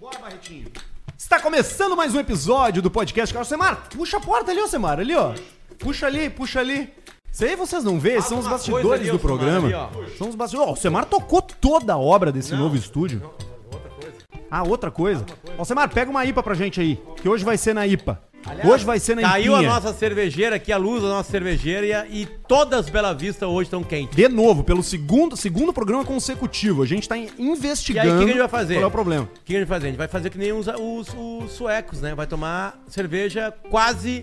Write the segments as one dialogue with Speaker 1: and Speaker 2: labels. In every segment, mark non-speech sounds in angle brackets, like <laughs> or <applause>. Speaker 1: Bora, Barretinho. Está começando mais um episódio do podcast. Cara, Semar, puxa a porta ali, ó, Semar, ali, ó. Puxa ali, puxa ali. Isso aí vocês não vêem, são os
Speaker 2: uma
Speaker 1: bastidores
Speaker 2: coisa ali,
Speaker 1: do
Speaker 2: ô, Semar,
Speaker 1: programa.
Speaker 2: ali,
Speaker 1: são os bastidores. Ó, o Semar tocou toda a obra desse novo estúdio. Ah, outra coisa. Ó, Semar, pega uma IPA pra gente aí, que hoje vai ser na IPA. hoje vai ser na
Speaker 2: Caiu a
Speaker 1: IPinha.
Speaker 2: nossa cervejeira aqui, a luz da nossa cervejeira e, a- e todas Bela Vista hoje estão quentes.
Speaker 1: De novo, pelo segundo, segundo programa consecutivo. A gente tá investigando
Speaker 2: E aí, o que que a gente vai fazer?
Speaker 1: qual é o problema.
Speaker 2: O que a gente vai fazer? A gente vai fazer que nem os, os- os suecos, né? Vai tomar cerveja quase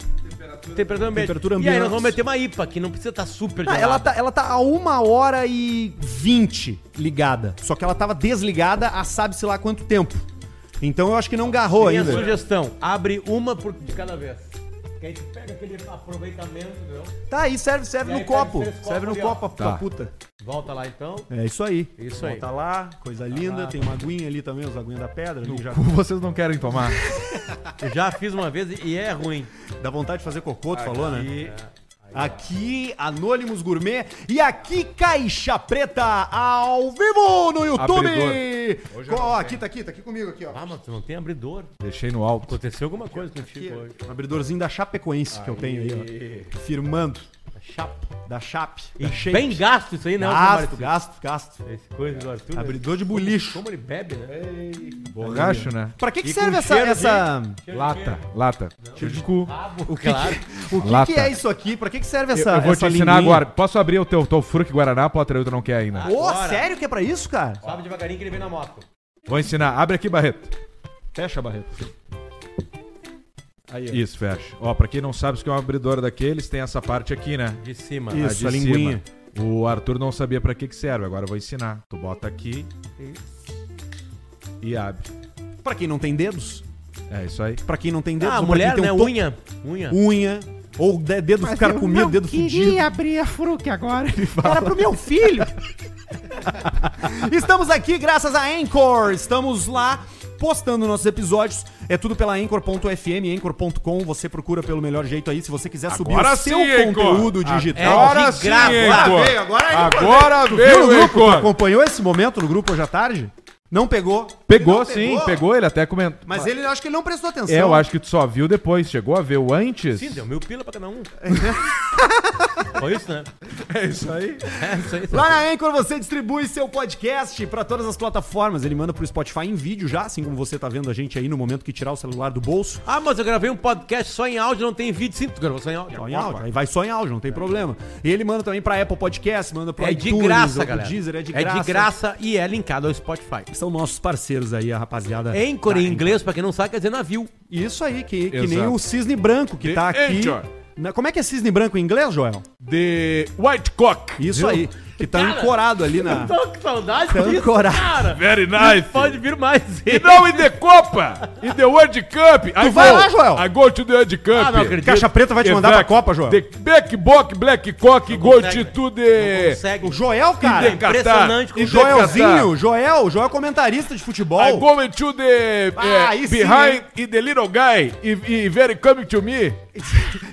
Speaker 2: temperatura, ambiente.
Speaker 1: Temperatura
Speaker 2: E aí
Speaker 1: ambiente.
Speaker 2: nós vamos meter uma IPA, que não precisa estar super
Speaker 1: Ah,
Speaker 2: gelada.
Speaker 1: ela, tá, ela tá a uma hora e 20 ligada. Só que ela tava desligada há sabe-se lá quanto tempo. Então eu acho que não garrou
Speaker 2: Minha
Speaker 1: ainda.
Speaker 2: sugestão, abre uma por, de cada vez. Que a gente pega aquele aproveitamento, entendeu?
Speaker 1: Tá aí, serve, serve
Speaker 2: E aí
Speaker 1: no copo.
Speaker 2: serve três
Speaker 1: Serve no
Speaker 2: copos ali,
Speaker 1: copo,
Speaker 2: ó.
Speaker 1: tua puta.
Speaker 2: Volta lá então.
Speaker 1: É isso aí.
Speaker 2: Isso aí.
Speaker 1: Tá lá, coisa linda.
Speaker 2: lá.
Speaker 1: Tem uma aguinha ali também, os aguinhas da pedra. Ali, já...
Speaker 3: <laughs> Vocês não querem tomar.
Speaker 2: Eu já fiz uma vez e é ruim.
Speaker 1: Dá vontade de fazer cocô, tu falou, né?
Speaker 2: E
Speaker 1: Aqui, Anônimos Gourmet e aqui, Caixa Preta, ao vivo no YouTube. Ó, aqui, tá aqui, tá aqui comigo aqui, ó.
Speaker 2: Ah, mas tu não tem abridor.
Speaker 3: Deixei no alto.
Speaker 2: Aconteceu alguma coisa contigo hoje.
Speaker 1: Um abridorzinho da Chapecoense que eu tenho aí, ó. Firmando.
Speaker 2: Chapo.
Speaker 1: Da Chape.
Speaker 2: E
Speaker 1: Da Shape.
Speaker 2: bem gasto isso aí, né,
Speaker 1: gasto, gasto, gasto.
Speaker 2: Esse coisa do Arthur. né?
Speaker 1: Abridor de bulicho.
Speaker 2: Como ele bebe, né?
Speaker 3: Borracho, né?
Speaker 1: Pra que, que
Speaker 2: E com
Speaker 1: serve essa.
Speaker 2: cheiro de-
Speaker 1: essa... <laughs>
Speaker 3: Lata, lata. Tiro de cu.
Speaker 1: O que,
Speaker 2: claro.
Speaker 1: que- o que
Speaker 3: Lata.
Speaker 1: que é isso aqui? Pra que, que serve
Speaker 3: Eu,
Speaker 1: essa.
Speaker 3: eu vou te
Speaker 1: essa
Speaker 3: ensinar
Speaker 1: linguinha?
Speaker 3: agora. Posso abrir o teu, teu fruque Guaraná, Potter? Tu não quer ainda.
Speaker 1: Ô,
Speaker 2: Agora.
Speaker 1: sério que é pra isso, cara?
Speaker 2: Sabe devagarinho que ele vem na moto.
Speaker 3: Vou ensinar. Abre aqui, Barreto.
Speaker 1: Fecha, Barreto.
Speaker 3: Isso, fecha. Ó, pra quem não sabe, isso que é uma abridora daqueles, tem essa parte aqui, né?
Speaker 2: De cima.
Speaker 1: Isso. a linguinha.
Speaker 3: cima. O Arthur não sabia pra que que serve, agora eu vou ensinar. Tu bota aqui e abre.
Speaker 1: Pra quem não tem dedos.
Speaker 3: É isso aí.
Speaker 1: Pra quem não tem dedos.
Speaker 2: Ah,
Speaker 1: ou pra
Speaker 2: mulher,
Speaker 1: quem
Speaker 2: né?
Speaker 1: tem um to-
Speaker 2: Unha. Unha.
Speaker 1: Unha. Ou de- dedo ficar comido, dedo fudido.
Speaker 3: abrir a fruque agora.
Speaker 1: Era pro meu <laughs> filho. Estamos aqui graças a Anchor. Estamos lá postando nossos episódios. É tudo pela anchor.fm, anchor.com. Você procura pelo melhor jeito aí. Se você quiser subir
Speaker 3: Agora
Speaker 1: o seu
Speaker 3: sim, Anchor. Ah, é.
Speaker 1: conteúdo digital.
Speaker 3: Agora
Speaker 2: de
Speaker 3: sim,
Speaker 2: graça.
Speaker 3: Igor.
Speaker 1: veio, agora ele
Speaker 3: Agora
Speaker 1: Viu no
Speaker 3: veio,
Speaker 1: grupo? Tu
Speaker 3: Igor.
Speaker 1: acompanhou esse momento no grupo hoje à tarde? Não pegou.
Speaker 3: Pegou,
Speaker 1: Não
Speaker 3: sim, pegou. Ele até comentou.
Speaker 1: Mas ele acho que ele não prestou atenção.
Speaker 3: É, eu acho que tu só viu depois. Chegou a ver o antes?
Speaker 2: Sim, deu mil pila pra cada um. Foi isso, né?
Speaker 3: É isso aí.
Speaker 2: É isso aí. isso
Speaker 1: Lá
Speaker 2: aí.
Speaker 1: na Anchor você distribui seu podcast pra todas as plataformas. Ele manda pro Spotify em vídeo já, assim como você tá vendo a gente aí no momento que tirar o celular do bolso.
Speaker 2: Ah, mas eu gravei um podcast só em áudio, não tem vídeo. Sim, tu gravou só em áudio.
Speaker 1: Só em áudio, aí vai só em áudio, não tem problema. E ele manda também pra Apple Podcast, manda pro
Speaker 2: É de
Speaker 1: iTunes, ou
Speaker 2: graça,
Speaker 1: pro
Speaker 2: galera.
Speaker 1: Deezer, é de graça.
Speaker 2: É de graça e é linkado ao Spotify.
Speaker 1: São nossos parceiros aí, a rapaziada.
Speaker 2: Anchor
Speaker 1: da
Speaker 2: em inglês, pra quem não sabe, quer dizer navio.
Speaker 1: Isso aí, que, que
Speaker 3: Exato.
Speaker 1: nem o Cisne Branco que
Speaker 3: The
Speaker 1: tá aqui.
Speaker 3: Anchor.
Speaker 1: Na- Como é que é Cisne Branco em inglês, Joel?
Speaker 3: The White Cock.
Speaker 1: Isso aí, que tá
Speaker 2: Cara,
Speaker 1: ancorado ali na...
Speaker 3: Então,
Speaker 2: Tô com saudade
Speaker 1: Tá ancorado.
Speaker 2: cara.
Speaker 3: Very nice.
Speaker 2: Pode vir mais
Speaker 3: E não in the Copa. In the World Cup. I
Speaker 1: vai
Speaker 3: go-
Speaker 1: lá, Joel.
Speaker 3: I go to the World Cup.
Speaker 2: Ah, não acredito.
Speaker 1: Caixa Preta vai te mandar pra
Speaker 3: Black-
Speaker 1: Copa, Joel.
Speaker 3: The Black Bock, Black Cock, go
Speaker 2: consegue.
Speaker 3: to to the...
Speaker 2: Consegue.
Speaker 1: O Joel, cara... é
Speaker 3: Catar.
Speaker 2: impressionante com
Speaker 3: In
Speaker 2: o
Speaker 3: the
Speaker 1: Joelzinho,
Speaker 3: Catar.
Speaker 1: Joel, Joel é comentarista de futebol.
Speaker 3: I going to the
Speaker 1: Ah,
Speaker 3: eh,
Speaker 1: aí sim,
Speaker 3: behind in the little guy if if very coming to me.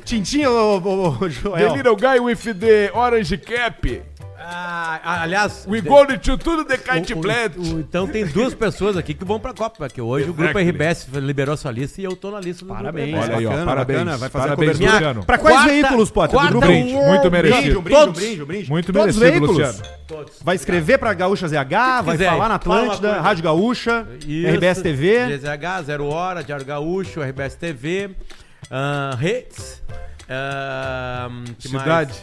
Speaker 1: Tintinho, ô, ô, ô,
Speaker 3: The
Speaker 1: Joel.
Speaker 3: little guy with the orange cap.
Speaker 2: Ah, ah, aliás,
Speaker 3: We
Speaker 2: de-
Speaker 3: go to tudo the kind
Speaker 2: o- o-
Speaker 3: plant.
Speaker 2: o- então tem duas pessoas aqui que vão pra Copa, porque hoje o grupo
Speaker 3: Exactly.
Speaker 2: RBS liberou sua lista e eu tô na lista do
Speaker 1: Parabéns,
Speaker 2: grupo RBS.
Speaker 3: Olha aí, ó,
Speaker 1: bacana,
Speaker 3: parabéns,
Speaker 1: bacana. Vai fazer
Speaker 3: parabéns,
Speaker 1: a cobertura.
Speaker 3: Luciano.
Speaker 1: Pra quais
Speaker 2: Quarta-
Speaker 1: veículos, Potter?
Speaker 2: quarta
Speaker 1: Do grupo?
Speaker 3: Brinde, muito merecido.
Speaker 1: Brinde, um brinde, um
Speaker 2: Todos.
Speaker 1: brinde, um brinde.
Speaker 3: Muito
Speaker 1: Todos os
Speaker 3: merecido,
Speaker 1: veículos.
Speaker 3: Luciano.
Speaker 2: Todos.
Speaker 1: Vai escrever pra Gaúcha ZH, vai
Speaker 2: quiser,
Speaker 1: falar na
Speaker 2: fala uma
Speaker 1: Atlântida,
Speaker 2: coisa.
Speaker 1: Rádio Gaúcha,
Speaker 2: Isso, é
Speaker 1: RBS TV.
Speaker 2: GZH, Zero Hora, Diário Gaúcho, RBS TV, ah, Redes. ah, que mais?
Speaker 3: Cidade.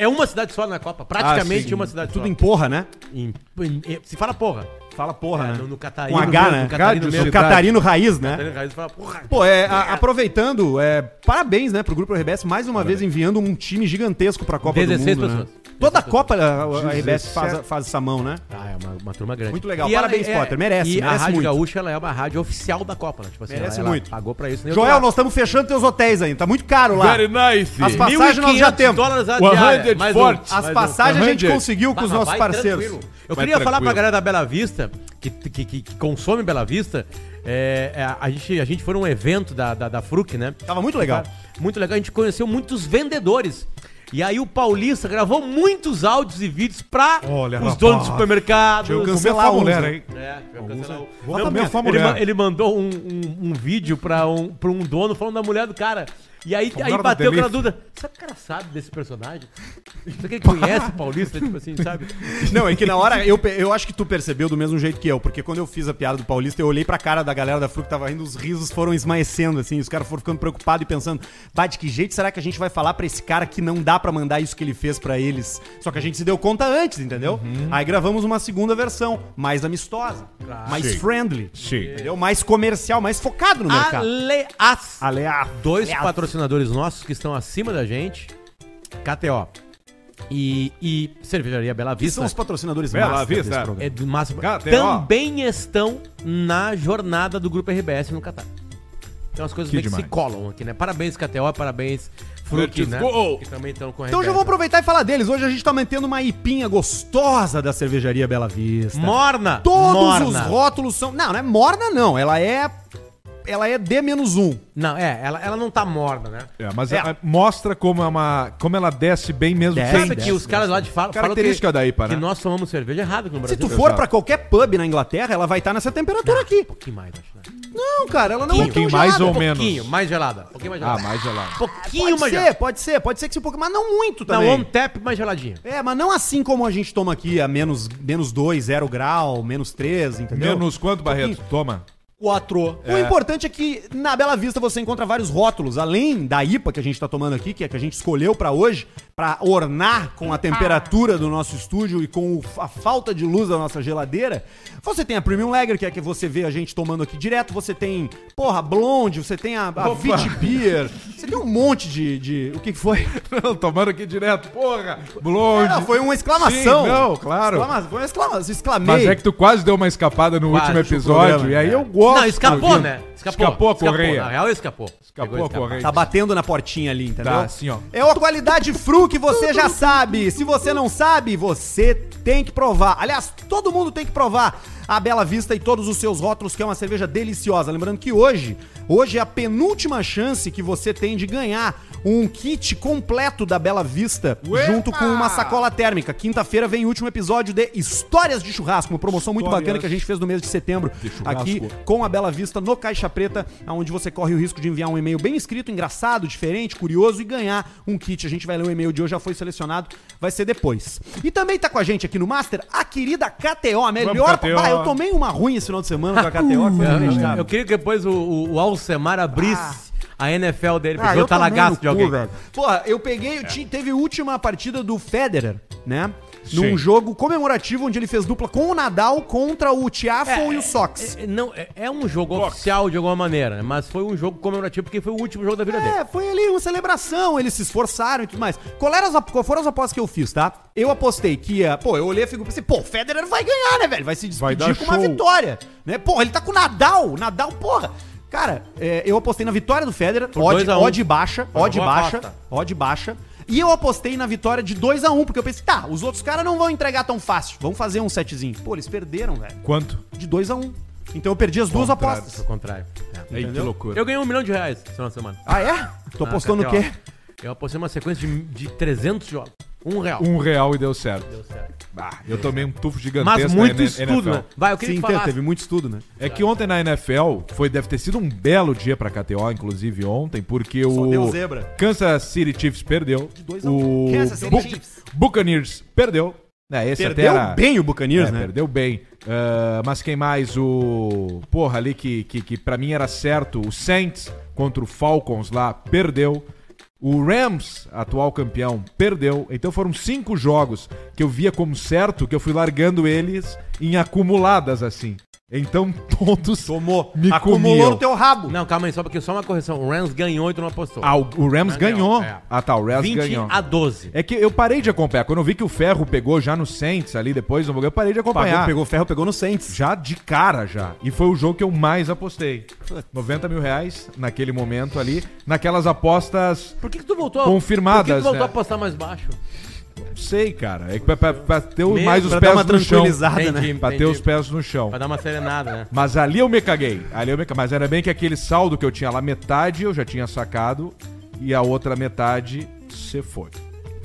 Speaker 2: É uma cidade só na Copa, praticamente uma cidade
Speaker 1: Ah, Tudo
Speaker 2: só.
Speaker 1: em porra, né?
Speaker 2: Em- em- em- se fala porra.
Speaker 1: Fala porra,
Speaker 2: É,
Speaker 1: né?
Speaker 2: no, no Catarino.
Speaker 1: Com H, né?
Speaker 2: mesmo, No Catarino
Speaker 3: Rádio
Speaker 2: mesmo.
Speaker 1: No Catarino Raiz, né?
Speaker 2: Catarino Raiz fala porra.
Speaker 1: Pô, é, a- aproveitando, é, parabéns, né, pro Grupo RBS, mais uma vez enviando um time gigantesco pra Copa
Speaker 2: 16
Speaker 1: do Mundo, né?
Speaker 2: pessoas.
Speaker 1: Toda Copa é, a, a RBS
Speaker 3: 17.
Speaker 1: faz, faz essa mão, né?
Speaker 2: Ah, é uma, uma turma grande.
Speaker 1: Muito legal.
Speaker 2: ela é,
Speaker 1: Parabéns, Potter. Merece,
Speaker 2: E a
Speaker 1: merece
Speaker 2: Rádio
Speaker 1: muito.
Speaker 2: Gaúcha, ela é uma rádio oficial da Copa, né? Tipo assim,
Speaker 1: Merece
Speaker 2: ela, ela
Speaker 1: muito.
Speaker 2: pagou pra isso. né?
Speaker 1: Joel,
Speaker 2: Eu
Speaker 1: nós estamos fechando teus hotéis ainda, tá muito caro lá.
Speaker 3: Very nice.
Speaker 1: As
Speaker 2: tô lá.
Speaker 1: passagens nós já
Speaker 2: 1.500
Speaker 1: temos.
Speaker 2: dólares a
Speaker 3: 100
Speaker 2: diária. Mais um.
Speaker 3: fortes.
Speaker 1: As
Speaker 2: Mais um.
Speaker 1: passagens a gente
Speaker 3: Arranje.
Speaker 1: conseguiu com os
Speaker 2: Bah,
Speaker 1: nossos
Speaker 2: vai
Speaker 1: parceiros.
Speaker 2: tranquilo. Eu
Speaker 3: Vai
Speaker 2: queria falar pra
Speaker 3: tranquilo.
Speaker 2: galera da Bela Vista, que, que, que- que consome Bela Vista, é, é, a, gente, a gente foi num evento da, da, da Fruc, né?
Speaker 1: Tava muito Tá legal.
Speaker 2: Muito legal. A gente conheceu muitos vendedores. E aí o Paulista gravou muitos áudios e vídeos pra
Speaker 3: Olha,
Speaker 2: os
Speaker 3: rapaz.
Speaker 2: donos de supermercados.
Speaker 1: Deixa eu
Speaker 3: Comer
Speaker 1: cancelar
Speaker 3: só
Speaker 1: uns,
Speaker 3: mulher,
Speaker 1: né?
Speaker 3: hein?
Speaker 2: É, eu
Speaker 3: Alguns-
Speaker 2: cancelar o-
Speaker 3: Vou
Speaker 2: Não,
Speaker 3: comer
Speaker 2: ele
Speaker 3: só mulher.
Speaker 2: ma- Ele, mandou um, um- um vídeo pra um, pra um dono falando da mulher do cara. E aí,
Speaker 3: Falando
Speaker 2: aí
Speaker 3: do
Speaker 2: bateu aquela
Speaker 3: Delícia.
Speaker 2: dúvida. Será que o cara sabe desse personagem? Será que ele conhece o Paulista? Tipo assim, sabe?
Speaker 1: Não, é que na hora, eu, pe- eu acho que tu percebeu do mesmo jeito que eu, porque quando eu fiz a piada do Paulista, eu olhei pra cara da galera da Fru que tava rindo, os risos foram esmaecendo, assim, os caras foram ficando preocupados e pensando, pá, de que jeito será que a gente vai falar pra esse cara que não dá pra mandar isso que ele fez pra eles? Só que a gente se deu conta antes, entendeu?
Speaker 3: Uhum.
Speaker 1: Aí gravamos uma segunda versão, mais amistosa, mais
Speaker 3: Sim.
Speaker 1: friendly,
Speaker 3: Sim.
Speaker 1: entendeu? Mais comercial, mais focado no mercado. ah,
Speaker 2: Aliás,
Speaker 1: Aleato.
Speaker 2: dois
Speaker 1: Aliás.
Speaker 2: patrocinadores nossos que estão acima da gente. KTO. E, e Cervejaria Bela
Speaker 1: Que são
Speaker 2: Vista.
Speaker 1: os patrocinadores
Speaker 3: Bela
Speaker 1: master
Speaker 3: Vista.
Speaker 1: desse programa.
Speaker 2: É do máximo.
Speaker 3: KTO.
Speaker 2: Também estão na jornada do Grupo RBS no Catar. Tem umas coisas
Speaker 3: Que
Speaker 2: bem que se
Speaker 3: demais.
Speaker 2: colam aqui, né? Parabéns, KTO, parabéns, Fruki,
Speaker 3: Let's
Speaker 2: né?
Speaker 3: go!
Speaker 2: Que também estão com a
Speaker 1: Então já
Speaker 2: RBS,
Speaker 1: vou
Speaker 2: né?
Speaker 1: aproveitar e falar deles. Hoje a gente tá mantendo uma ipinha gostosa da cervejaria Bela Vista.
Speaker 2: Morna!
Speaker 1: Todos
Speaker 2: morna.
Speaker 1: os rótulos são. Não, não é morna, não. Ela é. Ela é D-1.
Speaker 2: Não, é, ela, ela não tá morna, né?
Speaker 3: É, mas
Speaker 1: É.
Speaker 3: a- mostra como, é uma, como ela desce bem mesmo
Speaker 1: Desce,
Speaker 3: sem
Speaker 2: Sabe que
Speaker 1: dessa,
Speaker 2: os caras lá de fala falam
Speaker 3: Característica
Speaker 2: que,
Speaker 3: da IPA,
Speaker 2: que
Speaker 3: né?
Speaker 2: nós tomamos cerveja errada aqui no
Speaker 1: Se
Speaker 2: Brasil.
Speaker 1: tu for
Speaker 3: Exato.
Speaker 1: pra qualquer pub na Inglaterra, ela vai estar nessa temperatura aqui.
Speaker 2: Um pouquinho mais, acho. Né?
Speaker 1: Não, cara, ela não
Speaker 3: Um
Speaker 1: é tão
Speaker 3: pouquinho mais
Speaker 1: gelada.
Speaker 3: ou menos.
Speaker 2: Pouquinho, mais gelada. Pouquinho mais
Speaker 3: Ah,
Speaker 2: gelada.
Speaker 3: mais gelado.
Speaker 2: pouquinho
Speaker 1: Pode
Speaker 2: mais
Speaker 1: ser,
Speaker 2: gelada.
Speaker 1: pode ser, pode ser que seja um pouco, mas não muito
Speaker 2: Na
Speaker 1: também.
Speaker 2: on tap mais geladinha.
Speaker 1: É, mas não assim como a gente toma aqui, a menos, menos 2, 0 grau, menos 3, entendeu? Um
Speaker 3: Menos quanto, Barreto?
Speaker 1: Pouquinho.
Speaker 3: Toma. <laughs>
Speaker 2: Quatro.
Speaker 1: O importante é que na Bela Vista você encontra vários rótulos, além da IPA que a gente tá tomando aqui, que é a que a gente escolheu pra hoje, pra ornar com a temperatura do nosso estúdio e com o- a falta de luz da nossa geladeira. Você tem a Premium Lager, que é a que você vê a gente tomando aqui direto, você tem, porra, Blonde, você tem a, a
Speaker 3: Opa.
Speaker 1: Vit Beer, você tem um monte de, de- O que que foi?
Speaker 3: Não, tomando aqui direto. Porra! Blonde.
Speaker 1: Não, foi uma exclamação.
Speaker 3: Sim, não, claro.
Speaker 1: Exclama- foi uma exclamação, exclamei.
Speaker 3: Mas é que tu quase deu uma escapada no
Speaker 2: Quase,
Speaker 3: último
Speaker 2: deixa o
Speaker 3: episódio.
Speaker 1: programa,
Speaker 3: e aí
Speaker 1: é.
Speaker 3: eu gosto.
Speaker 2: Não, escapou,
Speaker 3: viu?
Speaker 2: né?
Speaker 3: Escapou a correia.
Speaker 2: Na real, escapou.
Speaker 3: Escapou
Speaker 2: Pegou e
Speaker 3: a correia.
Speaker 1: Tá batendo na portinha ali, entendeu?
Speaker 3: é Tá, assim, ó.
Speaker 1: É a qualidade fru que você já sabe. Se você não sabe, você tem que provar. Aliás, todo mundo tem que provar a Bela Vista e todos os seus rótulos, que é uma cerveja deliciosa. Lembrando que hoje, hoje é a penúltima chance que você tem de ganhar um kit completo da Bela Vista junto com uma sacola térmica. Quinta-feira vem o último episódio de Histórias de Churrasco, uma promoção muito
Speaker 3: Histórias
Speaker 1: bacana que a gente fez no mês de setembro
Speaker 3: de churrasco.
Speaker 1: aqui com a Bela Vista no Caixa Preta, onde você corre o risco de enviar um e-mail bem escrito, engraçado, diferente, curioso e ganhar um kit. A gente vai ler o e-mail de hoje, já foi selecionado, vai ser depois. E também tá com a gente aqui no Master a querida KTO, a melhor.
Speaker 3: KTO.
Speaker 1: Ah, eu tomei uma ruim esse final de semana com a KTO, que foi
Speaker 2: Ah, Eu,
Speaker 1: inacreditável.
Speaker 2: eu queria que depois o, o- o Alcemar abrisse a NFL dele pra
Speaker 1: Ah,
Speaker 2: ah, jogar
Speaker 1: tomei no
Speaker 2: lagaço de
Speaker 1: cu,
Speaker 2: alguém.
Speaker 1: velho. Porra, eu peguei, eu ti- teve a última partida do Federer, né? Num
Speaker 3: Sim.
Speaker 1: jogo comemorativo onde ele fez dupla com o Nadal contra o Tiafoe e o Sox.
Speaker 2: É, não, é, é um jogo oficial de alguma maneira, né? mas foi um jogo comemorativo porque foi o último jogo da vida dele.
Speaker 1: É, foi ali uma celebração, eles se esforçaram e tudo mais. Qual, era as, ap- qual foram as apostas que eu fiz, tá? Eu apostei que ia. Pô, eu olhei e fico pensei, pô, o Federer vai ganhar, né, velho? Vai se
Speaker 3: Vai
Speaker 1: despedir
Speaker 3: dar
Speaker 1: com uma
Speaker 3: show.
Speaker 1: vitória. Né? Porra, ele tá com o Nadal. Nadal, porra. Cara, é, eu apostei na vitória do Federer, odd,
Speaker 2: dois a um.
Speaker 1: odd baixa,
Speaker 2: Foi uma
Speaker 1: odd
Speaker 2: boa
Speaker 1: baixa,
Speaker 2: aposta.
Speaker 1: odd baixa. E eu apostei na vitória de 2x1, porque eu pensei, tá, os outros caras não vão entregar tão fácil, vão fazer um setzinho. Pô, eles perderam, velho,
Speaker 3: Quanto?
Speaker 1: de 2x1. Então eu perdi as duas
Speaker 3: Contrário.
Speaker 1: apostas.
Speaker 2: Ao contrário. É.
Speaker 3: Ei, que loucura.
Speaker 2: Eu ganhei um milhão de reais esse final de semana.
Speaker 1: Ah, é? Tô
Speaker 2: Na
Speaker 1: apostando o
Speaker 2: KTO.
Speaker 1: quê?
Speaker 2: Eu apostei uma sequência de, de 300 jogos. Um real.
Speaker 3: Um real e deu certo.
Speaker 2: Deu certo.
Speaker 3: Bah, eu tomei um tufo gigantesco.
Speaker 2: Mas
Speaker 3: na
Speaker 2: muito
Speaker 3: N-
Speaker 2: estudo, né?
Speaker 3: NFL.
Speaker 2: Vai, eu queria
Speaker 1: Sim,
Speaker 2: que falasse.
Speaker 1: teve muito estudo, né?
Speaker 3: É que ontem na NFL foi, deve ter sido um belo dia pra KTO, inclusive ontem, porque o
Speaker 1: deu zebra.
Speaker 3: Kansas City Chiefs perdeu.
Speaker 1: dois a um.
Speaker 3: O
Speaker 1: Kansas City
Speaker 3: Bu-
Speaker 1: Chiefs.
Speaker 3: Buccaneers perdeu. É, esse
Speaker 1: Perdeu
Speaker 3: até era...
Speaker 1: bem o Buccaneers,
Speaker 3: É,
Speaker 1: né?
Speaker 3: Perdeu bem. Ah, mas quem mais? O. Porra, ali que, que, que pra mim era certo. O Saints contra o Falcons lá perdeu. O Rams, atual campeão, perdeu. Então foram cinco jogos que eu via como certo, que eu fui largando eles em acumuladas assim. Então <laughs> todos.
Speaker 1: Tomou.
Speaker 3: Me
Speaker 1: Acumulou
Speaker 3: comiam.
Speaker 1: no teu rabo.
Speaker 2: Não, calma aí, só porque só uma correção. O Rams ganhou e tu não apostou.
Speaker 3: Ah, o, o Rams
Speaker 2: Ganhou,
Speaker 3: ganhou.
Speaker 2: é.
Speaker 3: Ah tá, o Rams
Speaker 2: 20
Speaker 3: ganhou.
Speaker 2: a 12.
Speaker 3: É que eu parei de acompanhar. Quando eu vi que o Ferro pegou já no Saints ali depois, do jogo, eu parei de acompanhar.
Speaker 1: Pagou, pegou ferro, pegou no Saints.
Speaker 3: já de cara já. E foi o jogo que eu mais apostei. 90 mil reais naquele momento ali, naquelas apostas.
Speaker 2: Por que, que tu voltou a-
Speaker 3: Confirmadas,
Speaker 2: Por que, que tu voltou
Speaker 3: né?
Speaker 2: a apostar mais baixo?
Speaker 3: Sei, cara. É que pra, pra, pra ter o-
Speaker 2: Mesmo
Speaker 3: mais os
Speaker 1: pra dar
Speaker 3: pés
Speaker 1: uma
Speaker 3: no chão.
Speaker 1: tranquilizada, né?
Speaker 2: Entendi.
Speaker 3: Pra ter os pés no chão.
Speaker 2: Pra dar uma serenada, né?
Speaker 3: Mas ali eu me caguei. Ali eu me ca- Mas era bem que aquele saldo que eu tinha lá, metade eu já tinha sacado e a outra metade você foi.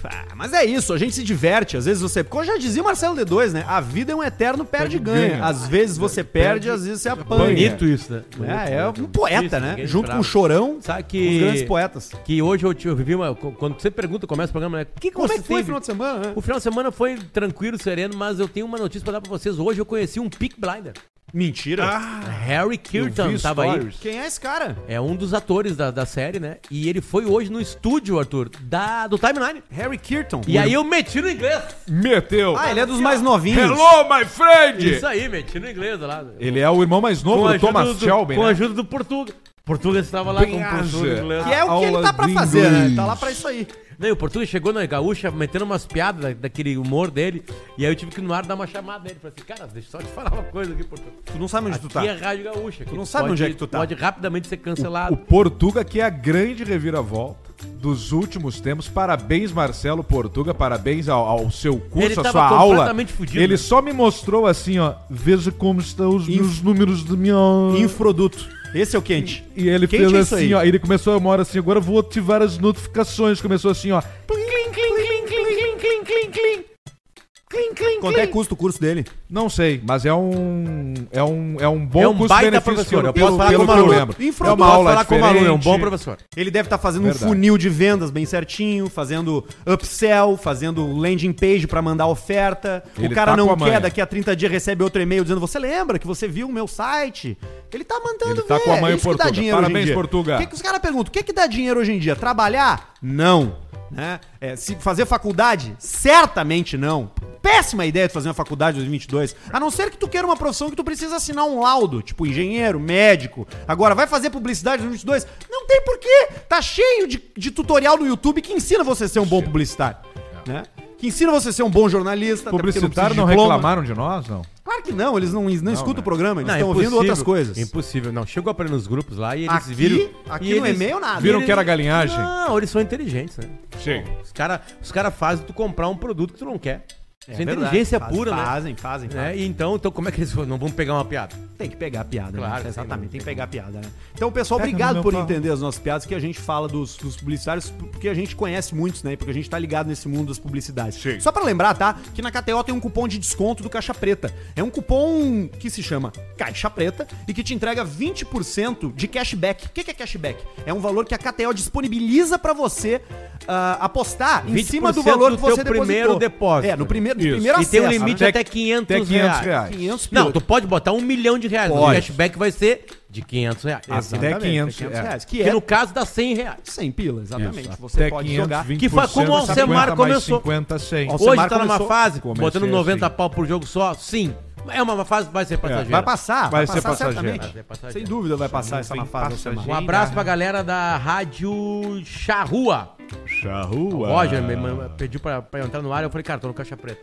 Speaker 1: Pá, mas é isso, a gente se diverte. Às vezes você. Como já dizia o Marcelo D2, né? A vida é um eterno perde e ganha.
Speaker 3: ganha.
Speaker 1: Às vezes você perde, às vezes você apanha.
Speaker 2: Bonito isso, né? Bonito,
Speaker 1: É, é
Speaker 2: né?
Speaker 1: um poeta,
Speaker 2: Isso,
Speaker 1: né?
Speaker 2: ninguém
Speaker 1: Junto com
Speaker 2: esperava.
Speaker 1: o Chorão,
Speaker 2: Sabe
Speaker 1: os grandes
Speaker 2: que,
Speaker 1: poetas.
Speaker 2: que hoje eu, te, eu vivi uma. Quando você pergunta, começa o programa, né? Que
Speaker 1: Como é que foi o
Speaker 2: consistência-
Speaker 1: final de semana? né?
Speaker 2: O final de semana foi tranquilo, sereno, mas eu tenho uma notícia pra dar pra vocês. Hoje eu conheci um Peak Blinder.
Speaker 1: Mentira.
Speaker 2: Harry Kirtan tava aí.
Speaker 1: Ah, Quem é esse cara?
Speaker 2: É um dos atores da, da série, né? E ele foi hoje no estúdio, Arthur, da, do Timeline.
Speaker 1: Harry Kirton.
Speaker 2: E aí eu meti no inglês.
Speaker 3: Meteu.
Speaker 1: Ah, ele é dos mais novinhos.
Speaker 3: Hello, my friend!
Speaker 2: Isso aí, meti no inglês lá.
Speaker 3: Ele é o irmão mais novo do Thomas
Speaker 2: do,
Speaker 3: Shelby,
Speaker 2: com a
Speaker 3: né?
Speaker 2: ajuda do Portuga. Portuga estava lá com o Portuga
Speaker 3: Benhaja.
Speaker 2: inglês.
Speaker 1: Que é o que ele
Speaker 3: Aula
Speaker 1: tá pra
Speaker 3: de
Speaker 1: fazer, né? Ele
Speaker 3: inglês.
Speaker 1: tá lá pra isso aí.
Speaker 2: Não, e o Portuga chegou na gaúcha metendo umas piadas da- daquele humor dele. E aí eu tive que no ar dar uma chamada nele. Falei assim, cara, deixa eu só te falar uma coisa aqui, Portuga.
Speaker 1: Tu não sabe onde tu tá.
Speaker 2: Aqui é Rádio Gaúcha. Tu
Speaker 1: não sabe onde é que tu tá.
Speaker 2: Pode rapidamente ser cancelado.
Speaker 3: O Portuga, que é a grande reviravolta dos últimos tempos. Parabéns, Marcelo Portuga. Parabéns ao, ao seu
Speaker 2: Ele
Speaker 3: curso, à
Speaker 2: tava
Speaker 3: sua aula.
Speaker 2: completamente fudido,
Speaker 3: ele
Speaker 2: né?
Speaker 3: só me mostrou assim, ó. Veja como estão os
Speaker 1: Inf-
Speaker 3: meus números do minha...
Speaker 1: Infoproduto. Esse é o quente.
Speaker 3: E ele
Speaker 1: Quente
Speaker 3: fez
Speaker 1: é isso
Speaker 3: assim,
Speaker 1: aí.
Speaker 3: ó. Ele começou uma hora assim, agora eu vou ativar as notificações. Começou assim, ó.
Speaker 1: Quanto é que custa o curso dele?
Speaker 3: Não sei, mas é um. É um, é um bom
Speaker 2: É um baita
Speaker 3: custo-benefício
Speaker 2: professor, eu
Speaker 3: pelo,
Speaker 2: posso falar
Speaker 3: pelo
Speaker 1: como
Speaker 3: que eu
Speaker 1: aluno.
Speaker 3: lembro.
Speaker 1: Infra-
Speaker 3: É
Speaker 1: eu
Speaker 3: uma
Speaker 1: posso
Speaker 3: aula
Speaker 2: falar como aluno, é um bom
Speaker 3: diferente.
Speaker 2: professor.
Speaker 1: Ele deve estar fazendo um
Speaker 3: Verdade.
Speaker 1: funil de vendas bem certinho, fazendo upsell, fazendo landing page pra mandar oferta. o
Speaker 3: Ele
Speaker 1: cara
Speaker 3: tá com
Speaker 1: não
Speaker 3: a
Speaker 1: quer,
Speaker 3: manha.
Speaker 1: daqui a 30 dias recebe outro e-mail dizendo: Você lembra que você viu o meu site? Ele tá mandando
Speaker 3: Ele tá com a manha,
Speaker 1: Isso que dá
Speaker 3: Portuga.
Speaker 1: dinheiro hoje em
Speaker 3: Parabéns,
Speaker 1: dia.
Speaker 3: Portuga.
Speaker 1: O que, que os caras perguntam? O que, que dá dinheiro hoje em dia? Trabalhar? Não. Né? É, se fazer faculdade? Certamente não. Péssima ideia de fazer uma faculdade em 2022. A não ser que tu queira uma profissão que tu precisa assinar um laudo, tipo engenheiro, médico. Agora, vai fazer publicidade em 2022? Não tem porquê. Tá cheio de, de tutorial no YouTube que ensina você a ser um bom publicitário. Né? Que ensina você a ser um bom jornalista. até porque precisa
Speaker 3: Publicitário
Speaker 1: de
Speaker 3: não
Speaker 1: diploma.
Speaker 3: reclamaram de nós, não?
Speaker 1: Claro que não, eles não, não, escutam
Speaker 3: né?
Speaker 1: o programa, eles
Speaker 2: Não, é
Speaker 1: estão ouvindo
Speaker 2: impossível,
Speaker 1: outras coisas.
Speaker 2: Impossível, não. Chegou a nos grupos lá e eles
Speaker 1: Aqui-
Speaker 2: viram.
Speaker 1: aqui
Speaker 2: e
Speaker 1: no e-mail, nada.
Speaker 3: Viram que era galinhagem?
Speaker 2: Não, eles são inteligentes, né?
Speaker 3: Sim.
Speaker 2: Os caras os cara fazem tu comprar um produto que tu não quer. Isso é
Speaker 1: verdade.
Speaker 2: inteligência
Speaker 1: Fazem-
Speaker 2: pura, né?
Speaker 1: Fazem, fazem, fazem.
Speaker 2: né? E então, então, como é que eles vão- não vão pegar uma piada?
Speaker 1: Tem que pegar a piada,
Speaker 2: Claro,
Speaker 1: né?
Speaker 2: sim,
Speaker 1: Exatamente,
Speaker 2: não
Speaker 1: tem que pegar a piada, né? Então, pessoal,
Speaker 3: Pega no
Speaker 1: obrigado
Speaker 3: meu
Speaker 1: por
Speaker 3: pau.
Speaker 1: entender as nossas piadas, que a gente fala dos, dos publicitários, porque a gente conhece muitos, né? Porque a gente tá ligado nesse mundo das publicidades.
Speaker 3: Sim.
Speaker 1: Só pra lembrar, tá? Que na KTO tem um cupom de desconto do Caixa Preta. É um cupom que se chama Caixa Preta e que te entrega 20% de cashback. O que que é cashback? É um valor que a KTO disponibiliza pra você ah, apostar em cima do
Speaker 2: 20%
Speaker 1: valor
Speaker 2: do
Speaker 1: que você
Speaker 2: teu primeiro depósito.
Speaker 1: É, no primeiro, no
Speaker 3: Isso.
Speaker 1: primeiro
Speaker 2: e tem um
Speaker 1: acesso,
Speaker 2: limite
Speaker 1: né?
Speaker 3: né?
Speaker 2: até
Speaker 3: Até
Speaker 2: 500,
Speaker 3: até 500
Speaker 2: reais.
Speaker 3: reais.
Speaker 1: 500
Speaker 2: Não,
Speaker 1: pila.
Speaker 2: tu pode botar um milhão de reais, mas o
Speaker 1: Pode.
Speaker 2: cashback vai ser de 500 reais.
Speaker 3: Até
Speaker 1: Exatamente,
Speaker 3: 500
Speaker 1: é
Speaker 3: é.
Speaker 1: reais. Que
Speaker 2: Que
Speaker 1: é
Speaker 2: no caso dá 100 reais.
Speaker 1: 100 pila, exatamente.
Speaker 3: Isso,
Speaker 1: Você
Speaker 3: até
Speaker 1: pode
Speaker 3: 500,
Speaker 1: jogar.
Speaker 3: 20%,
Speaker 2: Que foi como o Alcemar
Speaker 3: 50 mais
Speaker 2: começou.
Speaker 3: 50, 100.
Speaker 1: Alcemar
Speaker 2: Hoje tá numa
Speaker 1: começou-
Speaker 2: fase,
Speaker 3: Comecei
Speaker 2: botando 90
Speaker 3: assim.
Speaker 2: pau por jogo só, sim. É uma fase que vai ser passageira.
Speaker 1: Vai passar,
Speaker 3: Vai ser passageiro.
Speaker 1: certamente.
Speaker 2: Vai ser passageiro.
Speaker 1: Sem dúvida vai passar essa
Speaker 3: Tem
Speaker 1: na fase. Alcemar.
Speaker 2: Um abraço pra galera da Rádio Charrua.
Speaker 3: Charrua.
Speaker 2: Roger me man- pediu pra, pra eu entrar no ar, eu falei, cara, tô no caixa preta.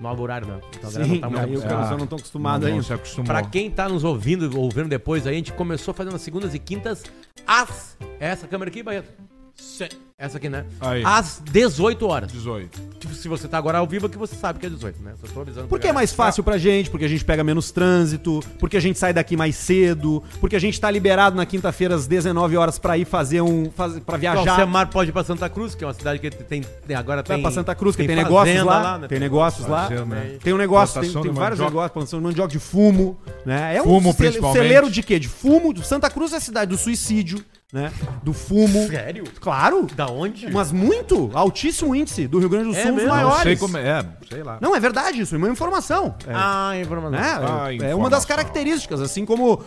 Speaker 2: Novo horário, não. Então, a galera
Speaker 1: Sim,
Speaker 2: não tá
Speaker 1: aí os
Speaker 2: muito acostumada.
Speaker 1: caras não estão acostumados
Speaker 3: Não
Speaker 1: ainda.
Speaker 3: se acostumou.
Speaker 2: Pra quem tá nos ouvindo, ouvindo depois aí, a gente começou fazendo as segundas e quintas às... É essa câmera aqui, Barreto? Sim. Essa aqui, né?
Speaker 3: Aí.
Speaker 2: Às 18 horas.
Speaker 3: 18.
Speaker 2: Tipo, se você tá agora ao vivo, é que você sabe que é 18, né? Só tô avisando.
Speaker 1: Porque
Speaker 2: pra
Speaker 1: é
Speaker 2: galera.
Speaker 1: mais fácil pra gente, porque a gente pega menos trânsito, porque a gente sai daqui mais cedo, porque a gente tá liberado na quinta-feira às 19 horas pra ir fazer um. Faz,
Speaker 3: Então,
Speaker 1: pra
Speaker 2: O
Speaker 3: é
Speaker 1: viajar.
Speaker 2: Alcemar pode ir pra Santa Cruz, que é uma cidade que tem, tem- agora tem...
Speaker 1: Vai pra Santa Cruz, que tem,
Speaker 2: fazenda
Speaker 1: negócios lá.
Speaker 2: né?
Speaker 1: Tem negócios lá.
Speaker 3: Fazenda, né?
Speaker 1: Tem um negócio, tem,
Speaker 3: Plantação
Speaker 1: tem
Speaker 3: de
Speaker 1: vários
Speaker 3: mandioca.
Speaker 1: negócios, plantação de mandioca de fumo, né? É
Speaker 3: Fumo,
Speaker 1: um cele-
Speaker 3: principalmente.
Speaker 1: celeiro de quê? De fumo. do- Santa Cruz é a cidade do suicídio, né? Do fumo.
Speaker 2: Sério?
Speaker 1: Claro.
Speaker 2: Da onde?
Speaker 1: Mas muito, altíssimo índice do Rio Grande do
Speaker 2: É
Speaker 1: Sul, um dos
Speaker 2: mesmo?
Speaker 1: maiores.
Speaker 3: Não sei como é. Sei lá.
Speaker 1: Não, é verdade isso, é uma informação. É,
Speaker 2: Ah, informação.
Speaker 1: né?
Speaker 3: Ah,
Speaker 1: É- é
Speaker 3: informação.
Speaker 1: uma das características, assim como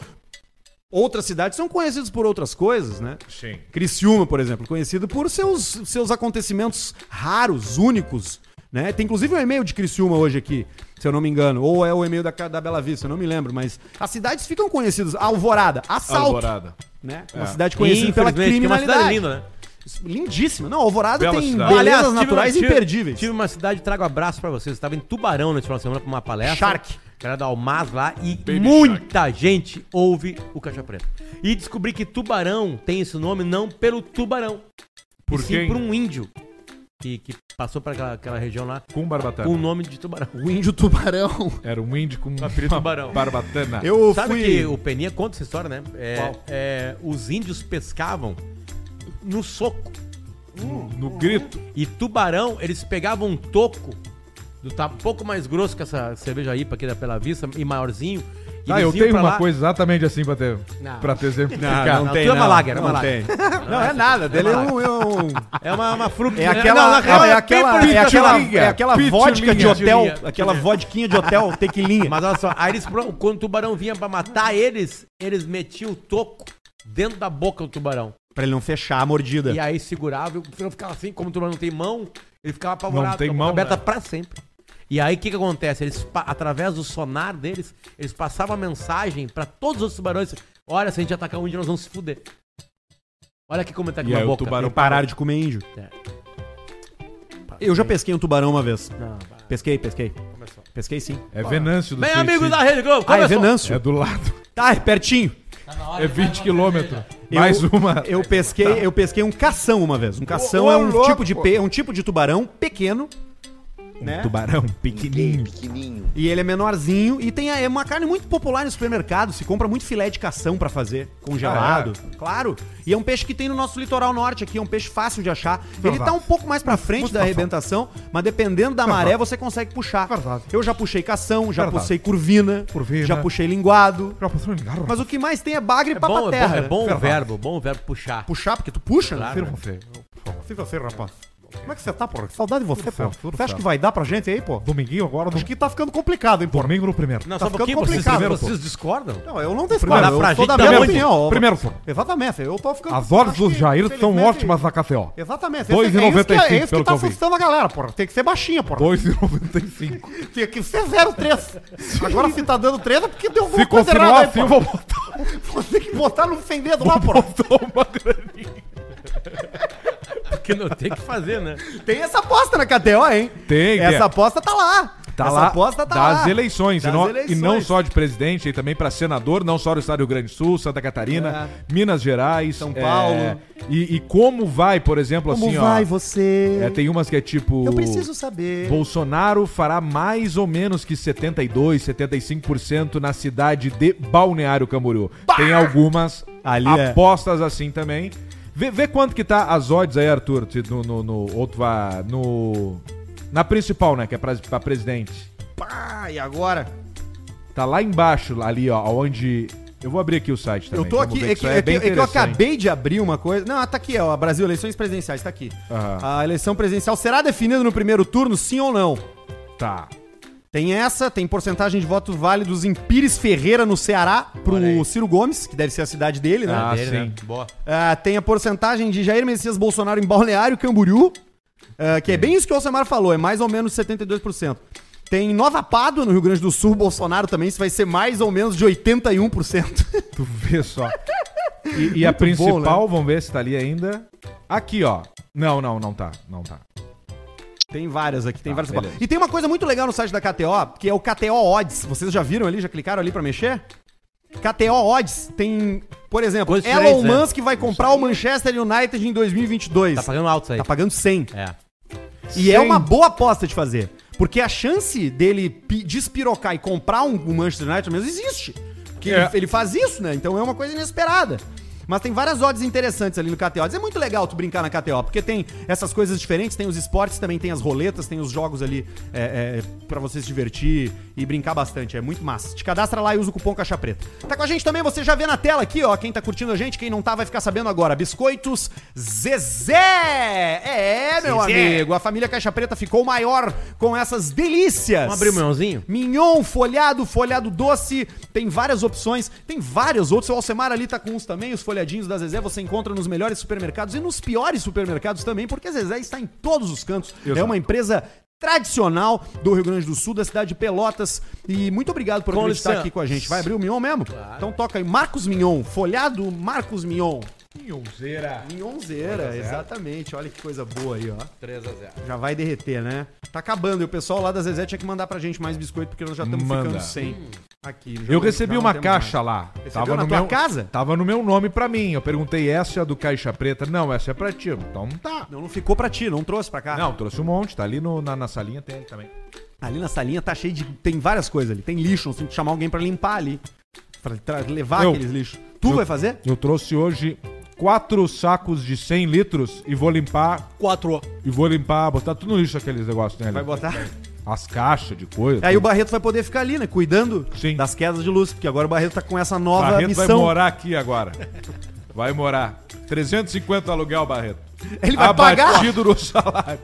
Speaker 1: outras cidades são conhecidas por outras coisas, né?
Speaker 3: Sim.
Speaker 1: Criciúma, por exemplo, conhecido por seus, seus acontecimentos raros, únicos, né? Tem inclusive um e-mail de Criciúma hoje aqui, se eu não me engano, ou é o e-mail da, ca- da Bela Vista, eu não me lembro, mas as cidades ficam conhecidas. Alvorada, assalto,
Speaker 3: Alvorada.
Speaker 1: né?
Speaker 3: É.
Speaker 1: Uma cidade conhecida pela
Speaker 2: Infelizmente, que é uma
Speaker 1: criminalidade.
Speaker 2: cidade linda, né?
Speaker 1: Lindíssima. Não, Alvorada
Speaker 3: Bela
Speaker 1: tem
Speaker 3: cidade.
Speaker 1: belezas
Speaker 2: Aliás, tive uma-
Speaker 1: naturais
Speaker 2: tive-
Speaker 1: imperdíveis.
Speaker 2: Tive uma cidade, trago abraço pra vocês. Eu estava em Tubarão nesse final de semana pra uma palestra.
Speaker 1: Shark.
Speaker 2: Que era da Almaz lá e muita gente ouve o Caixa Preta. E descobri que Tubarão tem esse nome não pelo tubarão,
Speaker 3: Por
Speaker 2: e sim
Speaker 3: quem?
Speaker 2: por um índio que, que passou pra aquela, aquela região lá
Speaker 3: Com barbatana.
Speaker 2: com o nome de tubarão.
Speaker 1: O índio tubarão.
Speaker 3: Era um índio com
Speaker 2: apelido
Speaker 3: uma
Speaker 2: Barão.
Speaker 3: barbatana.
Speaker 1: Eu
Speaker 2: Sabe
Speaker 1: fui.
Speaker 2: que o Peninha conta essa história, né? É,
Speaker 1: Qual?
Speaker 2: é, os índios pescavam no soco.
Speaker 3: no grito.
Speaker 2: E Tubarão, eles pegavam um toco, do, ta- um pouco mais grosso que essa cerveja IPA aqui da Pela Vista, e maiorzinho. e
Speaker 3: Ah,
Speaker 2: eles
Speaker 3: eu
Speaker 2: iam
Speaker 3: tenho
Speaker 2: pra
Speaker 3: uma
Speaker 2: lá-
Speaker 3: coisa exatamente assim pra ter,
Speaker 2: Não.
Speaker 3: pra ter
Speaker 1: Ah,
Speaker 3: exemplificar.
Speaker 2: Não, não tem, não. <laughs>
Speaker 1: é
Speaker 2: Não
Speaker 1: Não, é nada. Dele é um... É, um-
Speaker 2: É uma, uma fruta.
Speaker 1: é aquela,
Speaker 2: na real,
Speaker 1: é,
Speaker 2: é
Speaker 1: aquela, é
Speaker 2: pepper.
Speaker 1: aquela,
Speaker 3: pitulinha,
Speaker 1: é aquela
Speaker 3: pitulinha,
Speaker 1: vodka de hotel,
Speaker 2: pitulinha.
Speaker 1: aquela vodquinha de
Speaker 2: <laughs>
Speaker 1: hotel, tequilinha.
Speaker 2: Mas olha só, aí eles, pro- quando o tubarão vinha pra matar eles, eles metiam o toco dentro da boca do tubarão.
Speaker 1: Pra ele não fechar a
Speaker 3: É.
Speaker 1: mordida.
Speaker 2: E aí segurava, e o tubarão ficava assim, como o tubarão não tem mão, ele ficava apavorado,
Speaker 3: Não tem
Speaker 2: com a boca
Speaker 3: mão,
Speaker 2: aberta
Speaker 3: né?
Speaker 2: pra sempre. E aí o que que acontece? Eles, pa- através do sonar deles, eles passavam a mensagem pra todos os tubarões, olha, se a gente atacar um de nós vamos se fuder. Olha que comentário
Speaker 3: E
Speaker 2: na
Speaker 3: aí o
Speaker 2: boca.
Speaker 1: E
Speaker 3: tubarão-
Speaker 1: pararam de comer índio.
Speaker 2: É.
Speaker 1: Eu já pesquei um tubarão uma vez.
Speaker 2: Não, vai,
Speaker 1: Pesquei, pesquei.
Speaker 2: começou.
Speaker 1: Pesquei sim.
Speaker 3: É Venâncio do
Speaker 2: Bem,
Speaker 3: suicídio.
Speaker 2: amigos da Rede Globo,
Speaker 1: Ah, é
Speaker 2: começou.
Speaker 1: Venâncio.
Speaker 3: É do lado.
Speaker 1: Tá, é pertinho.
Speaker 3: É 20 quilômetros. Mais
Speaker 1: eu,
Speaker 3: uma.
Speaker 1: Eu pesquei, eu pesquei um cação uma vez. Um cação
Speaker 3: Ô,
Speaker 1: é
Speaker 3: ô,
Speaker 1: um
Speaker 3: louco,
Speaker 1: tipo de
Speaker 3: pô.
Speaker 1: pe- é um tipo de tubarão pequeno
Speaker 3: Um Tubarão pequenininho.
Speaker 4: pequenininho.
Speaker 1: e ele é menorzinho e tem a- é uma carne muito popular no supermercado, se compra muito filé de cação pra fazer, congelado. Claro. E é um peixe que tem no nosso litoral norte aqui, é um peixe fácil de achar. Ele tá um pouco mais pra frente da arrebentação, mas dependendo da maré você consegue puxar.
Speaker 3: Verdade.
Speaker 1: Eu já puxei cação, já
Speaker 3: Verdade.
Speaker 1: puxei curvina,
Speaker 3: Curvina.
Speaker 1: já puxei linguado.
Speaker 3: Mas
Speaker 1: Mas o que mais tem é bagre e
Speaker 2: É bom, é bom,
Speaker 1: papaterra.
Speaker 2: é bom o
Speaker 3: Verdade.
Speaker 2: verbo, bom o verbo puxar.
Speaker 1: Puxar, porque tu puxa, né?
Speaker 3: Confira com você.
Speaker 1: Fica assim, rapaz. Como é que você tá, porra? Que saudade de você, pô.
Speaker 3: certo, tudo
Speaker 1: Você acha
Speaker 3: certo.
Speaker 1: que vai dar pra gente aí, pô?
Speaker 3: Dominguinho agora no
Speaker 1: Acho que tá ficando complicado, hein, pô.
Speaker 3: domingo no primeiro.
Speaker 2: Não,
Speaker 1: Tá
Speaker 2: só um
Speaker 1: ficando
Speaker 2: pouquinho, vocês,
Speaker 1: complicado,
Speaker 2: vocês discordam?
Speaker 1: Não, eu não
Speaker 2: Vai
Speaker 1: discordo.
Speaker 2: dar pra
Speaker 1: Eu sou
Speaker 2: gente
Speaker 1: da
Speaker 2: dar
Speaker 1: minha
Speaker 2: onde?
Speaker 1: opinião. ó.
Speaker 3: é Primeiro, pô.
Speaker 1: Exatamente, eu tô ficando...
Speaker 3: As horas
Speaker 1: acho
Speaker 3: do
Speaker 1: que,
Speaker 3: Jair são
Speaker 1: infelizmente,
Speaker 3: ótimas na KTO.
Speaker 1: Exatamente.
Speaker 3: Dois
Speaker 1: Esse-
Speaker 3: e
Speaker 1: é isso que-
Speaker 3: noventa e cinco,
Speaker 1: É isso que
Speaker 3: pelo
Speaker 1: tá
Speaker 3: que eu vi.
Speaker 1: assustando a galera, porra. Tem que ser baixinha, porra.
Speaker 3: 2,95.
Speaker 1: Tinha que ser 03. Agora se tá dando 3 é porque deu alguma
Speaker 3: Se continuar assim, eu
Speaker 1: porra.
Speaker 3: vou botar
Speaker 1: Vou ter que botar no sem dedo lá, porra.
Speaker 3: uma graninha.
Speaker 2: Porque não tem o que fazer, né?
Speaker 1: Tem essa aposta na KTO, hein?
Speaker 3: Tem,
Speaker 1: Essa
Speaker 3: tem.
Speaker 1: aposta tá lá.
Speaker 3: Tá
Speaker 1: essa
Speaker 3: lá
Speaker 1: aposta tá
Speaker 3: das
Speaker 1: lá.
Speaker 3: eleições,
Speaker 1: Das
Speaker 3: e, não,
Speaker 1: eleições.
Speaker 3: e não só de presidente, e também para senador, não só do estado do Rio Grande do Sul, Santa Catarina, Minas Gerais,
Speaker 1: É.
Speaker 3: é,
Speaker 1: São Paulo.
Speaker 3: e, e como vai, por exemplo,
Speaker 1: Como
Speaker 3: assim,
Speaker 1: vai
Speaker 3: ó.
Speaker 1: você?
Speaker 3: é, tem umas que é tipo.
Speaker 1: Eu preciso saber.
Speaker 3: Bolsonaro fará mais ou menos que 72, 75% na cidade de Balneário Camboriú. Tem algumas
Speaker 1: Ali é.
Speaker 3: apostas assim também. Vê, vê quanto que tá as odds aí, Arthur, te- no, no, no outro ah, no na principal, né, que é pra, pra presidente.
Speaker 1: Pá, e agora?
Speaker 3: Tá lá embaixo, lá ali, ó, onde eu vou abrir aqui o site também.
Speaker 1: eu tô
Speaker 3: vamos
Speaker 1: aqui,
Speaker 3: ver
Speaker 1: é
Speaker 3: isso
Speaker 1: que,
Speaker 3: aí
Speaker 1: é que- é que eu
Speaker 3: interessante.
Speaker 1: acabei de abrir uma coisa. Não, tá aqui, ó. Brasil, eleições presidenciais, tá aqui.
Speaker 3: Aham.
Speaker 1: A eleição presidencial será definida no primeiro turno, sim ou não?
Speaker 3: Tá.
Speaker 1: Tem essa, tem porcentagem de votos válidos em Pires Ferreira, no Ceará,
Speaker 2: Olha aí.
Speaker 1: pro Ciro Gomes, que deve ser a cidade dele, né?
Speaker 3: Ah,
Speaker 2: Dele,
Speaker 3: sim.
Speaker 2: né? Boa.
Speaker 1: Ah, tem a porcentagem de Jair Messias Bolsonaro em Balneário Camboriú, ah, que é bem isso que o Alcemar falou, é mais ou menos 72%. Tem em Nova Pádua, no Rio Grande do Sul, Bolsonaro também, isso vai ser mais ou menos de 81%.
Speaker 3: Tu vê só. E, e a
Speaker 1: Muito bom,
Speaker 3: principal,
Speaker 1: né?
Speaker 3: vamos ver se tá ali ainda. Aqui, ó. Não, não, não tá. Não tá.
Speaker 1: Tem várias aqui, tem
Speaker 3: Tá,
Speaker 1: várias.
Speaker 3: beleza.
Speaker 1: E tem uma coisa muito legal no site da KTO, que é o KTO Odds. Vocês já viram ali, já clicaram ali pra mexer? KTO Odds tem, por exemplo,
Speaker 2: Coisas
Speaker 1: Elon
Speaker 2: diferentes, né?
Speaker 1: Musk vai comprar o Manchester United em 2022.
Speaker 2: Tá pagando alto isso aí.
Speaker 1: Tá pagando 100.
Speaker 2: É.
Speaker 1: E é
Speaker 3: Sim.
Speaker 1: uma boa aposta de fazer. Porque a chance dele pi- despirocar e comprar um, um Manchester United mesmo existe. Porque
Speaker 3: É.
Speaker 1: ele, ele faz isso, né? Então é uma coisa inesperada. Mas tem várias odds interessantes ali no KTO. É muito legal tu brincar na KTO, porque tem essas coisas diferentes, tem os esportes, também tem as roletas, tem os jogos ali é, é, para você se divertir e brincar bastante. É muito massa. Te cadastra lá e usa o cupom Caixa Preta. Tá com a gente também, você já vê na tela aqui, ó. Quem tá curtindo a gente, quem não tá, vai ficar sabendo agora. Biscoitos Zezé! É, meu
Speaker 2: Zezé.
Speaker 1: amigo, a família Caixa Preta ficou maior com essas delícias.
Speaker 2: Vamos abrir o mãozinho?
Speaker 1: Mignon, folhado, folhado doce, tem várias opções, tem vários outros. O Alcemar ali tá com uns também, os folhadinhos da Zezé você encontra nos melhores supermercados e nos piores supermercados também, porque a Zezé está em todos os cantos. É
Speaker 3: Exato.
Speaker 1: uma empresa tradicional do Rio Grande do Sul, da cidade de Pelotas. E muito obrigado por
Speaker 2: Com
Speaker 1: acreditar
Speaker 2: licença.
Speaker 1: aqui com a gente. Vai abrir o Mignon mesmo? Então toca aí, Marcos Mignon, folhado Marcos Mignon.
Speaker 3: Minhonzeira.
Speaker 1: Mignonzeira, exatamente. Olha que coisa boa aí, ó.
Speaker 2: 3 a 0
Speaker 1: Já vai derreter, né? Tá acabando. E o pessoal lá da Zezé tinha que mandar pra gente mais biscoito, porque nós já estamos
Speaker 3: Manda.
Speaker 1: ficando sem. Aqui. já
Speaker 3: Eu
Speaker 1: não- já
Speaker 3: recebi
Speaker 1: não
Speaker 3: uma
Speaker 1: temos
Speaker 3: caixa
Speaker 1: mais.
Speaker 3: lá.
Speaker 1: Recebeu na tua
Speaker 3: meu,
Speaker 1: casa?
Speaker 3: Tava no meu nome pra mim. Eu perguntei, essa é a do Caixa Preta? Não, essa é pra ti. Então tá.
Speaker 1: Não, não ficou pra ti, não trouxe pra cá.
Speaker 3: Não, trouxe um monte. Tá ali no- na, na salinha, tem ele também.
Speaker 1: Ali na salinha tá cheio de. Tem várias coisas ali. Tem lixo, nós temos que chamar alguém pra limpar ali. Pra tra- levar
Speaker 3: Eu-
Speaker 1: aqueles lixos. Tu
Speaker 3: eu-
Speaker 1: vai fazer?
Speaker 3: Eu trouxe hoje quatro sacos de 100 litros e vou limpar,
Speaker 4: Quatro.
Speaker 3: e vou limpar, botar tudo no lixo aqueles negócios, né?
Speaker 1: Vai
Speaker 3: Lelê?
Speaker 1: botar. É,
Speaker 3: As caixas de coisa.
Speaker 1: Aí o
Speaker 3: tudo.
Speaker 1: Barreto vai poder ficar ali, né? Cuidando
Speaker 3: Sim.
Speaker 1: das quedas de luz, porque agora o Barreto tá com essa nova
Speaker 3: Barreto vai
Speaker 1: missão.
Speaker 3: morar aqui agora. Vai morar. 350 aluguel, Barreto.
Speaker 1: Ele vai pagar?
Speaker 3: Abatido no salário.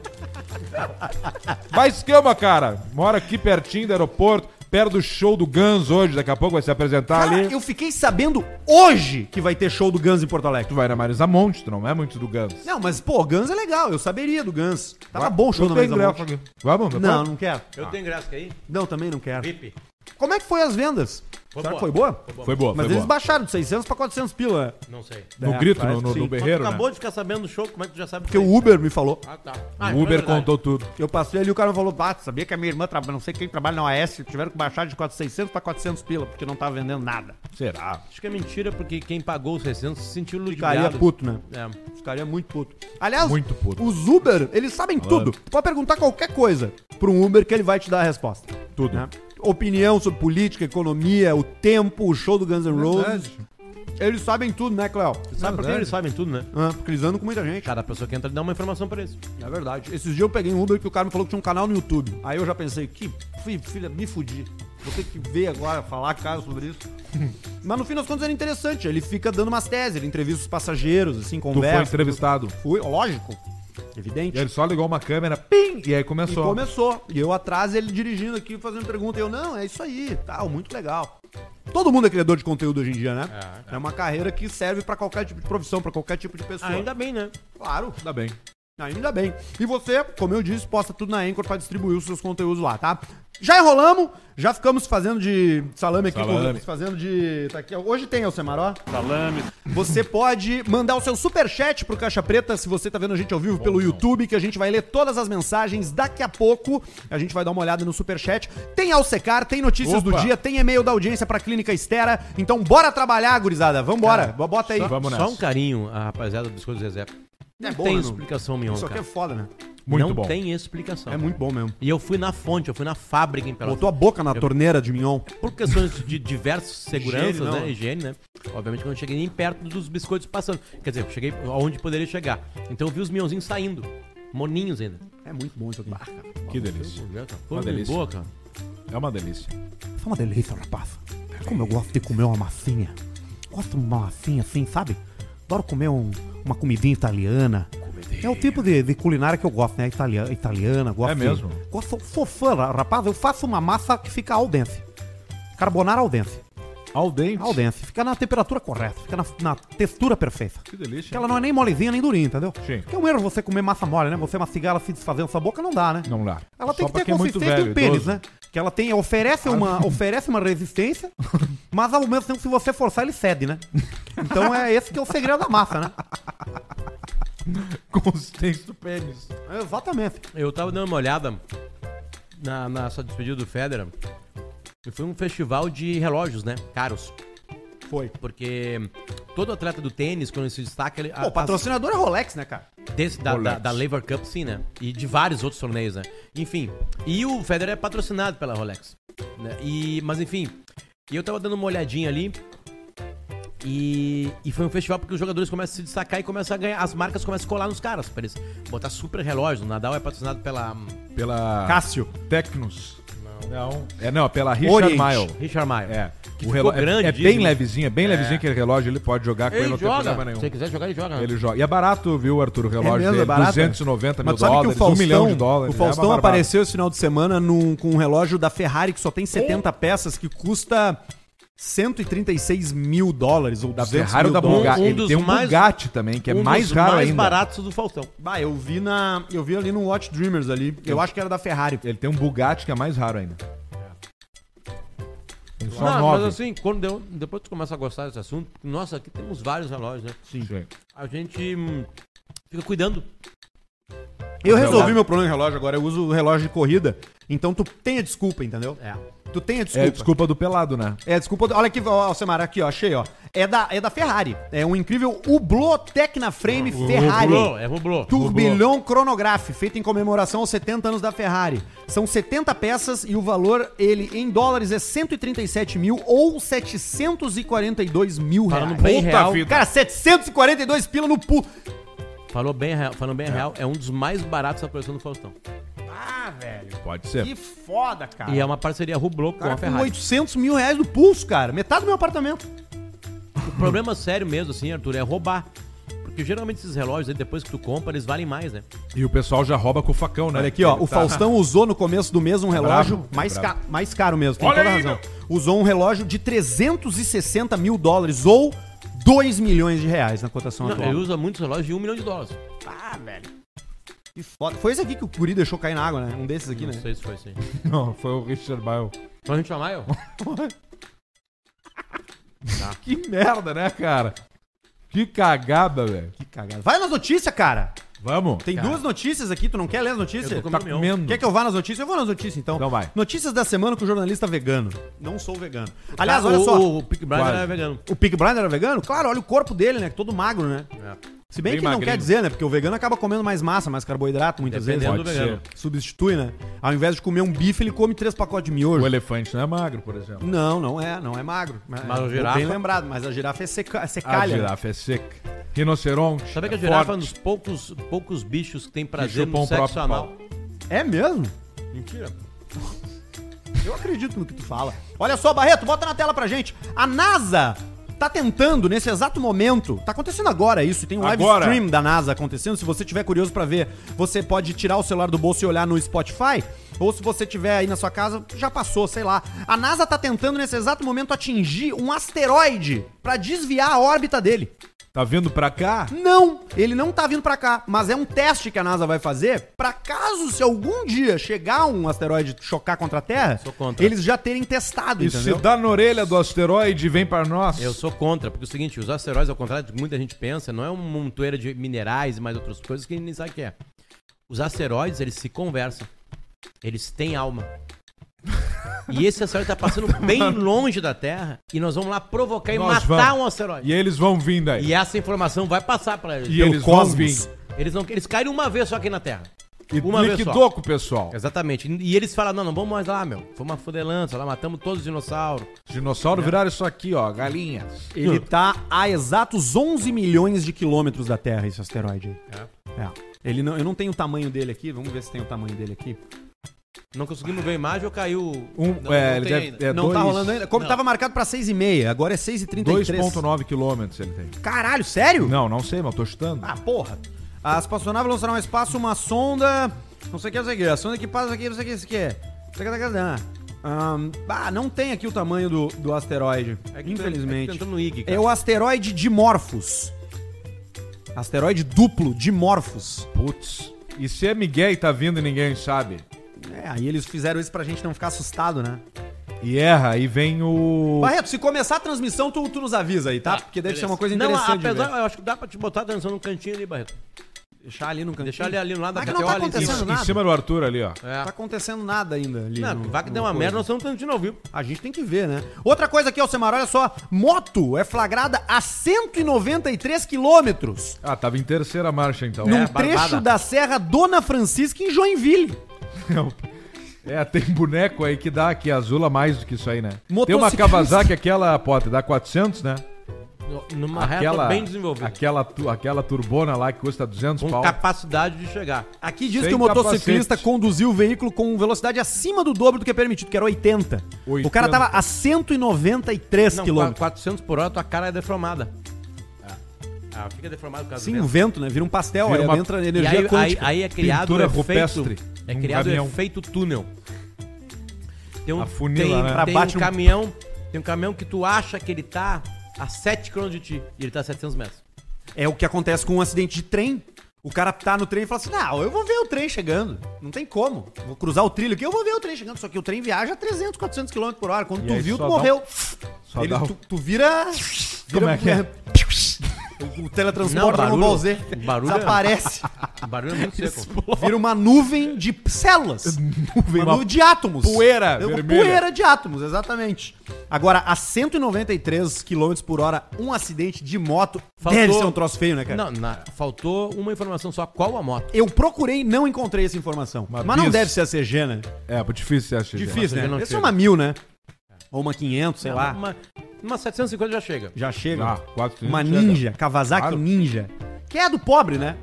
Speaker 3: Vai escama, cara. Mora aqui pertinho do aeroporto, perto do show do Guns hoje. Daqui a pouco vai se apresentar
Speaker 1: Cara,
Speaker 3: ali.
Speaker 1: eu fiquei sabendo hoje que vai ter show do Guns em Porto Alegre.
Speaker 3: Tu vai na Marisa Monte, tu não é muito do Guns.
Speaker 1: Não, mas, pô, Guns é legal, eu saberia do Guns. Tava
Speaker 3: Vai-
Speaker 1: bom o show
Speaker 3: eu
Speaker 1: na
Speaker 3: tenho
Speaker 1: mesa
Speaker 3: ingresso
Speaker 1: Monte.
Speaker 3: aqui. Vamos?
Speaker 1: Não, não quero.
Speaker 3: Ah.
Speaker 2: Eu tenho ingresso aí?
Speaker 1: Não, também não quero.
Speaker 2: VIP.
Speaker 1: Como é que foi as vendas? Será que
Speaker 2: boa.
Speaker 1: foi boa?
Speaker 3: Foi boa,
Speaker 1: Mas
Speaker 3: foi
Speaker 1: eles
Speaker 3: boa.
Speaker 1: baixaram de 600 pra 400 pila.
Speaker 2: Não sei.
Speaker 3: No
Speaker 1: É,
Speaker 3: grito,
Speaker 1: parece
Speaker 3: no,
Speaker 1: que
Speaker 3: no, no
Speaker 1: sim.
Speaker 2: Mas tu
Speaker 3: berreiro, né?
Speaker 2: acabou de ficar sabendo do show, como é que tu já sabe?
Speaker 1: Porque o Uber me falou.
Speaker 2: Ah, tá.
Speaker 3: O Uber contou tudo.
Speaker 1: Eu passei ali, o cara falou, ah, sabia que a minha irmã, traba- não sei quem trabalha na OAS, tiveram que baixar de 400 pra 400 pila, porque não tava vendendo nada.
Speaker 3: Será?
Speaker 2: Acho que é mentira, porque quem pagou os 600 se sentiu
Speaker 1: Ficaria
Speaker 2: ludibriado.
Speaker 1: puto, né?
Speaker 2: É.
Speaker 1: Ficaria muito puto. Aliás,
Speaker 3: Muito puto.
Speaker 1: os Uber, eles sabem tudo. Tu pode perguntar qualquer coisa pra um Uber que ele vai te dar a resposta.
Speaker 3: Tudo.
Speaker 1: né? Opinião sobre política, economia, o tempo, o show do Guns N' Roses.
Speaker 3: Verdade.
Speaker 1: Eles sabem tudo, né, Cléo?
Speaker 2: Sabe por que
Speaker 3: é.
Speaker 2: eles sabem tudo, né?
Speaker 1: Ah, porque eles andam com muita gente.
Speaker 2: Cada pessoa que entra dá uma informação pra eles.
Speaker 1: É verdade. Esses dias eu peguei um Uber que o cara me falou que tinha um canal no YouTube. Aí eu já pensei, que fi- filha, me fudi. Vou ter que ver agora, falar cara sobre isso. Mas no fim das contas era interessante. Ele fica dando umas teses, ele entrevista os passageiros, assim,
Speaker 3: Tu foi
Speaker 1: conversa.
Speaker 3: entrevistado.
Speaker 1: Fui, lógico. Evidente.
Speaker 3: E ele só ligou uma câmera, pim, e aí
Speaker 1: E
Speaker 3: começou.
Speaker 1: começou. E eu atrás, ele dirigindo aqui, fazendo pergunta. E eu, não, é isso aí, tal, muito legal. Todo mundo é criador de conteúdo hoje em dia, né? É, uma carreira que serve pra qualquer tipo de profissão, pra qualquer tipo de pessoa.
Speaker 2: Ainda bem, né?
Speaker 1: Claro,
Speaker 3: Ainda bem.
Speaker 1: ainda bem. E você, como eu disse, posta tudo na Anchor pra distribuir os seus conteúdos lá, tá? Já enrolamos, já ficamos fazendo de salame aqui,
Speaker 3: Salame.
Speaker 1: ficamos fazendo de... Tá aqui, ó. hoje tem, Alcemar, ó. Você pode mandar o seu superchat pro Caixa Preta, se você tá vendo a gente ao vivo pelo YouTube, que a gente vai ler todas as mensagens daqui a pouco. A gente vai dar uma olhada no superchat. Tem Alcecar, tem notícias do
Speaker 3: Opa.
Speaker 1: dia, tem e-mail da audiência pra Clínica Estera. Então bora trabalhar, gurizada. Vambora, Bo- bota aí.
Speaker 3: só- Vamos nessa.
Speaker 2: Só um carinho a rapaziada dos coisas Zezé. Não
Speaker 1: É boa,
Speaker 2: tem
Speaker 1: não.
Speaker 2: explicação minhão,
Speaker 1: Isso aqui
Speaker 2: cara.
Speaker 1: é foda, né?
Speaker 3: Muito
Speaker 2: não
Speaker 3: bom.
Speaker 2: tem explicação.
Speaker 1: É muito bom mesmo.
Speaker 2: E eu fui na fonte, eu fui na fábrica em Pelotas.
Speaker 1: Botou a boca na torneira de mignon.
Speaker 2: Por questões de diversos seguranças,
Speaker 1: Higiene, não,
Speaker 2: né?
Speaker 1: né?
Speaker 2: Higiene, né? Obviamente que eu não cheguei nem perto dos biscoitos passando. Quer dizer, eu cheguei aonde poderia chegar. Então eu vi os minhãozinhos saindo. Moninhos ainda. né, tá
Speaker 1: É muito bom isso aqui.
Speaker 3: Que delícia.
Speaker 2: Foi
Speaker 3: delícia.
Speaker 2: boa, cara.
Speaker 3: É uma delícia.
Speaker 1: É uma delícia, rapaz. Como eu gosto de comer uma massinha. Gosto de uma massinha assim, sabe? Adoro comer um- uma comidinha italiana. É o tipo de, de culinária que eu gosto, né? Italiana, italiana gosto
Speaker 3: É
Speaker 1: de-
Speaker 3: mesmo?
Speaker 1: gosto, sou fã, ra- rapaz. Eu faço uma massa que fica al dente. Carbonara al dente.
Speaker 3: Ao dente.
Speaker 1: Al dente. Fica na temperatura correta. Fica na, na textura perfeita.
Speaker 3: Que delícia.
Speaker 1: Que ela não é nem molezinha, nem durinha, entendeu?
Speaker 3: Sim.
Speaker 1: Porque é um erro você comer massa mole, né? Você mastigar ela se desfazendo sua boca, não dá, né?
Speaker 3: Não dá.
Speaker 1: Ela tem
Speaker 3: Só
Speaker 1: que
Speaker 3: pra
Speaker 1: ter
Speaker 3: quem é muito
Speaker 1: consistência de um
Speaker 3: velho,
Speaker 1: pênis,
Speaker 3: idoso.
Speaker 1: né? Que ela tem, oferece uma, oferece uma resistência, mas ao mesmo tempo, se você forçar, ele cede, né? Então é esse que é o segredo da massa, né?
Speaker 3: <laughs> Consistência do pênis.
Speaker 1: Exatamente.
Speaker 2: Eu tava dando uma olhada na, na sua despedida do Federer. E foi um festival de relógios, né? Caros.
Speaker 1: Foi.
Speaker 2: Porque todo atleta do tênis, quando ele se destaca, ele. a-
Speaker 1: Pô, o patrocinador é Rolex, né, cara?
Speaker 2: as- desse- da, da,
Speaker 3: Rolex.
Speaker 2: da Lever Cup, sim, né? E de vários outros torneios, né? Enfim. E o Federer é patrocinado pela Rolex. né? E, mas enfim. E eu tava dando uma olhadinha ali. E, e foi um festival porque os jogadores começam a se destacar e começam a ganhar. As marcas começam a colar nos caras. Pra eles botar super relógio. O Nadal é patrocinado pela. hum,
Speaker 3: Pela.
Speaker 1: Cássio.
Speaker 3: Tecnos. Não. É, não, pela Richard
Speaker 1: Oriente.
Speaker 3: Mile.
Speaker 2: Richard Maier.
Speaker 3: É.
Speaker 2: Que ficou
Speaker 3: o relógio
Speaker 2: grande,
Speaker 3: é,
Speaker 2: dizem,
Speaker 3: bem
Speaker 2: né?
Speaker 3: levezinho, é bem levezinho aquele relógio, ele pode jogar com ele,
Speaker 2: Ele
Speaker 3: não tem
Speaker 2: joga.
Speaker 3: problema
Speaker 2: Se
Speaker 3: nenhum.
Speaker 2: você quiser jogar, ele joga. né?
Speaker 3: Ele joga. E é barato, viu, Arthur, o relógio
Speaker 1: mesmo, é
Speaker 3: dele?
Speaker 1: barato,
Speaker 3: 290 mil
Speaker 1: Mas tu sabe
Speaker 3: dólares,
Speaker 1: que o Faustão,
Speaker 3: um milhão de dólares.
Speaker 1: o
Speaker 3: é uma
Speaker 1: Faustão
Speaker 3: barbada.
Speaker 1: apareceu esse final de semana num- com um relógio da Ferrari que só tem 70 peças, que custa 136 mil dólares, ou
Speaker 3: Da
Speaker 1: 200
Speaker 3: Ferrari ou
Speaker 1: mil
Speaker 3: da
Speaker 1: dólares.
Speaker 3: Bugatti.
Speaker 2: Um
Speaker 3: ele
Speaker 2: dos
Speaker 3: tem um
Speaker 2: mais-
Speaker 3: Bugatti também, que é
Speaker 2: um
Speaker 3: mais
Speaker 2: dos
Speaker 3: raro
Speaker 2: mais
Speaker 3: ainda.
Speaker 2: baratos do Faustão.
Speaker 1: Bah, eu vi na. Eu vi ali no Watch Dreamers ali. Eu acho que era da Ferrari.
Speaker 3: Ele tem um Bugatti que é mais raro ainda. Tem só
Speaker 2: não,
Speaker 3: nove.
Speaker 2: mas assim, quando deu, depois tu começa a gostar desse assunto, nossa, aqui temos vários relógios, né?
Speaker 3: Sim.
Speaker 2: A gente hum, fica cuidando.
Speaker 1: Eu
Speaker 3: Relógio.
Speaker 1: resolvi meu problema de relógio, agora eu uso o relógio de corrida. Então tu tem a desculpa, entendeu?
Speaker 2: É.
Speaker 1: Tu tem a desculpa.
Speaker 3: É desculpa do pelado, né?
Speaker 1: É, desculpa. Olha aqui, ó, Alcemar, aqui, ó, achei, ó. É da, é da Ferrari. É um incrível Hublot Tecnaframe Uhum. Ferrari.
Speaker 2: Rublô, é rublô.
Speaker 1: Turbilhão Chronograph, feito em comemoração aos 70 anos da Ferrari. São 70 peças e o valor, ele, em dólares, é 137 mil ou 742 mil
Speaker 2: Falando
Speaker 1: reais.
Speaker 2: bem
Speaker 3: Puta
Speaker 2: Tá real,
Speaker 3: vida.
Speaker 1: Cara, 742 pila no pu...
Speaker 2: falou bem real, falando bem real, é um dos mais baratos da produção do Faustão.
Speaker 1: Ah, velho.
Speaker 3: Pode ser.
Speaker 1: Que foda, cara.
Speaker 2: É. E é uma parceria rublô com
Speaker 1: Cara,
Speaker 2: a
Speaker 1: com
Speaker 2: Ferrari.
Speaker 1: 800 mil reais no pulso, cara. Metade do meu apartamento.
Speaker 2: O problema sério mesmo, assim, Arthur, é roubar. Porque geralmente esses relógios aí, depois que tu compra, eles valem mais, né?
Speaker 3: E o pessoal já rouba com o facão, né?
Speaker 1: Olha aqui, ó.
Speaker 3: Ele
Speaker 1: O
Speaker 3: tá-
Speaker 1: Faustão usou no começo do mês um
Speaker 2: Tá
Speaker 1: relógio
Speaker 3: brabo,
Speaker 1: mais,
Speaker 3: brabo.
Speaker 1: ca- mais caro mesmo, tem
Speaker 3: Olha
Speaker 1: toda
Speaker 3: aí,
Speaker 1: razão. Usou um relógio de 360 mil dólares ou 2 milhões de reais na cotação
Speaker 2: Não,
Speaker 1: atual.
Speaker 2: ele usa muitos relógios de um milhão de dólares.
Speaker 1: Ah, velho. Que foda. Foi esse aqui que o Curi deixou cair na água, né? Um desses aqui,
Speaker 2: Não
Speaker 1: né?
Speaker 2: sei se foi assim.
Speaker 3: <laughs> Não, foi o Richard Bale.
Speaker 2: Então a gente chamar, eu?
Speaker 3: Que merda, né, cara? Que cagada, velho.
Speaker 1: Que cagada. Vai nas notícias, cara.
Speaker 3: Vamos.
Speaker 1: Tem
Speaker 2: Cara.
Speaker 1: duas notícias aqui, tu não quer ler as notícias?
Speaker 2: Eu tô com
Speaker 3: Tá
Speaker 2: meu.
Speaker 3: comendo.
Speaker 1: Quer que eu vá nas notícias? Eu vou nas notícias, então.
Speaker 3: Então vai.
Speaker 1: Notícias da semana com o jornalista vegano. Não sou vegano. Aliás, olha
Speaker 2: o,
Speaker 1: só. O,
Speaker 2: O, o Pick Brother
Speaker 3: Quase.
Speaker 2: era vegano.
Speaker 1: Pig Blind era vegano? Claro, olha o corpo dele, né? Todo magro, né?
Speaker 2: É.
Speaker 1: Se bem
Speaker 3: Bem
Speaker 1: que não
Speaker 3: magrinho.
Speaker 1: quer dizer, né? Porque o vegano acaba comendo mais massa, mais carboidrato, muitas vezes.
Speaker 2: Dependendo do
Speaker 3: pode
Speaker 2: É vegano.
Speaker 1: Substitui, né? Ao invés de comer um bife, ele come três pacotes de miojo.
Speaker 3: O elefante não é magro, por exemplo.
Speaker 1: Não, não é, não é magro. Mas,
Speaker 2: Mas a girafa-
Speaker 1: Bem lembrado, mas a girafa é seca,
Speaker 3: A
Speaker 1: secalha. né?
Speaker 3: girafa é seca. Rinoceronte.
Speaker 2: Sabe que a
Speaker 3: é
Speaker 2: girafa é um
Speaker 3: forte.
Speaker 2: dos poucos, poucos bichos que tem prazer
Speaker 3: chupam
Speaker 2: no
Speaker 3: o
Speaker 2: sexo
Speaker 3: próprio
Speaker 2: anal.
Speaker 1: É mesmo?
Speaker 2: Mentira.
Speaker 1: Eu acredito no que tu fala. Olha só, Barreto, bota na tela pra gente. A NASA tá tentando, nesse exato momento, tá acontecendo agora isso, tem um live
Speaker 3: Agora.
Speaker 1: stream da NASA acontecendo. Se você tiver curioso pra ver, você pode tirar o celular do bolso e olhar no Spotify. Ou se você tiver aí na sua casa, já passou, sei lá. A NASA tá tentando, nesse exato momento, atingir um asteroide pra desviar a órbita dele.
Speaker 3: Tá vindo pra cá?
Speaker 1: Não, ele não tá vindo pra cá, mas é um teste que a NASA vai fazer pra caso se algum dia chegar um asteroide chocar contra a Terra,
Speaker 2: Sou contra.
Speaker 1: eles já terem testado,
Speaker 3: E se
Speaker 1: entendeu?
Speaker 3: dá na orelha do asteroide e vem pra nós.
Speaker 2: Eu sou contra, porque é o seguinte, os asteroides, ao contrário do que muita gente pensa, não é uma montoeira de minerais e mais outras coisas que ninguém sabe o que é. Os asteroides, eles se conversam. Eles têm alma. E esse asteroide tá passando
Speaker 3: <laughs>
Speaker 2: bem longe da Terra e nós vamos lá provocar e
Speaker 3: Nós
Speaker 2: matar
Speaker 3: vamos.
Speaker 2: um asteroide.
Speaker 3: E eles vão vindo aí.
Speaker 2: E é essa informação vai passar pra eles.
Speaker 3: E eles vão vir.
Speaker 1: cosmos.
Speaker 2: Eles, não, eles caíram uma vez só aqui na Terra.
Speaker 3: E
Speaker 2: Uma vez só. É.
Speaker 3: liquidou com o pessoal.
Speaker 2: Exatamente. E eles falam, não, não vamos mais lá, meu. Foi uma fudelança, lá matamos todos os dinossauros. É.
Speaker 3: Dinossauro viraram isso aqui, ó. Galinhas.
Speaker 1: Ele tá a exatos 11 milhões de quilômetros da Terra, esse asteroide aí. É. Ele não, eu não tenho o tamanho dele aqui, vamos ver se tem o tamanho dele aqui.
Speaker 2: Não conseguimos ver a imagem ou caiu...
Speaker 3: Um,
Speaker 2: não,
Speaker 3: é,
Speaker 2: não
Speaker 3: ele
Speaker 2: tem
Speaker 3: deve-
Speaker 2: ainda.
Speaker 3: é
Speaker 1: não tá
Speaker 3: dois-
Speaker 1: rolando ainda. Como
Speaker 2: Não.
Speaker 1: tava marcado pra 6,5, agora é 6,33.
Speaker 3: 2,9 quilômetros ele tem.
Speaker 1: Caralho, sério?
Speaker 3: Não, não sei, mas eu tô chutando.
Speaker 1: Ah, porra. A espaçonave lançará ao um espaço uma sonda. Não sei o que, não sei o que. A sonda que passa aqui, não sei o que, é. não sei o que. é. Ahn, ah, não tem aqui o tamanho do, do asteroide.
Speaker 2: É que
Speaker 1: infelizmente.
Speaker 2: tá- é que tá entrando no IG,
Speaker 1: É,
Speaker 2: cara.
Speaker 1: o asteroide Dimorphos. Asteroide duplo, Dimorphos.
Speaker 3: Putz. E se é Miguel e tá vindo e ninguém sabe?
Speaker 1: É, aí eles fizeram isso pra gente não ficar assustado, né?
Speaker 3: E erra, aí vem o.
Speaker 1: Barreto, se começar a transmissão, tu, tu nos avisa aí, tá? Porque deve ser uma coisa interessante.
Speaker 2: Ah, Não,
Speaker 1: de ver.
Speaker 2: apesar, eu acho que dá pra te botar dançando num cantinho ali, Barreto.
Speaker 1: Deixar ali no canto.
Speaker 2: Deixar ele ali no lado da
Speaker 1: Mas que não tá
Speaker 2: cateola,
Speaker 3: Em,
Speaker 1: acontecendo
Speaker 2: em
Speaker 3: em
Speaker 1: nada.
Speaker 3: cima do Arthur ali, ó.
Speaker 2: É.
Speaker 1: Não tá acontecendo nada ainda ali.
Speaker 2: Não,
Speaker 1: no-
Speaker 2: vai que
Speaker 1: no
Speaker 2: deu uma
Speaker 1: coisa.
Speaker 2: merda, nós estamos transmitindo ao vivo.
Speaker 1: A gente tem que ver, né? Outra coisa aqui, Alcemar, olha só. Moto é flagrada a 193 quilômetros
Speaker 3: Ah, tava em terceira marcha então.
Speaker 1: num
Speaker 2: barbada.
Speaker 1: trecho da Serra Dona Francisca em Joinville.
Speaker 3: É, tem boneco aí que dá que azula mais do que isso aí, né? Tem uma
Speaker 1: Motociclista.
Speaker 3: Kawasaki, aquela, Potter, dá 400, né?
Speaker 2: No- Numa
Speaker 3: Aquela,
Speaker 2: reta bem desenvolvida.
Speaker 3: Aquela, tu- aquela turbona lá que custa 200
Speaker 1: Um
Speaker 2: Com
Speaker 3: pau.
Speaker 2: capacidade de chegar.
Speaker 1: Aqui diz
Speaker 3: Sem
Speaker 1: que o motociclista
Speaker 3: capacete.
Speaker 1: conduziu o veículo com velocidade acima do dobro do que é permitido, que era 80. O
Speaker 3: 80.
Speaker 1: cara tava a 193
Speaker 2: Não, qua-
Speaker 1: quilômetros.
Speaker 2: 400 por hora, tua cara é deformada. Ah, fica deformado por causa
Speaker 1: Sim,
Speaker 2: do
Speaker 1: o
Speaker 2: vento.
Speaker 1: vento, né? Vira um pastel,
Speaker 3: Vira
Speaker 1: aí
Speaker 3: uma-
Speaker 1: entra
Speaker 2: E
Speaker 1: energia
Speaker 2: aí, aí,
Speaker 1: quântica.
Speaker 2: aí é criado o
Speaker 3: Pintura
Speaker 2: efeito,
Speaker 3: rupestre
Speaker 2: é
Speaker 3: num
Speaker 2: criado o
Speaker 3: caminhão.
Speaker 2: efeito túnel. Tem um,
Speaker 3: A funila,
Speaker 2: tem,
Speaker 3: né?
Speaker 2: tem
Speaker 1: Abate
Speaker 2: um
Speaker 1: um-
Speaker 2: caminhão, tem um caminhão que tu acha que ele tá a 7 km de ti e ele tá a 700 metros.
Speaker 1: É o que acontece com um acidente de trem. O cara tá no trem e fala assim: Não, eu vou ver o trem chegando. Não tem como. Vou cruzar o trilho aqui, eu vou ver o trem chegando. Só que o trem viaja a 300, 400 km por hora. Quando
Speaker 3: E
Speaker 1: tu
Speaker 3: aí um
Speaker 1: viu,
Speaker 3: só
Speaker 1: tu
Speaker 3: <laughs> dá um-
Speaker 1: morreu.
Speaker 3: Só
Speaker 1: Ele-
Speaker 3: dá o-
Speaker 1: tu, tu vira.
Speaker 3: Como é que é?
Speaker 1: O teletransporte
Speaker 2: Não,
Speaker 1: no
Speaker 2: barulho-
Speaker 1: Bolzê
Speaker 2: barulho é-
Speaker 1: desaparece.
Speaker 2: O barulho é muito seco.
Speaker 1: Vira uma nuvem de células.
Speaker 3: Nuvem,
Speaker 1: uma
Speaker 3: uma
Speaker 1: nuvem de átomos.
Speaker 3: poeira
Speaker 1: É uma
Speaker 3: vermelha.
Speaker 1: Poeira de átomos, exatamente. Agora, a 193 km por hora, um acidente de moto
Speaker 2: Faltou-
Speaker 1: deve ser um troço feio, né, cara?
Speaker 2: Não, na- faltou uma informação só. Qual a moto?
Speaker 1: Eu procurei e não encontrei essa informação.
Speaker 3: Uma
Speaker 1: Mas não
Speaker 3: bis.
Speaker 1: deve ser a CG, né?
Speaker 3: É, pô, difícil você achar.
Speaker 1: Difícil,
Speaker 2: a CG
Speaker 1: né?
Speaker 2: não
Speaker 1: Deve ser
Speaker 2: chega.
Speaker 1: uma mil, né? Ou É, uma 500, sei lá.
Speaker 2: Uma, uma 750 já chega.
Speaker 1: Já chega.
Speaker 3: Ah, quatro,
Speaker 1: uma
Speaker 3: chega.
Speaker 1: ninja, Kawasaki
Speaker 3: Claro.
Speaker 1: Ninja. Que é do pobre, <coughs> né?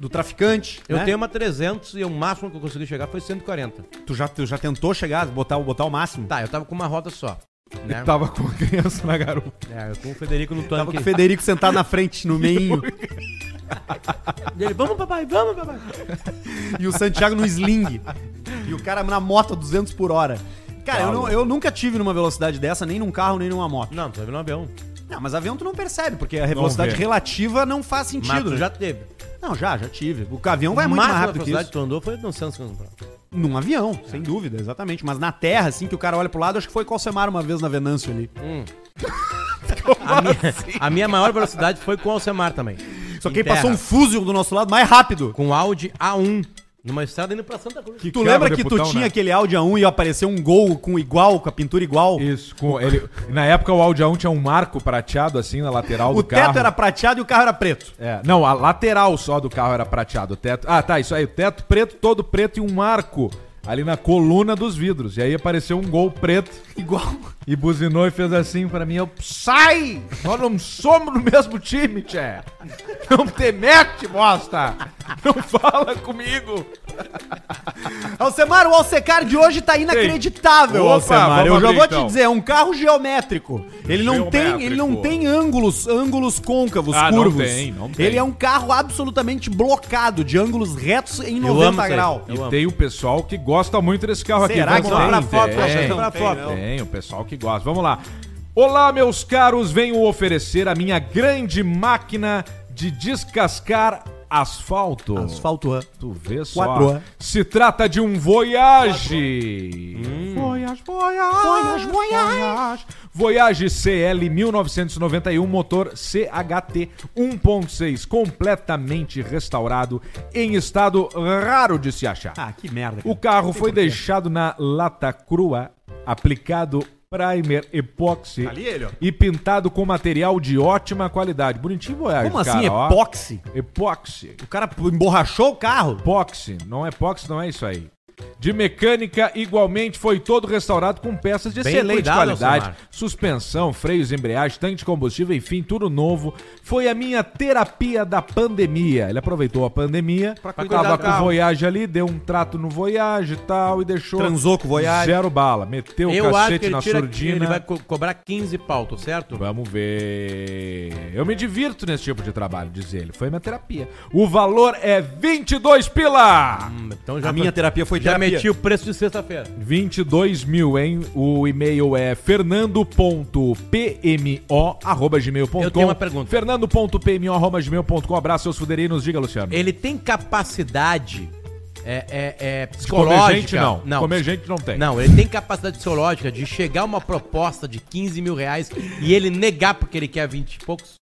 Speaker 1: Do traficante.
Speaker 2: Eu
Speaker 1: né?
Speaker 2: tenho uma 300 e o máximo que eu consegui chegar foi 140.
Speaker 1: Tu já, tu já tentou chegar, botar, o- botar o máximo?
Speaker 2: Tá, eu tava com uma roda só. Né?
Speaker 3: Eu tava com a criança na garupa.
Speaker 2: É, eu com o Federico no
Speaker 1: Tava com
Speaker 2: tanque.
Speaker 1: o Federico sentado na frente, <laughs> no meinho.
Speaker 2: Ele, vamos, papai, vamos, papai.
Speaker 1: e o Santiago no sling. <laughs> E o cara na moto 200 por hora. Cara, eu, não- eu nunca tive numa velocidade dessa, nem num carro, nem numa moto.
Speaker 2: Não, tu vai no avião.
Speaker 1: Não, mas avião tu não percebe, porque a velocidade
Speaker 3: vê.
Speaker 1: relativa não faz
Speaker 2: Mas
Speaker 1: sentido.
Speaker 2: tu
Speaker 1: né?
Speaker 2: já teve.
Speaker 1: Não, já, já tive. O avião vai muito mais
Speaker 2: máxima
Speaker 1: rápido que
Speaker 2: velocidade
Speaker 1: isso.
Speaker 2: que tu andou foi dançando. Sandro.
Speaker 1: Num avião, sem dúvida, exatamente. Mas na terra, assim, que o cara olha pro lado, acho que foi Colsemar uma vez na Venâncio ali. <laughs>
Speaker 2: A minha, a minha maior velocidade foi com o Alcemar também.
Speaker 1: Só que
Speaker 2: Em
Speaker 1: aí passou
Speaker 2: terra.
Speaker 1: um fuzil do nosso lado mais rápido.
Speaker 2: Com Audi A1, numa estrada indo pra Santa Cruz.
Speaker 1: tu
Speaker 3: cara,
Speaker 1: lembra que
Speaker 3: deputão,
Speaker 1: tu tinha
Speaker 3: né?
Speaker 1: aquele Audi A1 e apareceu um gol com igual, com a pintura igual?
Speaker 3: Isso, com ele. Na época o Audi A1 tinha um marco prateado assim na lateral
Speaker 1: O
Speaker 3: do carro.
Speaker 1: teto era prateado e o carro era preto.
Speaker 3: É, não, a lateral só do carro era prateado. O teto. Ah, tá, isso aí. O teto preto, todo preto e um marco ali na coluna dos vidros. E aí apareceu um gol preto
Speaker 1: Igual.
Speaker 3: e buzinou e fez assim pra mim. Eu, sai! Nós não somos do mesmo time, tchê. Não te mete, bosta! Não fala comigo!
Speaker 1: Alcemar, o Alcecar de hoje tá inacreditável,
Speaker 3: Opa,
Speaker 1: Alcemar.
Speaker 3: vamos
Speaker 1: Eu já
Speaker 3: abrir,
Speaker 1: vou te
Speaker 3: então.
Speaker 1: dizer, é um carro geométrico. Ele não tem, ele não
Speaker 3: Geométrico.
Speaker 1: tem ângulos, ângulos côncavos,
Speaker 3: Ah, não
Speaker 1: curvos.
Speaker 3: tem, não tem.
Speaker 1: Ele é um carro absolutamente blocado de ângulos retos em
Speaker 2: Eu
Speaker 1: 90
Speaker 2: amo isso aí.
Speaker 1: graus.
Speaker 2: Eu
Speaker 3: e
Speaker 2: amo.
Speaker 3: tem o pessoal que gosta muito desse carro
Speaker 1: Será
Speaker 3: aqui.
Speaker 1: que
Speaker 3: Vamos
Speaker 1: dá
Speaker 3: lá.
Speaker 1: pra foto?
Speaker 3: Tem,
Speaker 1: Acho que
Speaker 3: tem,
Speaker 1: dá pra
Speaker 3: tem,
Speaker 1: foto.
Speaker 3: não. tem, o pessoal que gosta. Vamos lá. Olá, meus caros, venho oferecer a minha grande máquina de descascar asfalto.
Speaker 1: Asfalto. é.
Speaker 3: Tu vê
Speaker 1: Quatro
Speaker 3: só.
Speaker 1: A.
Speaker 3: Se trata de um Voyage.
Speaker 1: Hum.
Speaker 3: Voyage,
Speaker 1: Voyage,
Speaker 3: Voyage, Voyage. Voyage CL 1991, motor CHT 1.6, completamente restaurado, em estado raro de se achar.
Speaker 1: Ah, que merda.
Speaker 3: O
Speaker 1: Cara.
Speaker 3: carro foi deixado na lata crua, aplicado primer epóxi
Speaker 1: Ali é ele, ó.
Speaker 3: e pintado com material de ótima qualidade. Bonitinho, Voyage,
Speaker 1: Como assim?
Speaker 3: cara, ó.
Speaker 1: Epóxi?
Speaker 3: Epóxi.
Speaker 1: O cara emborrachou o carro?
Speaker 3: Epoxy, não é epoxy, não é isso aí. De mecânica, igualmente, foi todo restaurado com peças de
Speaker 2: Bem
Speaker 3: excelente
Speaker 2: cuidado,
Speaker 3: qualidade.
Speaker 2: Alcemar.
Speaker 3: Suspensão, freios, embreagem, tanque de combustível, enfim, tudo novo. Foi a minha terapia da pandemia. Ele aproveitou a pandemia,
Speaker 2: cuidar
Speaker 3: tava
Speaker 2: do
Speaker 3: com o
Speaker 2: carro.
Speaker 3: Voyage ali, deu um trato no Voyage e tal, e deixou...
Speaker 1: Transou com o Voyage.
Speaker 3: Zero bala. Meteu é o
Speaker 2: Eu acho que
Speaker 3: cacete
Speaker 2: ele,
Speaker 3: na
Speaker 2: tira,
Speaker 3: surdina.
Speaker 2: ele vai co- cobrar 15 pau, tô certo?
Speaker 3: Vamos ver. Eu me divirto nesse tipo de trabalho, diz ele. Foi minha terapia. O valor é 22 pila!
Speaker 2: Hum, Então
Speaker 1: A minha terapia foi
Speaker 2: Já
Speaker 1: terapia.
Speaker 2: meti o preço de sexta-feira.
Speaker 3: 22 mil, hein? O e-mail é fernando.pmo.gmail.com.
Speaker 2: Eu tenho uma pergunta.
Speaker 3: Fernando.pmo.gmail.com. Abraço, seus fuderinos. Diga, Luciano.
Speaker 2: Ele tem capacidade é, é, é,
Speaker 3: Comergente
Speaker 2: psicológica.
Speaker 3: não. Comergente não tem.
Speaker 2: Não, ele tem capacidade psicológica de chegar uma proposta de 15 mil reais e ele negar porque ele quer 20 e poucos.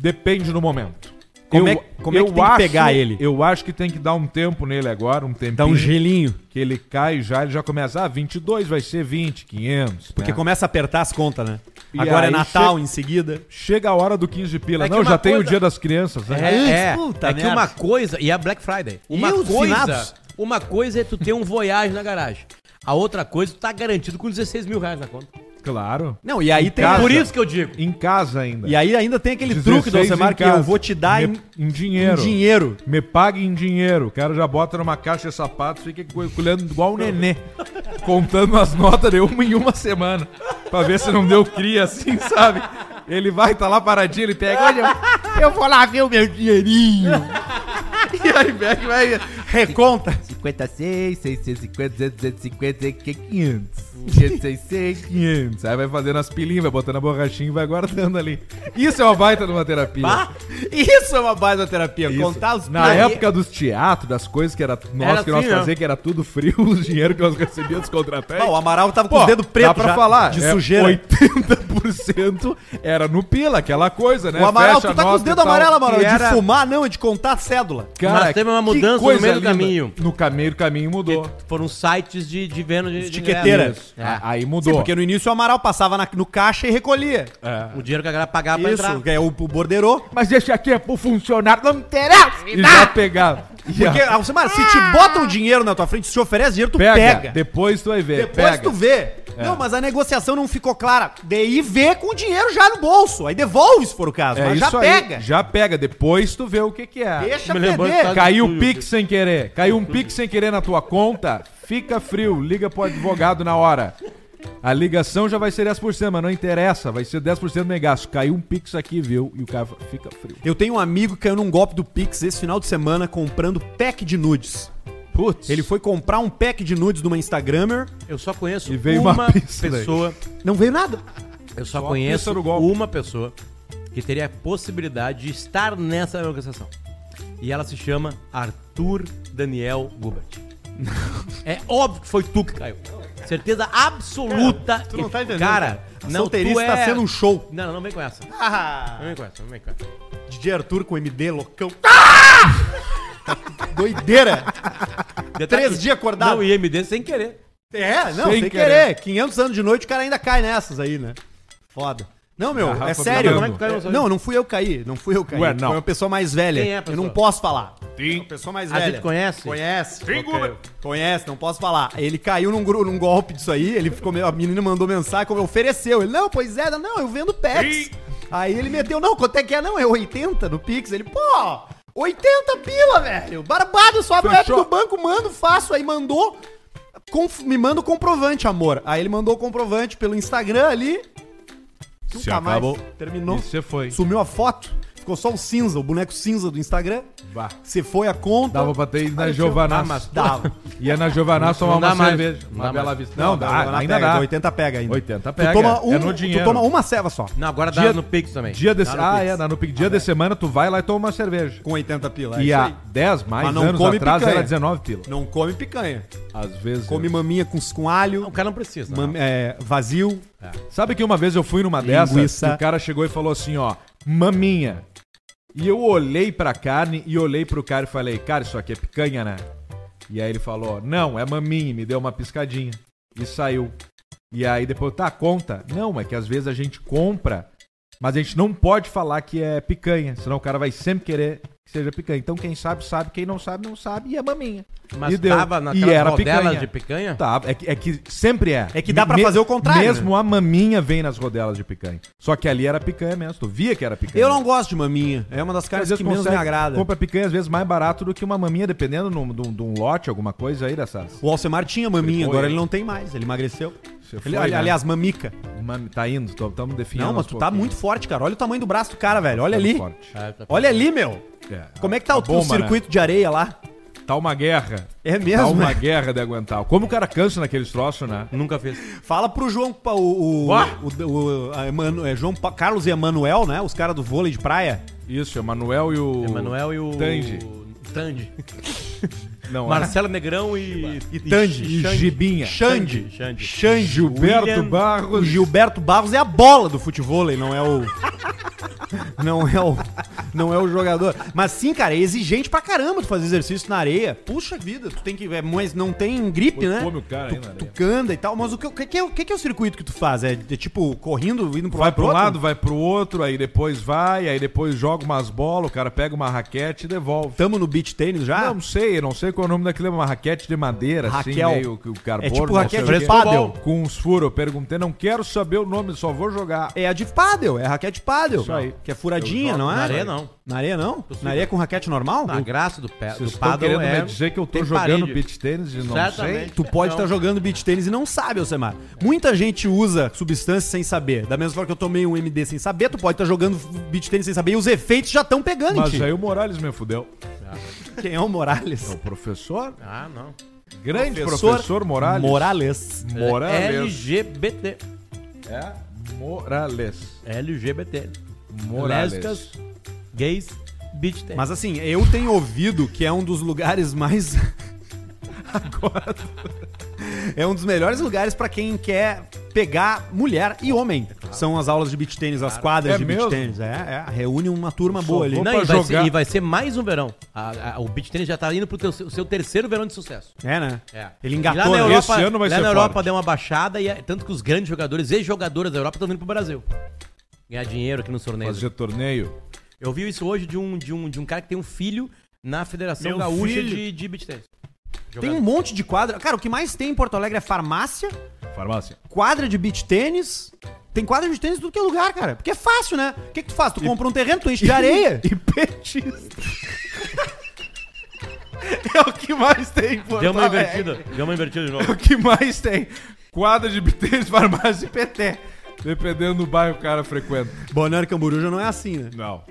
Speaker 3: Depende do momento.
Speaker 1: Como é- como é que tem que pegar ele?
Speaker 3: Eu acho que tem que dar um tempo nele agora, um tempinho.
Speaker 1: Dá um gelinho.
Speaker 3: Que ele cai já, ele já começa. Ah, 22 vai ser 20, 500.
Speaker 1: Porque
Speaker 3: né?
Speaker 1: começa a apertar as contas, né?
Speaker 3: E
Speaker 1: Agora é
Speaker 3: aí
Speaker 1: Natal
Speaker 3: chega-
Speaker 1: em seguida.
Speaker 3: Chega a hora do 15 pila.
Speaker 2: É que
Speaker 3: não,
Speaker 2: uma
Speaker 3: já tem o
Speaker 2: coisa-
Speaker 3: dia das crianças. né?
Speaker 2: É, é,
Speaker 1: puta
Speaker 2: é que
Speaker 1: merda.
Speaker 2: uma coisa. E a Black Friday. Uma
Speaker 1: os finados?
Speaker 2: coisa. Uma coisa é tu ter um voyage na garagem. A outra coisa, tu tá garantido com 16 mil reais na conta.
Speaker 3: Claro.
Speaker 1: Não, e aí tem.
Speaker 3: casa.
Speaker 2: Por isso que eu digo.
Speaker 3: Em casa ainda.
Speaker 1: E aí ainda tem aquele truque do
Speaker 3: 16
Speaker 1: Alcemar
Speaker 3: em
Speaker 1: que eu
Speaker 3: casa.
Speaker 1: vou te dar
Speaker 3: Me-
Speaker 1: em,
Speaker 3: em dinheiro.
Speaker 1: em dinheiro.
Speaker 3: Me pague em dinheiro. O cara já bota numa caixa de sapatos, fica cu- colhendo igual um nenê. contando as notas de uma em uma semana. Pra ver se não deu cria assim, sabe? Ele vai, tá lá paradinho, ele pega. Olha, eu vou lá ver o meu dinheirinho. e aí pega e vai.
Speaker 1: Reconta.
Speaker 4: 56, 650, 250, 500.
Speaker 3: 500, 500. Aí vai fazendo as pilinhas, vai botando a borrachinha e vai guardando ali. Isso é uma baita de uma terapia.
Speaker 1: Bah, isso é uma baita terapia.
Speaker 3: Isso.
Speaker 1: Contar os
Speaker 3: Na época dos teatros, das coisas que era nós
Speaker 2: Era
Speaker 3: que nós
Speaker 2: assim, né?
Speaker 3: fazia, que era tudo frio, <laughs> o dinheiro que nós recebíamos dos contratantes.
Speaker 1: Não, o Amaral tava com
Speaker 3: Pô,
Speaker 1: os dedos pretos
Speaker 3: dá pra
Speaker 1: já,
Speaker 3: falar.
Speaker 1: de
Speaker 3: é,
Speaker 1: sujeira.
Speaker 3: 80% era no pila, aquela coisa, né?
Speaker 1: O Amaral,
Speaker 3: Fecha
Speaker 1: tu tá com
Speaker 3: nota
Speaker 1: os
Speaker 3: e
Speaker 1: dedos
Speaker 3: tal.
Speaker 1: amarelos, Amaral.
Speaker 3: E
Speaker 1: É
Speaker 3: era-
Speaker 1: De fumar, não, é de contar cédula.
Speaker 2: Mas teve uma
Speaker 3: que
Speaker 2: mudança no
Speaker 3: coisa
Speaker 2: meio do
Speaker 3: linda.
Speaker 2: caminho.
Speaker 3: No caminho do caminho mudou.
Speaker 2: Foram sites de, de venda de de
Speaker 1: Etiqueteira.
Speaker 2: ingresso.
Speaker 3: Isso.
Speaker 2: É.
Speaker 3: A- Aí
Speaker 1: Sim,
Speaker 3: mudou.
Speaker 1: porque no início o Amaral passava na- no caixa e recolhia.
Speaker 3: É.
Speaker 2: O dinheiro que a galera pagava pra
Speaker 1: Isso,
Speaker 2: entrar.
Speaker 1: que é o, o borderô.
Speaker 3: Mas esse aqui é pro funcionário, não interessa! E já pegava. E
Speaker 1: Porque,
Speaker 3: a-
Speaker 1: Alcimar, se te botam dinheiro na tua frente, se te oferece dinheiro, tu
Speaker 3: pega.
Speaker 1: pega. É.
Speaker 3: Depois tu vai ver.
Speaker 1: Depois
Speaker 3: pega.
Speaker 1: tu vê. Não, mas a negociação não ficou clara. Daí vê com o dinheiro já no bolso. Aí devolve, se for o caso.
Speaker 3: É
Speaker 1: mas
Speaker 3: isso
Speaker 1: já pega.
Speaker 3: Aí, já pega. Depois tu vê o que que é.
Speaker 1: Deixa
Speaker 2: Me lembrou que
Speaker 1: perder.
Speaker 2: tá-
Speaker 3: Caiu
Speaker 2: Tudo,
Speaker 3: o Pix sem querer. Caiu um Pix sem querer na tua conta. Fica frio. Liga pro advogado na hora. A ligação já vai ser 10%, mas não interessa. Vai ser 10% no gasto. Caiu um Pix aqui, viu? E o cara fala, fica frio.
Speaker 1: Eu tenho um amigo que caiu num golpe do Pix esse final de semana comprando pack de nudes.
Speaker 3: Putz.
Speaker 1: Ele foi comprar um pack de nudes de uma Instagrammer.
Speaker 2: Eu só conheço
Speaker 3: E veio
Speaker 2: uma,
Speaker 3: uma <laughs> pizza daí.
Speaker 2: pessoa.
Speaker 1: Não veio nada.
Speaker 2: Eu só,
Speaker 3: Só a
Speaker 2: conheço
Speaker 3: pizza do golpe.
Speaker 2: uma pessoa que teria a possibilidade de estar nessa negociação. E ela se chama Arthur Daniel
Speaker 1: <laughs>
Speaker 2: Gubert. é óbvio que foi tu que caiu. Certeza absoluta.
Speaker 1: Cara, tu não Ah!
Speaker 2: que-
Speaker 1: tá entendendo,
Speaker 2: Cara, é-
Speaker 1: cara. A solteirice tá sendo um show.
Speaker 2: Não, não, não vem com essa. Não vem com essa, não vem com essa.
Speaker 1: DJ Arthur com MD loucão. Ah! Doideira! Três dias acordado.
Speaker 2: Não, IMD sem querer.
Speaker 1: É, não, sem,
Speaker 3: Sem
Speaker 1: querer. 500 anos de noite o cara ainda cai nessas aí, né? Foda. Não, meu,
Speaker 3: Garrafa
Speaker 1: é sério.
Speaker 3: de
Speaker 2: Como é que caiu essa aí?
Speaker 1: não, não fui eu que caí. Não fui eu que caí.
Speaker 3: Ué, não.
Speaker 1: Foi uma pessoa mais velha.
Speaker 2: Quem é a pessoa?
Speaker 1: Eu não posso falar. É
Speaker 3: Sim.
Speaker 1: Uma pessoa mais
Speaker 2: A
Speaker 1: velha.
Speaker 2: gente conhece?
Speaker 1: Conhece.
Speaker 2: Google.
Speaker 1: Conhece, não posso falar. Ele caiu num, gru- num golpe disso aí, ele ficou meio, a menina mandou mensagem, como ofereceu. Ele, não, pois é, não, eu vendo Pix. Aí ele meteu, não, quanto é que é? Não, é 80 no Pix. Ele, pô, 80 pila, velho. Barbado, eu só abro o app
Speaker 3: Fechou.
Speaker 1: do banco, mando, faço. Aí mandou, conf- me manda o comprovante, amor. Aí ele mandou o comprovante pelo Instagram ali.
Speaker 3: Se acabou.
Speaker 1: Terminou.
Speaker 3: E você foi.
Speaker 1: Sumiu a foto. Ficou só o cinza, o boneco cinza do Instagram.
Speaker 3: Bah.
Speaker 1: Você foi a conta.
Speaker 3: Dava pra ter ido na
Speaker 1: Ah, mas
Speaker 3: Giovanás.
Speaker 1: dava.
Speaker 3: Ia na Giovanás tomar
Speaker 2: Não dá
Speaker 3: uma
Speaker 2: mais.
Speaker 3: cerveja.
Speaker 2: Não
Speaker 3: Uma
Speaker 2: dá
Speaker 3: bela
Speaker 2: mais.
Speaker 3: vista. Não,
Speaker 1: dá,
Speaker 3: dá, ainda
Speaker 1: ainda pega,
Speaker 3: dá.
Speaker 1: 80 pega ainda.
Speaker 3: 80
Speaker 1: Tu
Speaker 3: pega,
Speaker 1: toma, um,
Speaker 3: é no
Speaker 1: tu
Speaker 3: dinheiro.
Speaker 1: toma uma ceva só,
Speaker 2: Não, agora dá
Speaker 3: Dia-
Speaker 2: no Pix também.
Speaker 3: Dia de...
Speaker 2: Dá no
Speaker 3: Ah,
Speaker 2: Pix.
Speaker 3: é, na no pique. Dia de semana tu vai lá e toma uma cerveja.
Speaker 1: com 80 pila. é
Speaker 3: E
Speaker 1: isso
Speaker 3: há
Speaker 1: aí.
Speaker 3: 10 mais
Speaker 1: Mas não
Speaker 3: anos
Speaker 1: come
Speaker 3: atrás
Speaker 1: picanha. é.
Speaker 3: era 19 pila.
Speaker 1: Não come picanha.
Speaker 3: Às vezes.
Speaker 1: Come maminha com, com
Speaker 2: O
Speaker 1: alho,
Speaker 2: cara não precisa.
Speaker 1: mam- é, vazio.
Speaker 3: Sabe que uma vez eu fui numa dessas
Speaker 1: Linguiça.
Speaker 3: e o cara chegou e falou assim, ó, maminha. E eu olhei pra carne e olhei pro cara e falei, cara, isso aqui é picanha, né? E aí ele falou, não, é maminha, e me deu uma piscadinha. E saiu. E aí depois, tá, conta. Não, é que às vezes a gente compra, mas a gente não pode falar que é picanha, senão o cara vai sempre querer que seja picanha. Então quem sabe, sabe, quem não sabe, não sabe, e é maminha.
Speaker 2: Mas
Speaker 3: e deu.
Speaker 2: tava naquelas
Speaker 3: E era
Speaker 2: rodelas
Speaker 3: picanha.
Speaker 2: de picanha?
Speaker 3: Tá, é que, é que sempre é.
Speaker 1: É que dá pra fazer o contrário,
Speaker 3: Mesmo a maminha vem nas rodelas de picanha. Só que ali era picanha mesmo. Tu via que era picanha.
Speaker 1: Eu não gosto de maminha. É uma das
Speaker 3: Às
Speaker 1: caras
Speaker 3: vezes
Speaker 1: que menos me
Speaker 3: consegue-
Speaker 1: agrada.
Speaker 3: Compra picanha às vezes mais barato do que uma maminha, dependendo de um, de um- de um lote, alguma coisa aí dessas.
Speaker 1: O Alcemar tinha maminha,
Speaker 3: Ele foi,
Speaker 1: agora
Speaker 3: né?
Speaker 1: ele não tem mais. Ele emagreceu.
Speaker 3: Você
Speaker 1: Ele-
Speaker 3: foi,
Speaker 1: ali-
Speaker 3: né?
Speaker 1: Aliás, mamica.
Speaker 3: Mami- Tá indo, estamos definindo.
Speaker 1: não, mas
Speaker 3: aos
Speaker 1: tu tá
Speaker 3: pouquinhos.
Speaker 1: muito forte, cara. Olha o tamanho do braço do cara, velho. Olha
Speaker 3: Tá
Speaker 1: ali.
Speaker 3: forte.
Speaker 2: Ah, tá-
Speaker 1: Olha ali, meu.
Speaker 3: É,
Speaker 1: Como é que tá
Speaker 3: a
Speaker 1: o teu
Speaker 3: bomba, né?
Speaker 1: circuito de areia lá?
Speaker 3: Tá uma guerra.
Speaker 1: É
Speaker 3: Tá
Speaker 1: mesmo?
Speaker 3: uma guerra de aguentar. Como o cara cansa naqueles troços, né?
Speaker 2: Nunca fez.
Speaker 1: <laughs> Fala pro João, pa- o, o,
Speaker 3: Ó.
Speaker 1: o, o- a Emanu- é, João Pa- Carlos e Emanuel, né? Os caras do vôlei de praia.
Speaker 3: Isso, Emanuel e o.
Speaker 2: Emanuel e o.
Speaker 3: Tange.
Speaker 2: Tange.
Speaker 3: Não, é.
Speaker 2: Marcelo Negrão e. E
Speaker 1: Tange.
Speaker 3: E
Speaker 2: Xande.
Speaker 3: Gibinha.
Speaker 1: Xande.
Speaker 2: Xande.
Speaker 1: Xande.
Speaker 3: Gilberto
Speaker 2: William-
Speaker 1: O
Speaker 3: Barros.
Speaker 1: Gilberto Barros é a bola do futebol, não é o. Não é o. Não é o jogador. Mas sim, cara, é exigente pra caramba tu fazer exercício na areia. Puxa vida, tu tem que. é, Mas não tem gripe,
Speaker 3: Pô,
Speaker 1: né?
Speaker 3: come o cara
Speaker 1: tu,
Speaker 3: aí na areia.
Speaker 1: tu canda e tal. Mas o que, o que, que é, o que que é o circuito que tu faz? É, é tipo correndo, indo pro
Speaker 3: Vai
Speaker 1: lado
Speaker 3: pra um
Speaker 1: pro
Speaker 3: lado, vai pro outro, aí depois vai, aí depois joga umas bolas, o cara pega uma raquete e devolve. Ah,
Speaker 1: Tamo no beach tênis já?
Speaker 3: Não sei, não sei qual é o nome daquele, uma raquete de madeira,
Speaker 1: Ah. Raquel.
Speaker 3: assim, meio que o carbono.
Speaker 1: É tipo
Speaker 3: não
Speaker 1: raquete
Speaker 3: sei o
Speaker 1: de
Speaker 3: quê.
Speaker 1: pádel.
Speaker 3: Com uns furos, eu perguntei, não quero saber o nome, só vou jogar.
Speaker 1: É a de pádel, é a raquete pádel.
Speaker 3: Isso aí.
Speaker 1: Que é furadinha,
Speaker 3: Eu jogo
Speaker 1: não é?
Speaker 2: na areia, não.
Speaker 1: Na areia não? Na areia é com raquete normal?
Speaker 2: A graça do, pé, do
Speaker 3: Vocês estão
Speaker 2: Paddle
Speaker 3: querendo
Speaker 2: é...
Speaker 3: me dizer que eu tô
Speaker 2: tem
Speaker 3: jogando
Speaker 2: parede.
Speaker 3: beach tênis e não
Speaker 2: Certamente.
Speaker 3: sei?
Speaker 1: Tu pode
Speaker 2: Não.
Speaker 1: estar jogando beach tênis e não sabe, Alcemar. Muita gente usa substâncias sem saber. Da mesma forma que eu tomei um MD sem saber, tu pode estar jogando beach tênis sem saber e os efeitos já estão pegando em
Speaker 3: Mas
Speaker 1: ti.
Speaker 3: aí o Morales me fudeu.
Speaker 1: Quem é o Morales?
Speaker 3: O professor?
Speaker 2: Ah, não.
Speaker 3: Grande professor,
Speaker 1: Professor
Speaker 3: Morales.
Speaker 1: Morales.
Speaker 2: É
Speaker 3: Morales.
Speaker 2: LGBT.
Speaker 3: É, Morales.
Speaker 2: LGBT.
Speaker 3: Morales.
Speaker 2: Lésbicas, gays, beat
Speaker 1: Mas assim, eu tenho ouvido que é um dos lugares mais. <laughs> Agora. É um dos melhores lugares pra quem quer pegar mulher e homem. São as aulas de beach tênis, as quadras
Speaker 3: É
Speaker 1: de beach
Speaker 3: mesmo?
Speaker 1: tênis. É, é, reúne uma turma boa ali. né?
Speaker 3: vou
Speaker 2: Não,
Speaker 3: pra
Speaker 2: e vai,
Speaker 3: jogar.
Speaker 2: ser, e vai ser mais um verão. A- a- o beat tênis já tá indo pro teu- o seu terceiro verão de sucesso.
Speaker 1: É, né?
Speaker 2: É.
Speaker 1: Ele
Speaker 2: E lá
Speaker 1: engatou.
Speaker 2: na
Speaker 1: né?
Speaker 2: Europa,
Speaker 3: Esse ano vai
Speaker 2: lá
Speaker 3: ser
Speaker 2: na Europa
Speaker 3: forte.
Speaker 2: deu uma baixada e é- tanto que os grandes jogadores e jogadoras da Europa estão vindo pro Brasil. Ganhar dinheiro aqui nos torneios.
Speaker 3: Fazer torneio.
Speaker 2: Eu vi isso hoje de um, de um, de um cara que tem um filho na Federação
Speaker 1: Meu
Speaker 2: Gaúcha
Speaker 1: filho.
Speaker 2: de, de beat tênis.
Speaker 1: Tem um monte de quadra. Cara, o que mais tem em Porto Alegre é farmácia,
Speaker 3: Farmácia.
Speaker 1: quadra de beach tênis. Tem quadra de tênis em tudo que é lugar, cara. Porque é fácil, né? O que, que tu faz? Tu compra um terreno, tu enche de areia.
Speaker 3: <laughs> E petista. é o que mais tem, pô.
Speaker 2: Deu uma invertida. Deu uma
Speaker 3: <laughs>
Speaker 2: invertida de novo.
Speaker 3: É o que mais tem. Quadra de BTs, <laughs> farmácia e PT. Dependendo do bairro que o cara frequenta.
Speaker 1: Bonário Camburu já não é assim, né?
Speaker 3: Não.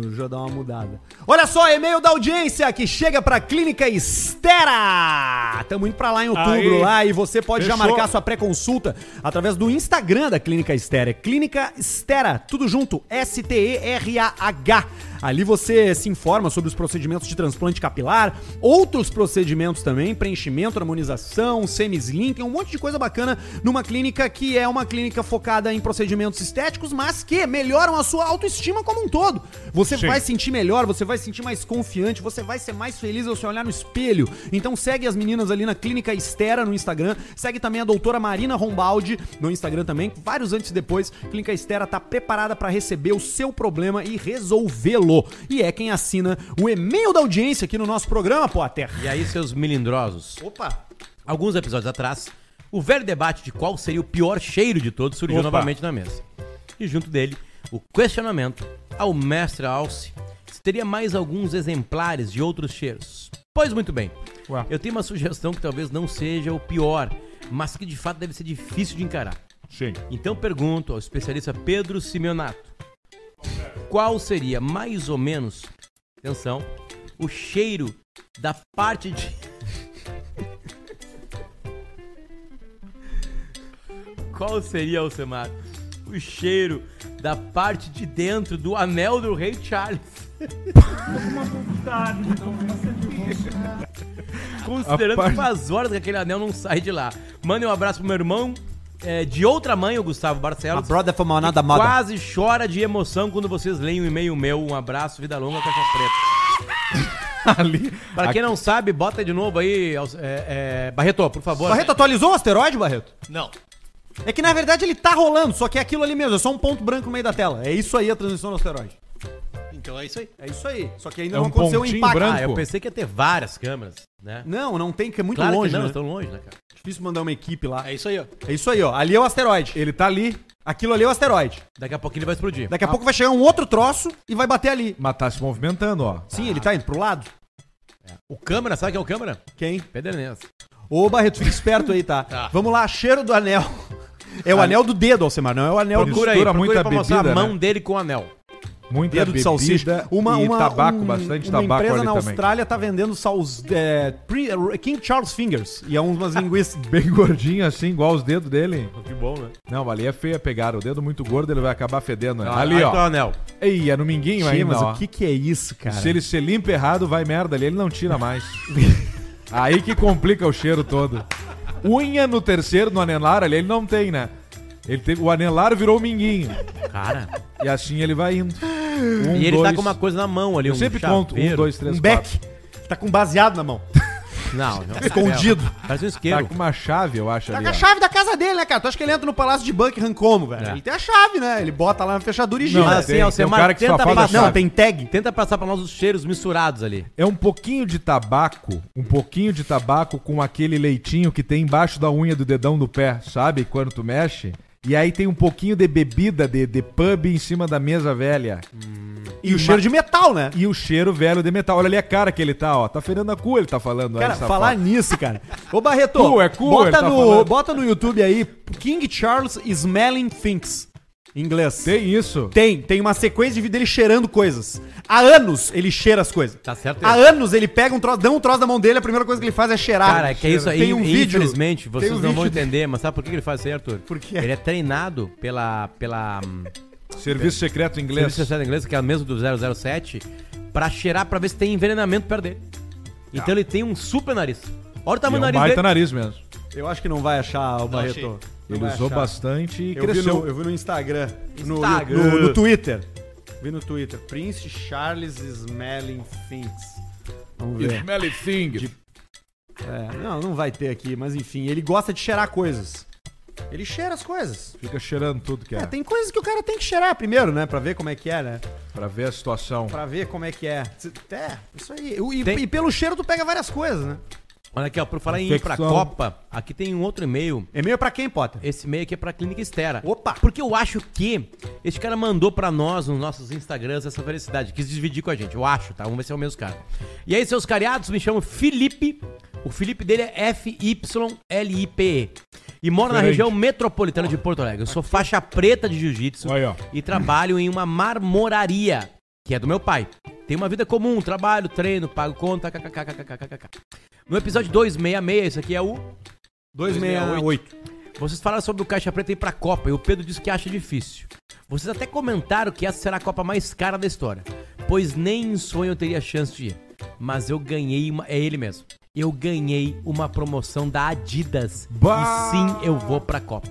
Speaker 1: Deixa eu dar uma mudada. Olha só, e-mail da audiência que chega pra Clínica Estera. Tamo indo pra lá em outubro
Speaker 3: Aí.
Speaker 1: lá e você pode já
Speaker 3: Fechou.
Speaker 1: marcar sua pré-consulta através do Instagram da Clínica Estera. É Clínica Estera, tudo junto, S-T-E-R-A-H. Ali você se informa sobre os procedimentos de transplante capilar, outros procedimentos também, preenchimento, harmonização, semislink, um monte de coisa bacana numa clínica que é uma clínica focada em procedimentos estéticos, mas que melhoram a sua autoestima como um todo. Você
Speaker 3: Sim.
Speaker 1: vai sentir melhor, você vai sentir mais confiante, você vai ser mais feliz ao se olhar no espelho. Então segue as meninas ali na Clínica Estera no Instagram, segue também a doutora Marina Rombaldi no Instagram também, vários antes e depois. Clínica Estera tá preparada para receber o seu problema e resolvê-lo. E é quem assina o e-mail da audiência aqui no nosso programa, Potter.
Speaker 2: E aí, seus melindrosos.
Speaker 1: Opa!
Speaker 2: Alguns episódios atrás, o velho debate de qual seria o pior cheiro de todos surgiu
Speaker 3: Opa.
Speaker 2: novamente na mesa. E junto dele, o questionamento ao mestre Alce se teria mais alguns exemplares de outros cheiros. Pois muito bem,
Speaker 3: Ué.
Speaker 2: eu tenho uma sugestão que talvez não seja o pior, mas que de fato deve ser difícil de encarar.
Speaker 3: Sim.
Speaker 2: Então pergunto ao especialista Pedro Simeonato: qual seria mais ou menos, atenção, o cheiro da parte de. <laughs> qual seria, Alcemar, o cheiro da parte de dentro do anel do Rei Charles? <laughs> Considerando
Speaker 3: A parte-
Speaker 2: que faz horas que aquele anel não sai de lá. Mandem um abraço pro meu irmão. é, de outra mãe, o Gustavo
Speaker 1: A
Speaker 2: Barcelos.
Speaker 1: brother foi mal nada moda.
Speaker 2: Quase chora de emoção quando vocês leem um e-mail meu. Um abraço, vida longa, caixa preta.
Speaker 3: Ali.
Speaker 2: Pra quem não sabe, bota de novo aí, é, é, Barreto, por favor.
Speaker 1: Barreto atualizou o asteroide, Barreto?
Speaker 2: Não.
Speaker 1: É que na verdade ele tá rolando, só que é aquilo ali mesmo, é só um ponto branco no meio da tela. É isso aí a transição do asteroide.
Speaker 2: Então é isso aí.
Speaker 1: É isso aí. Só que ainda
Speaker 3: É
Speaker 1: não
Speaker 3: um
Speaker 1: aconteceu o
Speaker 3: pontinho
Speaker 1: impacto.
Speaker 3: branco.
Speaker 2: Ah, eu pensei que ia ter várias câmeras, né?
Speaker 1: Não, não tem, que é muito
Speaker 2: claro
Speaker 1: longe,
Speaker 2: que não,
Speaker 1: né?
Speaker 3: então.
Speaker 2: estão longe, né, cara?
Speaker 1: Difícil mandar uma equipe lá.
Speaker 2: isso aí, ó.
Speaker 1: É isso aí, ó. Ali é o asteroide.
Speaker 3: Ele tá ali.
Speaker 1: Aquilo ali é o asteroide.
Speaker 2: Daqui a pouco ele vai explodir.
Speaker 3: Ah.
Speaker 1: Daqui a pouco vai chegar um outro troço e vai bater ali.
Speaker 3: Mas tá se movimentando, ó.
Speaker 1: Sim, ele tá indo pro lado.
Speaker 2: O câmera, sabe quem é o câmera?
Speaker 1: Quem?
Speaker 2: Pedernense.
Speaker 1: Ô, Barreto, fica esperto aí,
Speaker 3: <laughs>
Speaker 1: tá?
Speaker 2: Tá.
Speaker 1: Vamos lá, cheiro do anel. É o anel do dedo, Alcemar, não é o anel do...
Speaker 2: Procura aí,
Speaker 3: mistura
Speaker 2: procura
Speaker 3: muita
Speaker 2: aí pra mostrar
Speaker 3: bebida,
Speaker 2: a mão
Speaker 3: né?
Speaker 2: dele com o anel.
Speaker 3: Muita
Speaker 1: Dedo de
Speaker 3: bebida
Speaker 1: salsicha. Uma,
Speaker 3: e
Speaker 1: uma,
Speaker 3: tabaco,
Speaker 1: um-
Speaker 3: bastante
Speaker 1: uma
Speaker 3: tabaco
Speaker 1: empresa
Speaker 3: ali
Speaker 1: na
Speaker 3: também.
Speaker 1: Austrália tá vendendo sals, é, pre- King Charles Fingers. E é
Speaker 3: <laughs>
Speaker 1: umas linguiças
Speaker 3: Bem gordinho assim, igual os dedos dele.
Speaker 2: Que bom, né?
Speaker 3: Não, ali é feia pegar. O dedo muito gordo, ele vai acabar fedendo. né? ali,
Speaker 2: aí tá o
Speaker 3: ó.
Speaker 2: anel.
Speaker 3: Ei, é no minguinho
Speaker 1: Tia,
Speaker 3: ainda,
Speaker 1: mas
Speaker 3: ó.
Speaker 1: o que que é isso, cara?
Speaker 3: Se ele se limpa errado, vai merda ali. Ele não tira mais. <laughs> Aí que complica o cheiro todo. Unha no terceiro, no anelar ali, ele não tem, né? Ele teve, o anelar virou o minguinho.
Speaker 2: Cara.
Speaker 3: E assim ele vai indo. Um,
Speaker 2: e ele
Speaker 3: dois.
Speaker 2: tá com uma coisa na mão ali,
Speaker 3: Eu
Speaker 2: um
Speaker 3: sempre conto. Um,
Speaker 2: chaveiro.
Speaker 3: dois, três,
Speaker 1: Um
Speaker 3: quatro.
Speaker 1: beck. Tá com baseado na mão.
Speaker 2: Não, não.
Speaker 1: Escondido.
Speaker 2: Parece um
Speaker 3: Tá
Speaker 2: isqueiro.
Speaker 3: com uma chave, eu acho,
Speaker 1: Tá
Speaker 3: ali.
Speaker 1: com a
Speaker 3: ó.
Speaker 1: chave da casa dele, né, cara? Tu acha que ele entra no palácio de Buckingham como, velho?
Speaker 2: É.
Speaker 1: Ele tem a chave, né? Ele bota lá na fechadura e gira.
Speaker 3: Não,
Speaker 2: Mas
Speaker 1: Mas,
Speaker 2: assim,
Speaker 3: tem-
Speaker 2: Alcemar,
Speaker 3: tem um cara que
Speaker 2: tenta
Speaker 3: só fala
Speaker 2: passar-
Speaker 3: chave.
Speaker 1: não, tem tag.
Speaker 2: Tenta passar pra nós os cheiros misturados ali.
Speaker 3: É um pouquinho de tabaco, um pouquinho de tabaco com aquele leitinho que tem embaixo da unha do dedão do pé, sabe? Quando tu mexe. E aí tem um pouquinho de bebida, de, de pub em cima da mesa velha.
Speaker 1: E o cheiro de metal, né?
Speaker 3: E o cheiro velho de metal. Olha ali a cara que ele tá, ó. Tá ferando a cu, ele tá falando.
Speaker 1: Cara,
Speaker 3: aí, safado.
Speaker 1: falar nisso, cara. Ô, Barreto,
Speaker 3: Cu, é cu, ele
Speaker 1: bota,
Speaker 3: tá
Speaker 1: no,
Speaker 3: falando.
Speaker 1: bota no YouTube aí King Charles Smelling Things. Em inglês.
Speaker 3: Tem isso.
Speaker 1: Tem, tem uma sequência de vídeo dele cheirando coisas. Há anos ele cheira as coisas.
Speaker 2: Tá certo?
Speaker 3: Ah,
Speaker 1: Há anos ele pega um troço, dá um troço da mão dele, a primeira coisa que ele faz é cheirar.
Speaker 2: Cara, é que é isso aí.
Speaker 1: Tem um vídeo.
Speaker 2: Infelizmente, vocês
Speaker 1: um
Speaker 2: não vão
Speaker 1: vídeo dele.
Speaker 2: entender, mas sabe por que que ele faz isso aí, Arthur?
Speaker 1: Por quê?
Speaker 2: Ele é treinado pela. pela hum,
Speaker 3: Serviço secreto inglês.
Speaker 2: Serviço Secreto Inglês, que é o mesmo do 007, pra cheirar pra ver se tem envenenamento perto dele. Então ele tem um super nariz. Olha o
Speaker 3: Tá. E é
Speaker 2: tamanho
Speaker 3: um
Speaker 2: do nariz
Speaker 3: baita
Speaker 2: dele.
Speaker 3: nariz mesmo.
Speaker 1: Eu acho que não vai achar o Barreto. Não
Speaker 3: Ele
Speaker 1: vai
Speaker 3: usou
Speaker 1: achar.
Speaker 3: bastante e
Speaker 1: Eu vi,
Speaker 3: cresceu.
Speaker 1: no, eu vi no Instagram. No,
Speaker 2: Instagram.
Speaker 1: no- no Twitter. Vi no Twitter. Prince Charles Smelling Finks. Vamos ver.
Speaker 3: Smelly thing.
Speaker 1: É, não, não vai ter aqui, mas enfim, ele gosta de cheirar coisas. Ele cheira as coisas.
Speaker 3: Fica cheirando tudo que é.
Speaker 1: É, tem coisas que o cara tem que cheirar primeiro, né? Pra ver como é que é, né?
Speaker 3: Pra ver a situação.
Speaker 1: Pra ver como é que é. É, isso aí. E,
Speaker 2: Tem-
Speaker 1: e pelo cheiro tu pega várias coisas, né?
Speaker 2: Olha aqui, ó, por falar em ir pra
Speaker 3: Infecção.
Speaker 2: Copa, aqui tem um outro e-mail.
Speaker 1: É meio pra quem, Potter?
Speaker 2: Esse e-mail aqui é pra Clínica Estera.
Speaker 1: Opa!
Speaker 2: Porque eu acho que esse cara mandou pra nós, nos nossos Instagrams, essa felicidade. Quis dividir com a gente, eu acho, tá? Vamos ver se é o mesmo cara. E aí, seus cariados, me chamo Felipe. O Felipe dele é F-Y-L-I-P-E. E mora na
Speaker 3: Diferente.
Speaker 2: região metropolitana de Porto Alegre. Eu sou faixa preta de jiu-jitsu
Speaker 3: Aí, ó.
Speaker 2: e trabalho em uma marmoraria, que é do meu pai. Tem uma vida comum, trabalho, treino, pago conta, kkkkkkk. No episódio 266, isso aqui é o
Speaker 1: 268.
Speaker 2: vocês falaram sobre o Caixa Preta ir pra Copa e o Pedro disse que acha difícil. Vocês até comentaram que essa será a Copa mais cara da história, pois nem em sonho eu teria chance de ir. Mas eu ganhei uma. É ele mesmo. Eu ganhei uma promoção da Adidas. E
Speaker 3: Bah!
Speaker 2: sim, eu vou pra Copa.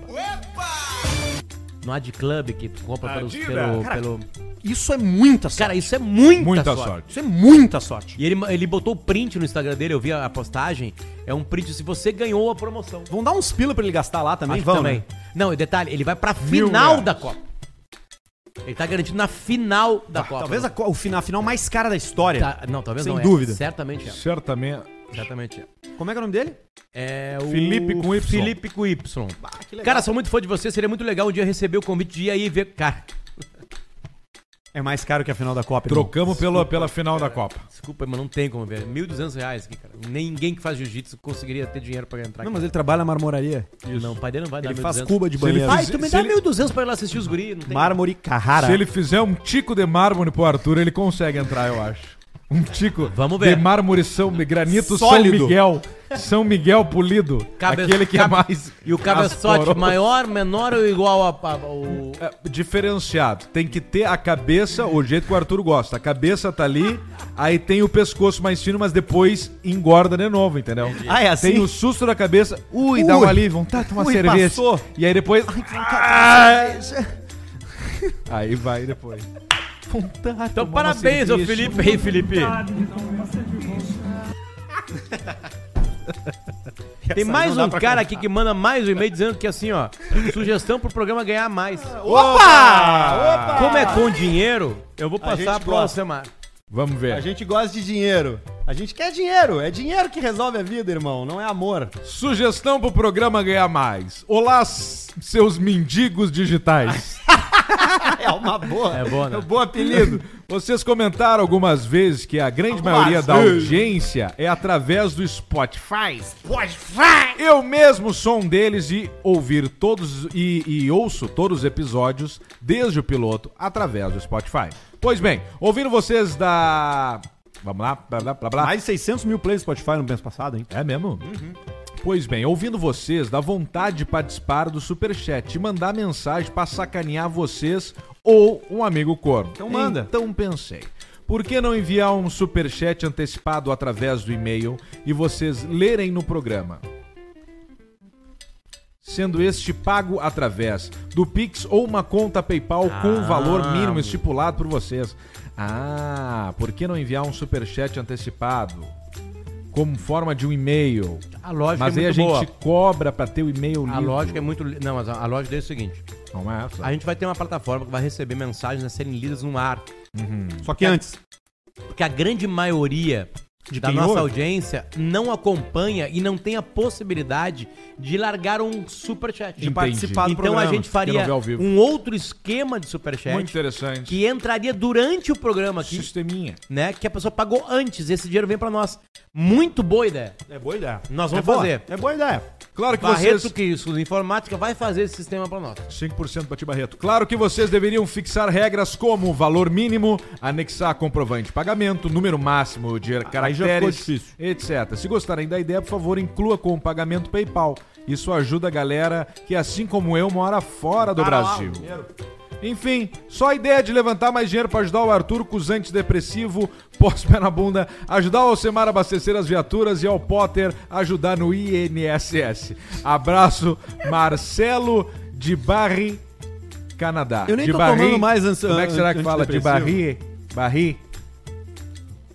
Speaker 2: No Ad Club que tu compra pelo.
Speaker 3: Adidas.
Speaker 2: pelo,
Speaker 1: Cara,
Speaker 2: pelo-
Speaker 1: Isso é muita sorte.
Speaker 2: Cara, isso é muita,
Speaker 3: Muita
Speaker 2: sorte.
Speaker 3: sorte.
Speaker 1: Isso é muita sorte.
Speaker 2: E ele, ele botou o print no Instagram dele, eu vi a a postagem. É um print se você ganhou a promoção.
Speaker 1: Vão dar uns pila pra ele gastar lá também?
Speaker 2: Acho que
Speaker 1: Vão,
Speaker 2: também.
Speaker 1: né?
Speaker 2: Não, e detalhe, ele vai pra
Speaker 3: Mil
Speaker 2: final
Speaker 3: reais.
Speaker 2: da Copa. Ele tá garantido na final da Copa.
Speaker 1: Ah, Talvez a, co- o final, a final mais cara da história.
Speaker 2: Tá- não, talvez
Speaker 1: Sem
Speaker 2: não é.
Speaker 1: dúvida.
Speaker 2: Certamente é.
Speaker 3: Certamente.
Speaker 2: Certamente é.
Speaker 1: Como é que é o nome dele?
Speaker 2: É o
Speaker 3: Felipe com Y.
Speaker 2: Felipe com Y.
Speaker 1: que legal.
Speaker 2: Cara, sou muito fã de você, seria muito legal um dia receber o convite de ir aí ver, cara.
Speaker 1: É mais caro que a final da Copa. irmão.
Speaker 3: Trocamos pela, pela final da Copa.
Speaker 2: Desculpa, mas não tem como ver. 1.200 reais aqui, cara. Nem Ninguém que faz jiu-jitsu conseguiria ter dinheiro pra entrar.
Speaker 1: Não,
Speaker 2: aqui.
Speaker 1: mas ele trabalha na marmoraria.
Speaker 2: não, o pai dele não vai dar
Speaker 1: Ele faz
Speaker 2: 1.200.
Speaker 1: cuba de
Speaker 3: Se ele
Speaker 1: banheiro.
Speaker 3: fizer-
Speaker 2: Ai, tu me
Speaker 3: Se
Speaker 2: dá
Speaker 3: ele-
Speaker 2: 1.200 pra ir lá assistir os guri, não tem.
Speaker 1: Mármore Carrara.
Speaker 3: Se ele fizer um tico de mármore pro Arthur, ele consegue entrar, eu acho. Um tico
Speaker 2: Vamos ver.
Speaker 3: de mármore São, de granito
Speaker 1: Sólido.
Speaker 3: São Miguel. São Miguel polido.
Speaker 2: Cabe-
Speaker 3: Aquele que é
Speaker 2: cabe-
Speaker 3: mais.
Speaker 2: E o cabeçote
Speaker 3: asporoso.
Speaker 2: maior, menor ou igual a, a- o-
Speaker 3: É, diferenciado. Tem que ter a cabeça, o jeito que o Arthur gosta. A cabeça tá ali, aí tem o pescoço mais fino, mas depois engorda de novo, entendeu?
Speaker 1: Ah, é assim?
Speaker 3: Tem o susto da cabeça, ui,
Speaker 1: Ui.
Speaker 3: dá um alívio, vontade de tomar
Speaker 1: Ui,
Speaker 3: cerveja.
Speaker 1: passou.
Speaker 3: E aí depois. Ah! aí vai depois. Vontade de
Speaker 2: Então
Speaker 3: tomar uma
Speaker 2: parabéns ao
Speaker 3: cerveja.
Speaker 2: Felipe aí, <laughs> Felipe. Tem mais um cara aqui que manda mais um e-mail dizendo que assim, ó, sugestão pro programa ganhar mais.
Speaker 1: Opa! Opa!
Speaker 2: Como é com dinheiro, eu vou
Speaker 1: A
Speaker 2: passar
Speaker 1: gente
Speaker 2: pro
Speaker 1: gosta.
Speaker 2: Alcemar.
Speaker 3: Vamos ver.
Speaker 1: A gente gosta de dinheiro. A gente quer dinheiro. É dinheiro que resolve a vida, irmão. Não é amor. <laughs>
Speaker 3: Sugestão pro programa ganhar mais. Olá, s- seus mendigos digitais.
Speaker 1: É uma boa.
Speaker 2: É boa, né?
Speaker 1: um bom apelido.
Speaker 3: Vocês comentaram algumas vezes que a grande
Speaker 1: Algumas
Speaker 3: maioria da
Speaker 1: vezes.
Speaker 3: audiência é através do Spotify. Eu mesmo sou um deles e ouvir todos e, e ouço todos os episódios desde o piloto através do Spotify. Pois bem, ouvindo vocês da Vamos lá, blá blá blá. blá.
Speaker 1: Mais de 600 mil plays no Spotify no mês passado, hein? Uhum.
Speaker 3: É mesmo? Pois bem, ouvindo vocês, dá vontade de participar do Superchat e mandar mensagem pra sacanear vocês ou um amigo corno.
Speaker 1: Então manda.
Speaker 3: Então pensei. Por que não enviar um superchat antecipado através do e-mail e vocês lerem no programa? Sendo este pago através do Pix ou uma conta PayPal com
Speaker 1: Ah.
Speaker 3: o valor mínimo estipulado por vocês. Ah, por que não enviar um superchat antecipado? Como forma de um e-mail.
Speaker 2: A lógica
Speaker 3: Mas
Speaker 2: é
Speaker 3: aí a
Speaker 2: muito
Speaker 3: gente
Speaker 2: boa.
Speaker 3: cobra pra ter o e-mail lido.
Speaker 2: A lógica é muito. li- Não, mas a a lógica dele é o seguinte:
Speaker 3: Não é essa?
Speaker 2: a gente vai ter uma plataforma que vai receber mensagens a serem lidas no ar.
Speaker 1: Só que antes.
Speaker 2: Porque a grande maioria
Speaker 1: De
Speaker 2: da
Speaker 1: quem
Speaker 2: nossa
Speaker 1: ouve?
Speaker 2: audiência não acompanha e não tem a possibilidade de largar um superchat.
Speaker 1: De
Speaker 3: Entendi.
Speaker 1: participar do
Speaker 2: então
Speaker 1: programa.
Speaker 2: a gente
Speaker 3: Porque não
Speaker 2: faria
Speaker 3: vê ao vivo.
Speaker 2: um outro esquema de superchat
Speaker 3: Muito interessante.
Speaker 2: que entraria durante o programa aqui,
Speaker 3: Sisteminha.
Speaker 2: né? Que a pessoa pagou antes, esse dinheiro vem pra nós. Muito boa ideia.
Speaker 1: É boa ideia.
Speaker 2: Nós
Speaker 1: É
Speaker 2: vamos
Speaker 1: boa,
Speaker 2: fazer.
Speaker 1: É boa ideia.
Speaker 3: Claro que
Speaker 2: Barreto
Speaker 3: vocês...
Speaker 2: que isso, informática vai fazer esse sistema pra nós.
Speaker 3: 5% Bati Barreto. Claro que vocês deveriam fixar regras como valor mínimo, anexar comprovante de pagamento, número máximo de
Speaker 1: já ficou
Speaker 3: caracteres,
Speaker 1: difícil.
Speaker 3: etc. Se gostarem da ideia, por favor, inclua com o pagamento PayPal. Isso ajuda a galera que, assim como eu, mora fora do Brasil.
Speaker 1: É.
Speaker 3: Enfim, só a ideia de levantar mais dinheiro para ajudar o Arthur com os <laughs> antidepressivo, pós-pé na bunda, ajudar o Alcemar a abastecer as viaturas e ao Potter ajudar no INSS. Abraço, Marcelo de Barri, Canadá.
Speaker 1: Eu nem
Speaker 3: de
Speaker 1: tô tomando mais ans-
Speaker 3: Como é que será que fala? De Barri?
Speaker 1: antidepressivo.
Speaker 3: Barri?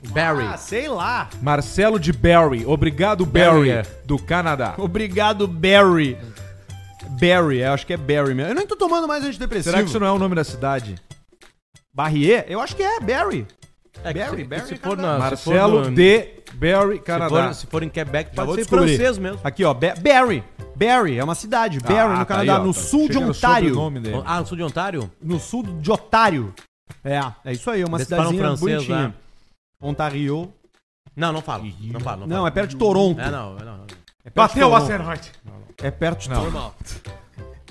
Speaker 2: Barry.
Speaker 1: Ah, sei lá.
Speaker 3: Marcelo de Barry. Obrigado, Barry,
Speaker 2: Barry.
Speaker 3: do Canadá.
Speaker 1: <laughs> Obrigado, Barry. Barry, eu acho que é Barry mesmo. Eu nem tô tomando mais antidepressivo.
Speaker 3: Será que isso não é o nome da cidade?
Speaker 1: Barrier? Eu acho que é, Barry.
Speaker 2: É que
Speaker 1: Barry,
Speaker 2: se-
Speaker 1: Barry
Speaker 2: se
Speaker 1: é
Speaker 2: for
Speaker 1: Canadá.
Speaker 2: na- se for
Speaker 3: Marcelo
Speaker 2: no-
Speaker 3: de Barry,
Speaker 2: se
Speaker 3: Canadá.
Speaker 2: for, se for em Quebec,
Speaker 1: Já
Speaker 2: pode
Speaker 1: Tá, vou
Speaker 2: ser
Speaker 1: descobrir.
Speaker 2: francês mesmo.
Speaker 1: Aqui, ó, Ba- Barry. Barry é uma cidade, Barry,
Speaker 3: Ah,
Speaker 1: no
Speaker 3: tá
Speaker 1: Canadá,
Speaker 3: aí, ó,
Speaker 1: no
Speaker 3: tá
Speaker 1: sul de
Speaker 3: chegando o
Speaker 1: Ontário.
Speaker 3: sobrenome dele.
Speaker 2: Ah, no sul de Ontário?
Speaker 1: No sul de Otário. É, é isso aí, é uma
Speaker 2: Eles falam
Speaker 1: cidadezinha
Speaker 2: francês,
Speaker 1: bonitinha.
Speaker 2: né?
Speaker 1: Ontario.
Speaker 2: Não, não falo. Não falo.
Speaker 1: Não, é perto de Toronto.
Speaker 2: É, não, é, não.
Speaker 1: É perto de
Speaker 3: Bateu o
Speaker 1: Toronto.
Speaker 3: asteroide.
Speaker 1: É perto de
Speaker 3: Não.
Speaker 1: Toronto.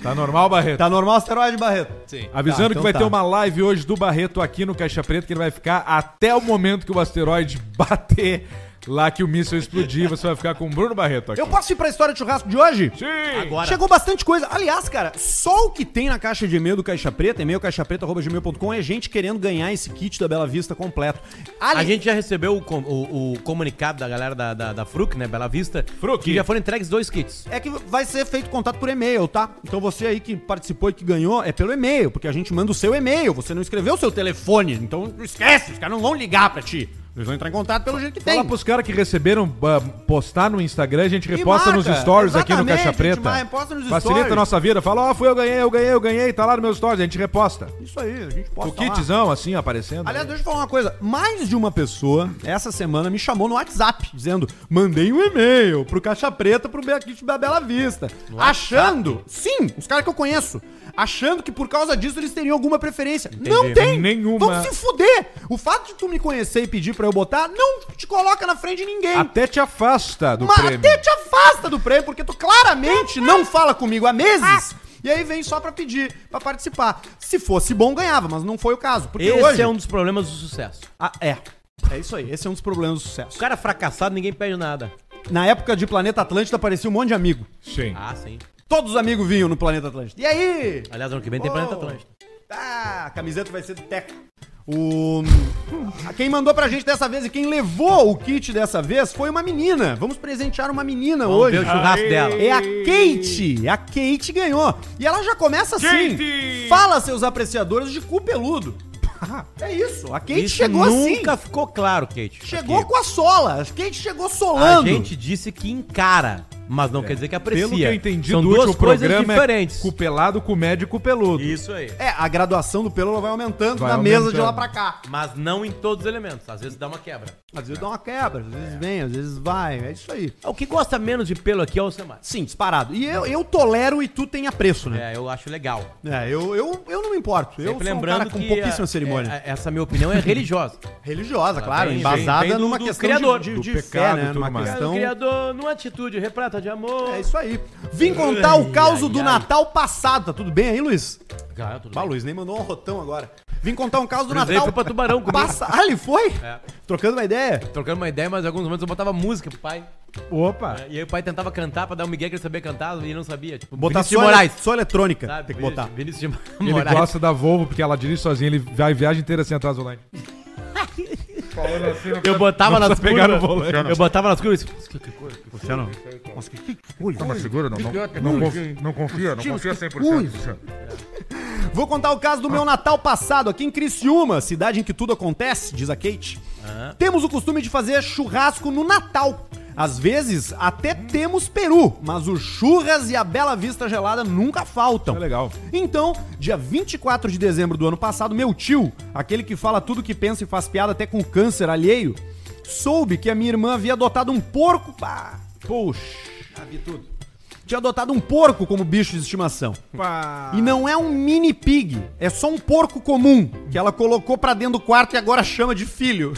Speaker 3: Tá normal, Barreto?
Speaker 1: Tá normal o asteroide, Barreto? Sim.
Speaker 3: Avisando
Speaker 1: Tá, então
Speaker 3: que vai
Speaker 1: tá.
Speaker 3: ter uma live hoje do Barreto aqui no Caixa Preta, que ele vai ficar até o momento que o asteroide <laughs> bater lá, que o míssil explodir. Você vai ficar com o Bruno Barreto aqui.
Speaker 1: Eu posso ir pra história de churrasco de hoje?
Speaker 3: Sim!
Speaker 2: Agora.
Speaker 1: Chegou bastante coisa. Aliás, cara, só o que tem na caixa de e-mail do Caixa Preta, e-mail caixapreta.gmail.com, é gente querendo ganhar esse kit da Bela Vista completo. Ali-
Speaker 2: A gente já recebeu o, com- o- o comunicado da galera da, da, da Fruc, né? Bela Vista.
Speaker 3: Fruc.
Speaker 2: Que já foram entregues dois kits.
Speaker 1: É que vai ser feito contato por e-mail, tá? Então você aí que participou e que ganhou é pelo e-mail, porque a gente manda o seu e-mail, você não escreveu o seu telefone, então não esquece, os caras não vão ligar pra ti. Eles vão entrar em contato pelo jeito que tem.
Speaker 3: Fala pros caras que receberam ah, postar no Instagram, a gente
Speaker 1: E
Speaker 3: reposta nos
Speaker 1: marca,
Speaker 3: stories aqui no
Speaker 1: exatamente,
Speaker 3: Caixa
Speaker 1: gente,
Speaker 3: Preta.
Speaker 1: vai, reposta nos
Speaker 3: Facilita
Speaker 1: stories.
Speaker 3: a nossa vida. Fala, ó, fui eu ganhei, eu ganhei, eu ganhei, tá lá no meu stories, a gente reposta.
Speaker 1: Isso aí, a gente pode
Speaker 3: o kitzão, assim, aparecendo.
Speaker 1: Aliás, deixa eu falar uma coisa. Mais de uma pessoa essa semana me chamou no WhatsApp dizendo: mandei um e-mail pro Caixa Preta pro Beaquite da Bela Vista. Achando, sim, os caras que eu conheço, achando que por causa disso eles teriam alguma preferência. Não tem!
Speaker 3: Nenhuma.
Speaker 1: Vão se fuder! O fato de tu me conhecer e pedir pra eu botar não te coloca na frente de ninguém.
Speaker 3: Até te afasta do
Speaker 1: Mas
Speaker 3: prêmio.
Speaker 1: até te afasta do prêmio, porque tu claramente não fala comigo há meses. E aí vem só pra pedir, pra participar. Se fosse bom, ganhava, mas não foi o caso. Porque
Speaker 2: Esse
Speaker 1: hoje...
Speaker 2: é um dos problemas do sucesso.
Speaker 1: Ah, é. É isso aí. Esse é um dos problemas do
Speaker 2: O
Speaker 1: sucesso.
Speaker 2: cara fracassado, ninguém pede nada.
Speaker 1: Na época de Planeta Atlântida aparecia um monte de amigo.
Speaker 3: Sim.
Speaker 2: Ah, sim.
Speaker 1: Todos os amigos vinham no Planeta Atlântida. E aí?
Speaker 2: Aliás, ano que vem tem Planeta
Speaker 1: Oh.
Speaker 2: Atlântico.
Speaker 1: Ah, a camiseta vai ser do Teco. O... a- Quem mandou pra gente dessa vez e quem levou o kit dessa vez foi uma menina. Vamos presentear uma menina
Speaker 2: Vamos
Speaker 1: hoje.
Speaker 2: ver o churrasco
Speaker 3: Aê.
Speaker 2: dela.
Speaker 1: É a Kate. A Kate ganhou. E ela já começa assim.
Speaker 3: Kate!
Speaker 1: Fala, seus apreciadores, de cu peludo. <laughs> É isso. A Kate
Speaker 2: Isso
Speaker 1: chegou assim.
Speaker 2: nunca ficou claro, Kate.
Speaker 1: Chegou
Speaker 2: Aqui.
Speaker 1: com a sola. A Kate chegou
Speaker 2: A
Speaker 1: solando.
Speaker 2: gente disse que encara, mas não quer dizer que aprecia.
Speaker 3: Pelo que eu entendi
Speaker 2: São
Speaker 3: do
Speaker 2: duas
Speaker 3: último
Speaker 2: coisas
Speaker 3: programa,
Speaker 2: diferentes.
Speaker 3: é cupelado com médio e cupeludo.
Speaker 2: Isso aí.
Speaker 1: É, a graduação do pelo ela vai aumentando
Speaker 3: Vai
Speaker 1: na mesa de
Speaker 3: aumentando.
Speaker 1: lá pra cá.
Speaker 2: Mas não em todos os elementos. Às vezes dá uma quebra.
Speaker 1: Às vezes dá uma quebra, às vezes vem, às vezes vai. É isso aí.
Speaker 2: O que gosta menos de pelo aqui é o Samar.
Speaker 1: Sim, disparado. E eu, eu tolero e tu tem apreço, né?
Speaker 2: É, eu acho legal.
Speaker 1: É, eu, eu, eu não me importo. Eu sou
Speaker 2: Sempre
Speaker 1: um
Speaker 2: É, lembrando
Speaker 1: cara com
Speaker 2: que
Speaker 1: pouquíssima
Speaker 2: a-
Speaker 1: cerimônia.
Speaker 2: é- essa minha opinião
Speaker 1: <laughs>
Speaker 2: é religiosa.
Speaker 1: Religiosa,
Speaker 2: Ela
Speaker 1: claro,
Speaker 2: vem-
Speaker 1: embasada
Speaker 2: vem- vem do-
Speaker 1: numa
Speaker 2: do
Speaker 1: questão
Speaker 2: criador,
Speaker 1: de, de,
Speaker 3: do
Speaker 1: de fé,
Speaker 3: pecado e
Speaker 1: né?
Speaker 3: tudo
Speaker 1: Numa
Speaker 3: mais.
Speaker 2: Então,
Speaker 1: questão...
Speaker 2: criador, numa atitude repleta de amor.
Speaker 1: É isso aí. Vim contar o
Speaker 2: Ai,
Speaker 1: caos
Speaker 2: ai,
Speaker 1: do
Speaker 2: ai.
Speaker 1: Natal passado. Tá tudo bem aí, Luiz?
Speaker 2: Claro, tudo
Speaker 1: Bah,
Speaker 2: bem.
Speaker 1: Luiz, nem mandou um rotão agora. Vim contar um caos do
Speaker 2: Luiz, aí
Speaker 1: Natal.
Speaker 2: foi pra Tubarão comigo.
Speaker 1: Passa... Ah, ele foi?
Speaker 2: É.
Speaker 1: Trocando uma ideia?
Speaker 2: Trocando uma ideia, mas em alguns momentos eu botava música pro pai. É,
Speaker 3: Opa!
Speaker 4: É,
Speaker 2: E aí o pai tentava cantar pra dar um migué que ele sabia cantar e não sabia. Tipo,
Speaker 1: Botar
Speaker 2: Vinícius
Speaker 1: só,
Speaker 2: de Moraes.
Speaker 1: só eletrônica.
Speaker 2: sabe?
Speaker 1: Tem que botar.
Speaker 2: Vinícius
Speaker 1: <laughs>
Speaker 2: de
Speaker 3: Ele
Speaker 2: Moraes.
Speaker 3: gosta da Volvo porque ela dirige sozinha, ele vai a viagem inteira sem atrás do volante.
Speaker 2: Eu botava
Speaker 3: Não
Speaker 2: nas
Speaker 3: precisa pegar no
Speaker 2: curvas.
Speaker 3: volante.
Speaker 2: Eu botava nas curvas. e-
Speaker 1: Luciano. Nossa, que, que coisa.
Speaker 4: segura, não, não, não, confia, não confia, não confia 100%.
Speaker 2: né?
Speaker 1: Vou contar o caso do meu Natal passado aqui em Criciúma, cidade em que tudo acontece, diz a Kate. Temos o costume de fazer churrasco no Natal. Às vezes até temos peru, mas o churras e a bela vista gelada nunca faltam.
Speaker 3: É legal.
Speaker 1: Então, dia 24 de dezembro do ano passado, meu tio, aquele que fala tudo que pensa e faz piada até com o câncer alheio, soube que a minha irmã havia adotado um porco. Pá,
Speaker 3: Puxa.
Speaker 1: já vi tudo. Tinha adotado um porco como bicho de estimação. E não é um mini pig, é só um porco comum que ela colocou pra dentro do quarto e agora chama de <laughs> filho.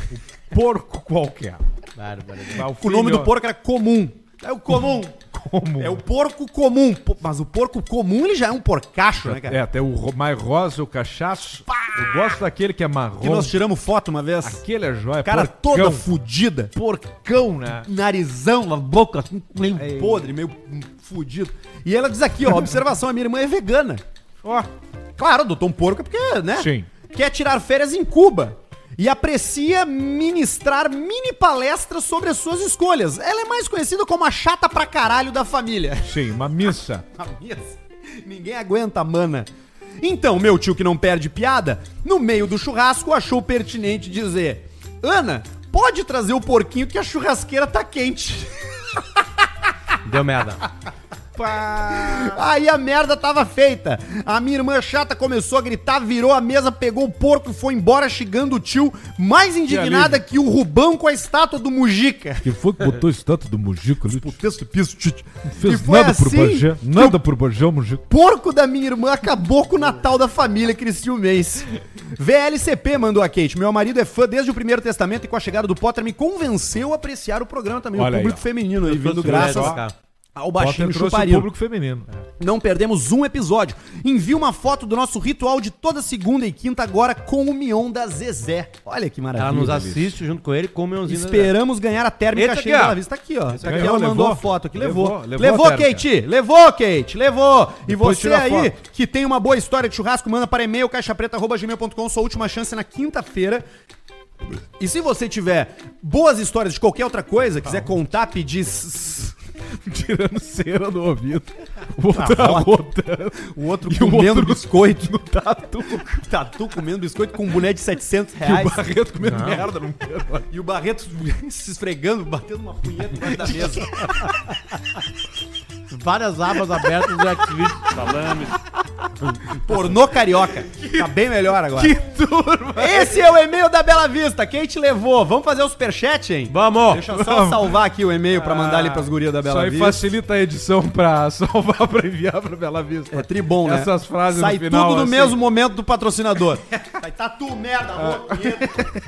Speaker 3: porco qualquer.
Speaker 2: Bárbaro. né?
Speaker 1: O nome do porco era comum. É o comum.
Speaker 3: Como?
Speaker 1: É o porco comum. Pô, Mas o porco comum ele já é um porcacho, né, cara?
Speaker 3: É, tem o ro- mais rosa, o cachaço. Eu gosto daquele que é marrom.
Speaker 1: Que nós tiramos foto uma vez.
Speaker 3: Aquele é joia.
Speaker 1: cara toda fudida.
Speaker 3: porcão, né? É
Speaker 1: Narizão na boca, assim, meio podre, meio hum, fudido. E ela diz aqui,
Speaker 3: <laughs>
Speaker 1: ó, observação, a minha irmã é vegana.
Speaker 3: Ó.
Speaker 1: Claro, adotou um porco é porque, né?
Speaker 3: Sim.
Speaker 1: Quer tirar férias em Cuba. E aprecia ministrar mini palestras sobre as suas escolhas. Ela é mais conhecida como a chata pra caralho da família.
Speaker 3: Sim, uma missa.
Speaker 1: <laughs> A mesa. Ninguém aguenta, a mana. Então, meu tio que não perde piada, no meio do churrasco achou pertinente dizer: Ana, pode trazer o porquinho que a churrasqueira tá quente. <laughs>
Speaker 2: Deu merda.
Speaker 1: Aí a merda tava feita. A minha irmã chata começou a gritar, virou a mesa, pegou o porco e foi embora, chegando o tio, mais indignada que, o Rubão com a estátua do Mujica.
Speaker 3: Que foi que botou esse tanto do Mujico ali? Não
Speaker 1: texto piso, tchut.
Speaker 3: fez
Speaker 1: E foi
Speaker 3: nada pro
Speaker 1: assim
Speaker 3: Bagé.
Speaker 1: que
Speaker 3: Nada pro Bagé, o Mujico.
Speaker 1: porco da minha irmã acabou com o Natal da família Cristiumense. VLCP mandou a Kate. Meu marido é fã desde o Primeiro Testamento e com a chegada do Potter me convenceu a apreciar o programa também.
Speaker 3: Olha
Speaker 1: o
Speaker 3: aí,
Speaker 1: público
Speaker 3: ó.
Speaker 1: feminino aí, vindo
Speaker 2: Trouxe
Speaker 1: graças
Speaker 2: mulheres pra cá.
Speaker 1: ao
Speaker 3: Potter
Speaker 1: baixinho
Speaker 3: trouxe o
Speaker 1: chuparil.
Speaker 3: público feminino.
Speaker 1: Não perdemos um episódio. Envie uma foto do nosso ritual de toda segunda e quinta agora com o Mion da Zezé. Olha que maravilha.
Speaker 2: Ela nos assiste junto com ele, come um
Speaker 1: Esperamos ganhar a térmica
Speaker 2: Esse
Speaker 1: cheia
Speaker 2: aqui, ó.
Speaker 1: da vista. Tá aqui, ó. Tá aqui,
Speaker 3: ganhou,
Speaker 1: ela mandou
Speaker 3: é levou.
Speaker 1: a foto aqui.
Speaker 3: Levou,
Speaker 1: Levou.
Speaker 3: levou
Speaker 1: Levou,
Speaker 3: a térmica.
Speaker 1: Kate. Levou, Kate. Levou. E
Speaker 3: Depois
Speaker 1: você
Speaker 3: tira a
Speaker 1: aí
Speaker 3: foto.
Speaker 1: que tem uma boa história de churrasco, manda para e-mail caixapreta.gmail.com. Sua última chance é na quinta-feira. E se você tiver boas histórias de qualquer outra coisa, quiser contar, pedir. s- s-
Speaker 3: <laughs> Tirando cera do
Speaker 1: <laughs>
Speaker 3: ouvido. <laughs> O outro arrotando.
Speaker 1: O outro
Speaker 3: <laughs> E o
Speaker 1: um comendo
Speaker 3: outro-
Speaker 1: biscoito.
Speaker 3: No tatu.
Speaker 1: <laughs> Tatu comendo biscoito com um boné de 700
Speaker 3: E o
Speaker 1: reais.
Speaker 3: Barreto comendo merda. Não
Speaker 1: E o Barreto <laughs> se esfregando, batendo uma punheta embaixo
Speaker 3: <laughs>
Speaker 1: da mesa.
Speaker 2: Várias abas abertas do Activision.
Speaker 1: Pornô carioca. Tá bem melhor agora.
Speaker 3: turma.
Speaker 1: Esse é o e-mail da Bela Vista. Quem te levou? Vamos fazer o superchat, hein?
Speaker 2: Vamos!
Speaker 1: Deixa eu só salvar aqui o e-mail pra mandar ali pras gurias da
Speaker 3: <laughs> Isso
Speaker 1: Bela
Speaker 3: Ah, aí
Speaker 1: Vista.
Speaker 3: facilita a edição pra <laughs> salvar, pra enviar pra Bela Vista.
Speaker 1: É tribom, né?
Speaker 3: Essas frases
Speaker 1: Sai
Speaker 3: no final,
Speaker 1: tudo no
Speaker 3: assim. Ah.
Speaker 1: mesmo momento do <laughs> patrocinador. Sai tatu, tá merda, roupa, punheta.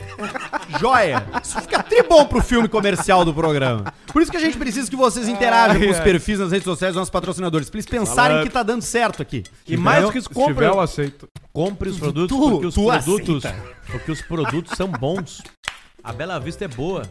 Speaker 1: <laughs> Joia. Isso fica tribom pro filme comercial do programa. Por isso que a gente precisa que vocês interajam com os
Speaker 3: ai.
Speaker 1: perfis nas redes sociais dos nossos patrocinadores. Pra eles pensarem que tá dando certo aqui.
Speaker 2: E mais do que isso,
Speaker 3: Se tiver,
Speaker 2: compre,
Speaker 3: eu aceito.
Speaker 2: compre os produtos,
Speaker 1: Tu-
Speaker 2: porque os
Speaker 1: tu
Speaker 2: produtos. Porque os produtos são bons. A Bela Vista é boa.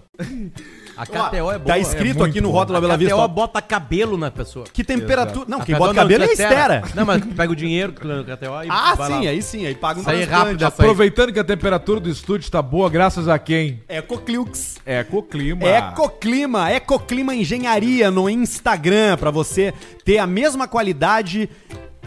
Speaker 2: A KTO é boa.
Speaker 1: Tá escrito
Speaker 3: muito
Speaker 1: aqui no
Speaker 3: bom.
Speaker 1: rótulo da
Speaker 2: a
Speaker 1: Bela Vista.
Speaker 2: KTO
Speaker 1: ó,
Speaker 2: bota cabelo na pessoa.
Speaker 1: Que temperatura. Não, quem
Speaker 2: A
Speaker 1: bota
Speaker 2: KTO não,
Speaker 1: cabelo é
Speaker 2: tu
Speaker 1: estera.
Speaker 2: Não, mas tu pega o dinheiro que tu leva no KTO e
Speaker 1: Ah,
Speaker 2: vai
Speaker 1: sim,
Speaker 2: lá.
Speaker 1: aí sim, aí paga um
Speaker 2: Sair
Speaker 1: transplante.
Speaker 2: rápido, açaí.
Speaker 3: Aproveitando que a temperatura do estúdio tá boa, graças a quem?
Speaker 1: Ecoclix.
Speaker 3: Ecoclima.
Speaker 1: É Ecoclima, Ecoclima Engenharia no Instagram, pra você ter a mesma qualidade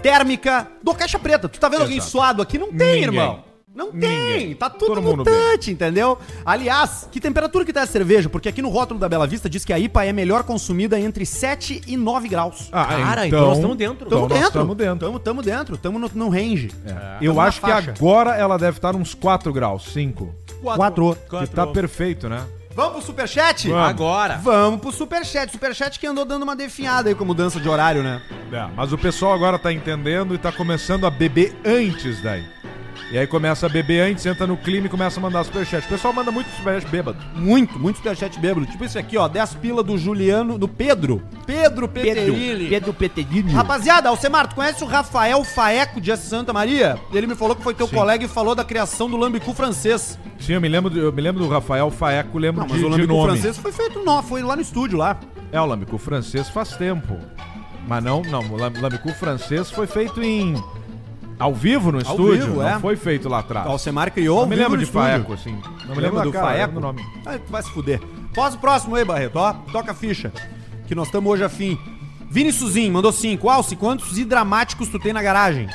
Speaker 1: térmica do Caixa Preta. Tu tá vendo alguém
Speaker 3: Exato.
Speaker 1: suado aqui? Não tem,
Speaker 3: Ninguém.
Speaker 1: irmão. Não tem,
Speaker 3: Ninguém.
Speaker 1: tá tudo
Speaker 3: Todo mundo
Speaker 1: mutante, entendeu? Aliás, que temperatura que tá a cerveja? Porque aqui no rótulo da Bela Vista diz que a IPA é melhor consumida entre 7 e 9 graus.
Speaker 3: Ah,
Speaker 2: Cara, então nós tamo dentro.
Speaker 3: Então
Speaker 1: Tamo
Speaker 3: nós
Speaker 1: dentro.
Speaker 3: tamo dentro.
Speaker 1: Tamo, tamo dentro, tamo no, no range.
Speaker 3: É. Eu
Speaker 1: Tamo na
Speaker 3: acho que
Speaker 1: faixa.
Speaker 3: agora ela deve estar uns 4 graus, 5.
Speaker 1: Quatro.
Speaker 3: Que tá perfeito, né?
Speaker 1: Vamos pro superchat?
Speaker 3: Vamos.
Speaker 2: Agora.
Speaker 1: Vamos pro superchat. Superchat que andou dando uma definhada aí com a mudança de horário, né?
Speaker 3: É, mas o pessoal agora tá entendendo e tá começando a beber antes daí. E aí começa a beber antes, entra no clima e começa a mandar superchat. O pessoal manda muito superchat bêbado.
Speaker 1: Muito, muito superchat bêbado. Tipo esse aqui, ó. 10 pila do Juliano, do Pedro. Pedro Peterilli.
Speaker 2: Pedro Peterilli.
Speaker 1: Rapaziada, Alcemar, tu conhece o Rafael Faeco de Santa Maria? Ele me falou que foi teu colega e falou da criação do lambicu francês.
Speaker 3: Sim, eu me lembro, do- eu me lembro do Rafael Faeco, lembro
Speaker 1: Não, mas
Speaker 3: de,
Speaker 1: o
Speaker 3: de
Speaker 1: lambicu
Speaker 3: nome.
Speaker 1: francês foi feito nó, foi lá no estúdio lá.
Speaker 3: É, o Lâmico francês faz tempo. Mas não, não, o Lam- Lâmico francês foi feito em. Ao vivo no estúdio?
Speaker 1: vivo,
Speaker 3: não
Speaker 1: é.
Speaker 3: foi feito lá atrás.
Speaker 1: Alcemar criou
Speaker 3: não me
Speaker 1: vivo
Speaker 3: lembro
Speaker 1: no
Speaker 3: de
Speaker 1: estúdio.
Speaker 3: Faeco, assim. Não me lembro
Speaker 1: Lembra
Speaker 3: da
Speaker 1: do
Speaker 3: cara,
Speaker 1: Faeco?
Speaker 3: lembro do nome.
Speaker 1: Ai, tu vai se fuder. Faz o próximo aí, Barreto. Ó, toca a ficha. Que nós estamos hoje afim. Vini Suzin mandou cinco. Alce, quantos hidramáticos tu tem na garagem?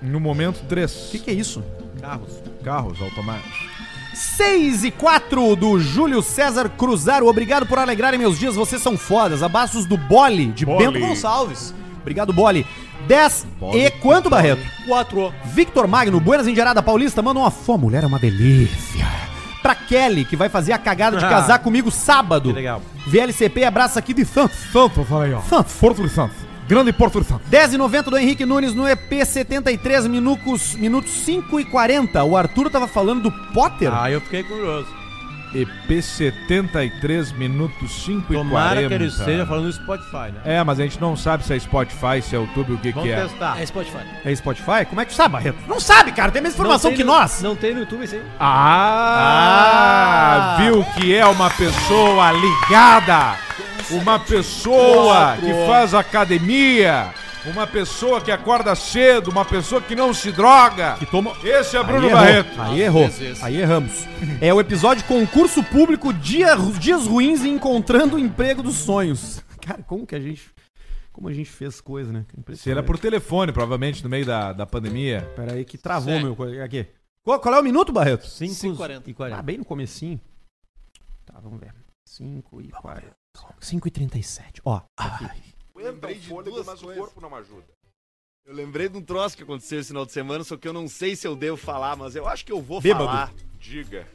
Speaker 3: No momento, três
Speaker 1: O que, que é isso?
Speaker 2: Carros.
Speaker 3: carros automáticos.
Speaker 1: 6 e 4 do Júlio César Cruzaro. Obrigado por alegrarem meus dias, vocês são fodas. Abraços do Bole, de
Speaker 3: Bole.
Speaker 1: Bento Gonçalves. Obrigado, Bole. 10 e quanto, Barreto? 4. Victor Magno, Buenas Indiarada Paulista, manda uma fã. Mulher é uma delícia. pra Kelly, que vai fazer a cagada de casar comigo sábado.
Speaker 2: Que legal.
Speaker 1: VLCP, abraço aqui de Santos.
Speaker 3: Santos, olha aí, ó.
Speaker 1: Santos.
Speaker 3: Porto de Santos. Grande Porto de Santos.
Speaker 1: 10,90 do Henrique Nunes no EP 73, minutos, minutos 5 e 40. O Arthur tava falando do Potter.
Speaker 2: Ah, eu fiquei curioso.
Speaker 3: EP 73, minutos 5 e 40.
Speaker 2: Tomara que ele esteja falando no Spotify, né?
Speaker 3: É, mas a gente não sabe se é Spotify, se é YouTube, o que
Speaker 2: Vamos
Speaker 3: que é.
Speaker 2: testar.
Speaker 5: É Spotify.
Speaker 1: É Spotify? Como é que tu sabe, Barreto? Não sabe, cara. Tem a mesma informação
Speaker 5: Não
Speaker 1: que
Speaker 5: tem no-
Speaker 1: nós.
Speaker 5: Não tem no YouTube isso aí.
Speaker 3: Ah, Viu que é uma pessoa ligada, uma pessoa que faz academia, uma pessoa que acorda cedo, uma pessoa que não se droga.
Speaker 1: Que toma...
Speaker 3: Esse é Bruno
Speaker 1: aí
Speaker 3: Barreto.
Speaker 1: Errou, aí errou.
Speaker 5: vezes esse.
Speaker 1: Aí erramos. É o episódio Concurso Público Dia- Dias Ruins e Encontrando o Emprego dos Sonhos. Cara, como que a gente. Como a gente fez coisa, né?
Speaker 3: Será é por telefone, provavelmente, no meio da, da pandemia.
Speaker 1: Pera aí que travou
Speaker 5: Certo.
Speaker 1: meu. co- Aqui. Qual, qual é o minuto, Barreto?
Speaker 2: 5
Speaker 5: 5:40.
Speaker 2: e 40.
Speaker 1: Ah, bem no comecinho. Tá, vamos ver. 5 e 40.
Speaker 2: 5 e 37.
Speaker 1: Ó,
Speaker 6: Eu lembrei de duas coisas. Eu lembrei de um troço que aconteceu esse final de semana, só que eu não sei se eu devo falar, mas eu acho que eu vou
Speaker 1: Bêbado.
Speaker 6: falar.
Speaker 7: Diga.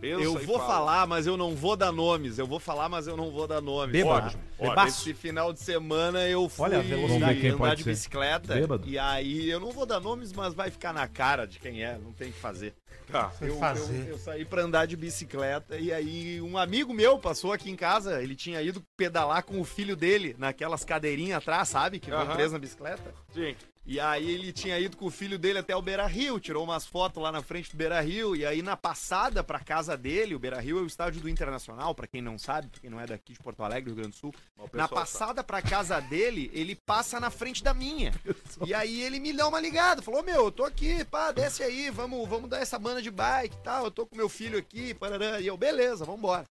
Speaker 7: Pensa
Speaker 6: Eu
Speaker 7: e
Speaker 6: vou
Speaker 7: fala.
Speaker 6: falar, mas eu não vou dar nomes. Eu vou falar, mas eu não vou dar nomes.
Speaker 1: Bêbado.
Speaker 6: Ótimo.
Speaker 1: Bebaço.
Speaker 6: Esse final de semana eu fui
Speaker 1: Olha a velocidade.
Speaker 3: Vamos ver quem
Speaker 6: andar
Speaker 3: pode
Speaker 6: de
Speaker 3: ser.
Speaker 6: bicicleta.
Speaker 3: Bêbado.
Speaker 6: E aí eu não vou dar nomes, mas vai ficar na cara de quem é. Não tem o que fazer.
Speaker 7: Tá.
Speaker 6: Eu, eu- eu saí pra andar de bicicleta e aí um amigo meu passou aqui em casa. Ele tinha ido pedalar com o filho dele naquelas cadeirinhas atrás, sabe? Que vão
Speaker 7: Aham.
Speaker 6: preso na bicicleta.
Speaker 7: Sim.
Speaker 6: E aí ele tinha ido com o filho dele até o Beira Rio, tirou umas fotos lá na frente do Beira Rio, e aí na passada pra casa dele, o Beira Rio é o estádio do Internacional, pra quem não sabe, pra quem não é daqui de Porto Alegre, Rio Grande do Sul.
Speaker 7: Mas o
Speaker 6: Na
Speaker 7: pessoal
Speaker 6: passada pra casa dele, ele passa na frente da minha. E aí ele me dá uma ligada, falou: "Ô, "Meu, eu tô aqui, pá, desce aí, vamos, vamos dar essa banda de bike, e tal, eu tô com meu filho aqui, parará". E eu: "Beleza, vambora".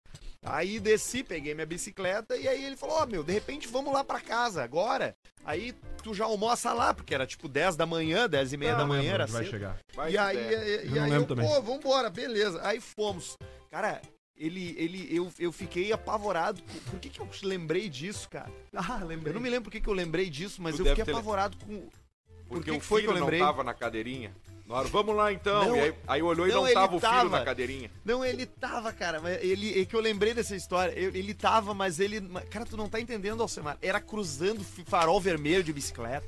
Speaker 6: Aí desci, peguei minha bicicleta e aí ele falou: "Ó, meu, de repente vamos lá pra casa agora". Aí tu já almoça lá, porque era tipo 10 da manhã, 10
Speaker 3: É
Speaker 6: e meia
Speaker 7: Ah,
Speaker 6: da manhã, era
Speaker 3: vai
Speaker 6: cedo.
Speaker 3: chegar.
Speaker 7: sabe.
Speaker 6: E
Speaker 7: Vai
Speaker 6: aí, é,
Speaker 7: que der.
Speaker 6: e, e
Speaker 1: Eu não
Speaker 6: aí
Speaker 1: lembro
Speaker 6: eu,
Speaker 1: também.
Speaker 6: pô, vambora, beleza. Aí fomos. Cara, ele, ele, eu, eu fiquei apavorado. Por que que eu lembrei disso, cara?
Speaker 1: Ah, lembrei.
Speaker 6: Eu não me lembro por que que eu lembrei disso, mas
Speaker 7: Tu
Speaker 6: eu
Speaker 7: deve
Speaker 6: fiquei
Speaker 7: ter-
Speaker 6: apavorado com... Por
Speaker 7: Porque
Speaker 6: que
Speaker 7: o
Speaker 6: que foi que eu
Speaker 7: filho não
Speaker 6: lembrei?
Speaker 7: tava na cadeirinha. Na hora, vamos lá então.
Speaker 6: Não,
Speaker 7: e aí, aí olhou e
Speaker 6: não,
Speaker 7: não,
Speaker 6: ele
Speaker 7: tava o filho
Speaker 6: tava.
Speaker 7: na cadeirinha.
Speaker 6: Não, ele tava, cara, mas ele, é que eu lembrei dessa história. Eu- ele tava, mas ele... mas- Cara, tu não tá entendendo, Alcemar. Era cruzando fi- farol vermelho de bicicleta.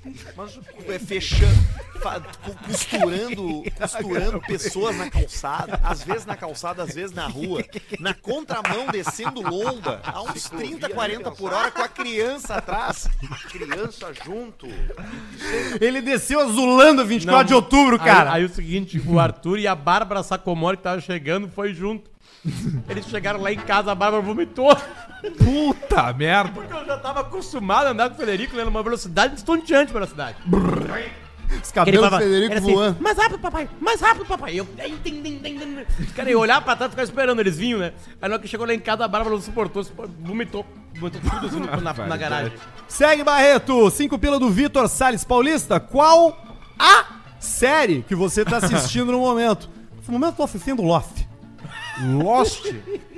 Speaker 6: é, fechando, fa- cu- costurando, costurando pessoas na calçada, às vezes na calçada, às vezes na rua, na contramão descendo lomba, a uns 30, 40 por hora com a criança atrás.
Speaker 7: Criança junto.
Speaker 1: Ele desceu azulando 24 de outubro, cara.
Speaker 2: Aí, aí o seguinte, o Arthur e a Bárbara Sacomori que tava chegando foi junto. Eles chegaram lá em casa, a Bárbara vomitou. <laughs>
Speaker 3: Puta merda.
Speaker 2: Porque eu já tava acostumado a andar com o Federico né, numa velocidade estonteante pela cidade.
Speaker 1: Os
Speaker 2: Que ele
Speaker 1: cabelos do
Speaker 2: falava,
Speaker 1: Federico
Speaker 2: era assim,
Speaker 1: voando.
Speaker 2: mais rápido, papai, mais rápido, papai. Eu, aí, din, din, din, din. Cara, eu olhava pra trás e ficava esperando, eles vinham, né? Aí na hora que chegou lá em casa, a Bárbara não suportou, supo- vomitou, vomitou tudo assim na, na- na garagem.
Speaker 1: é Segue, Barreto. Cinco pila do Vitor Salles Paulista. Qual a série que você tá assistindo no momento? No momento eu tô assistindo Loft.
Speaker 3: Lost?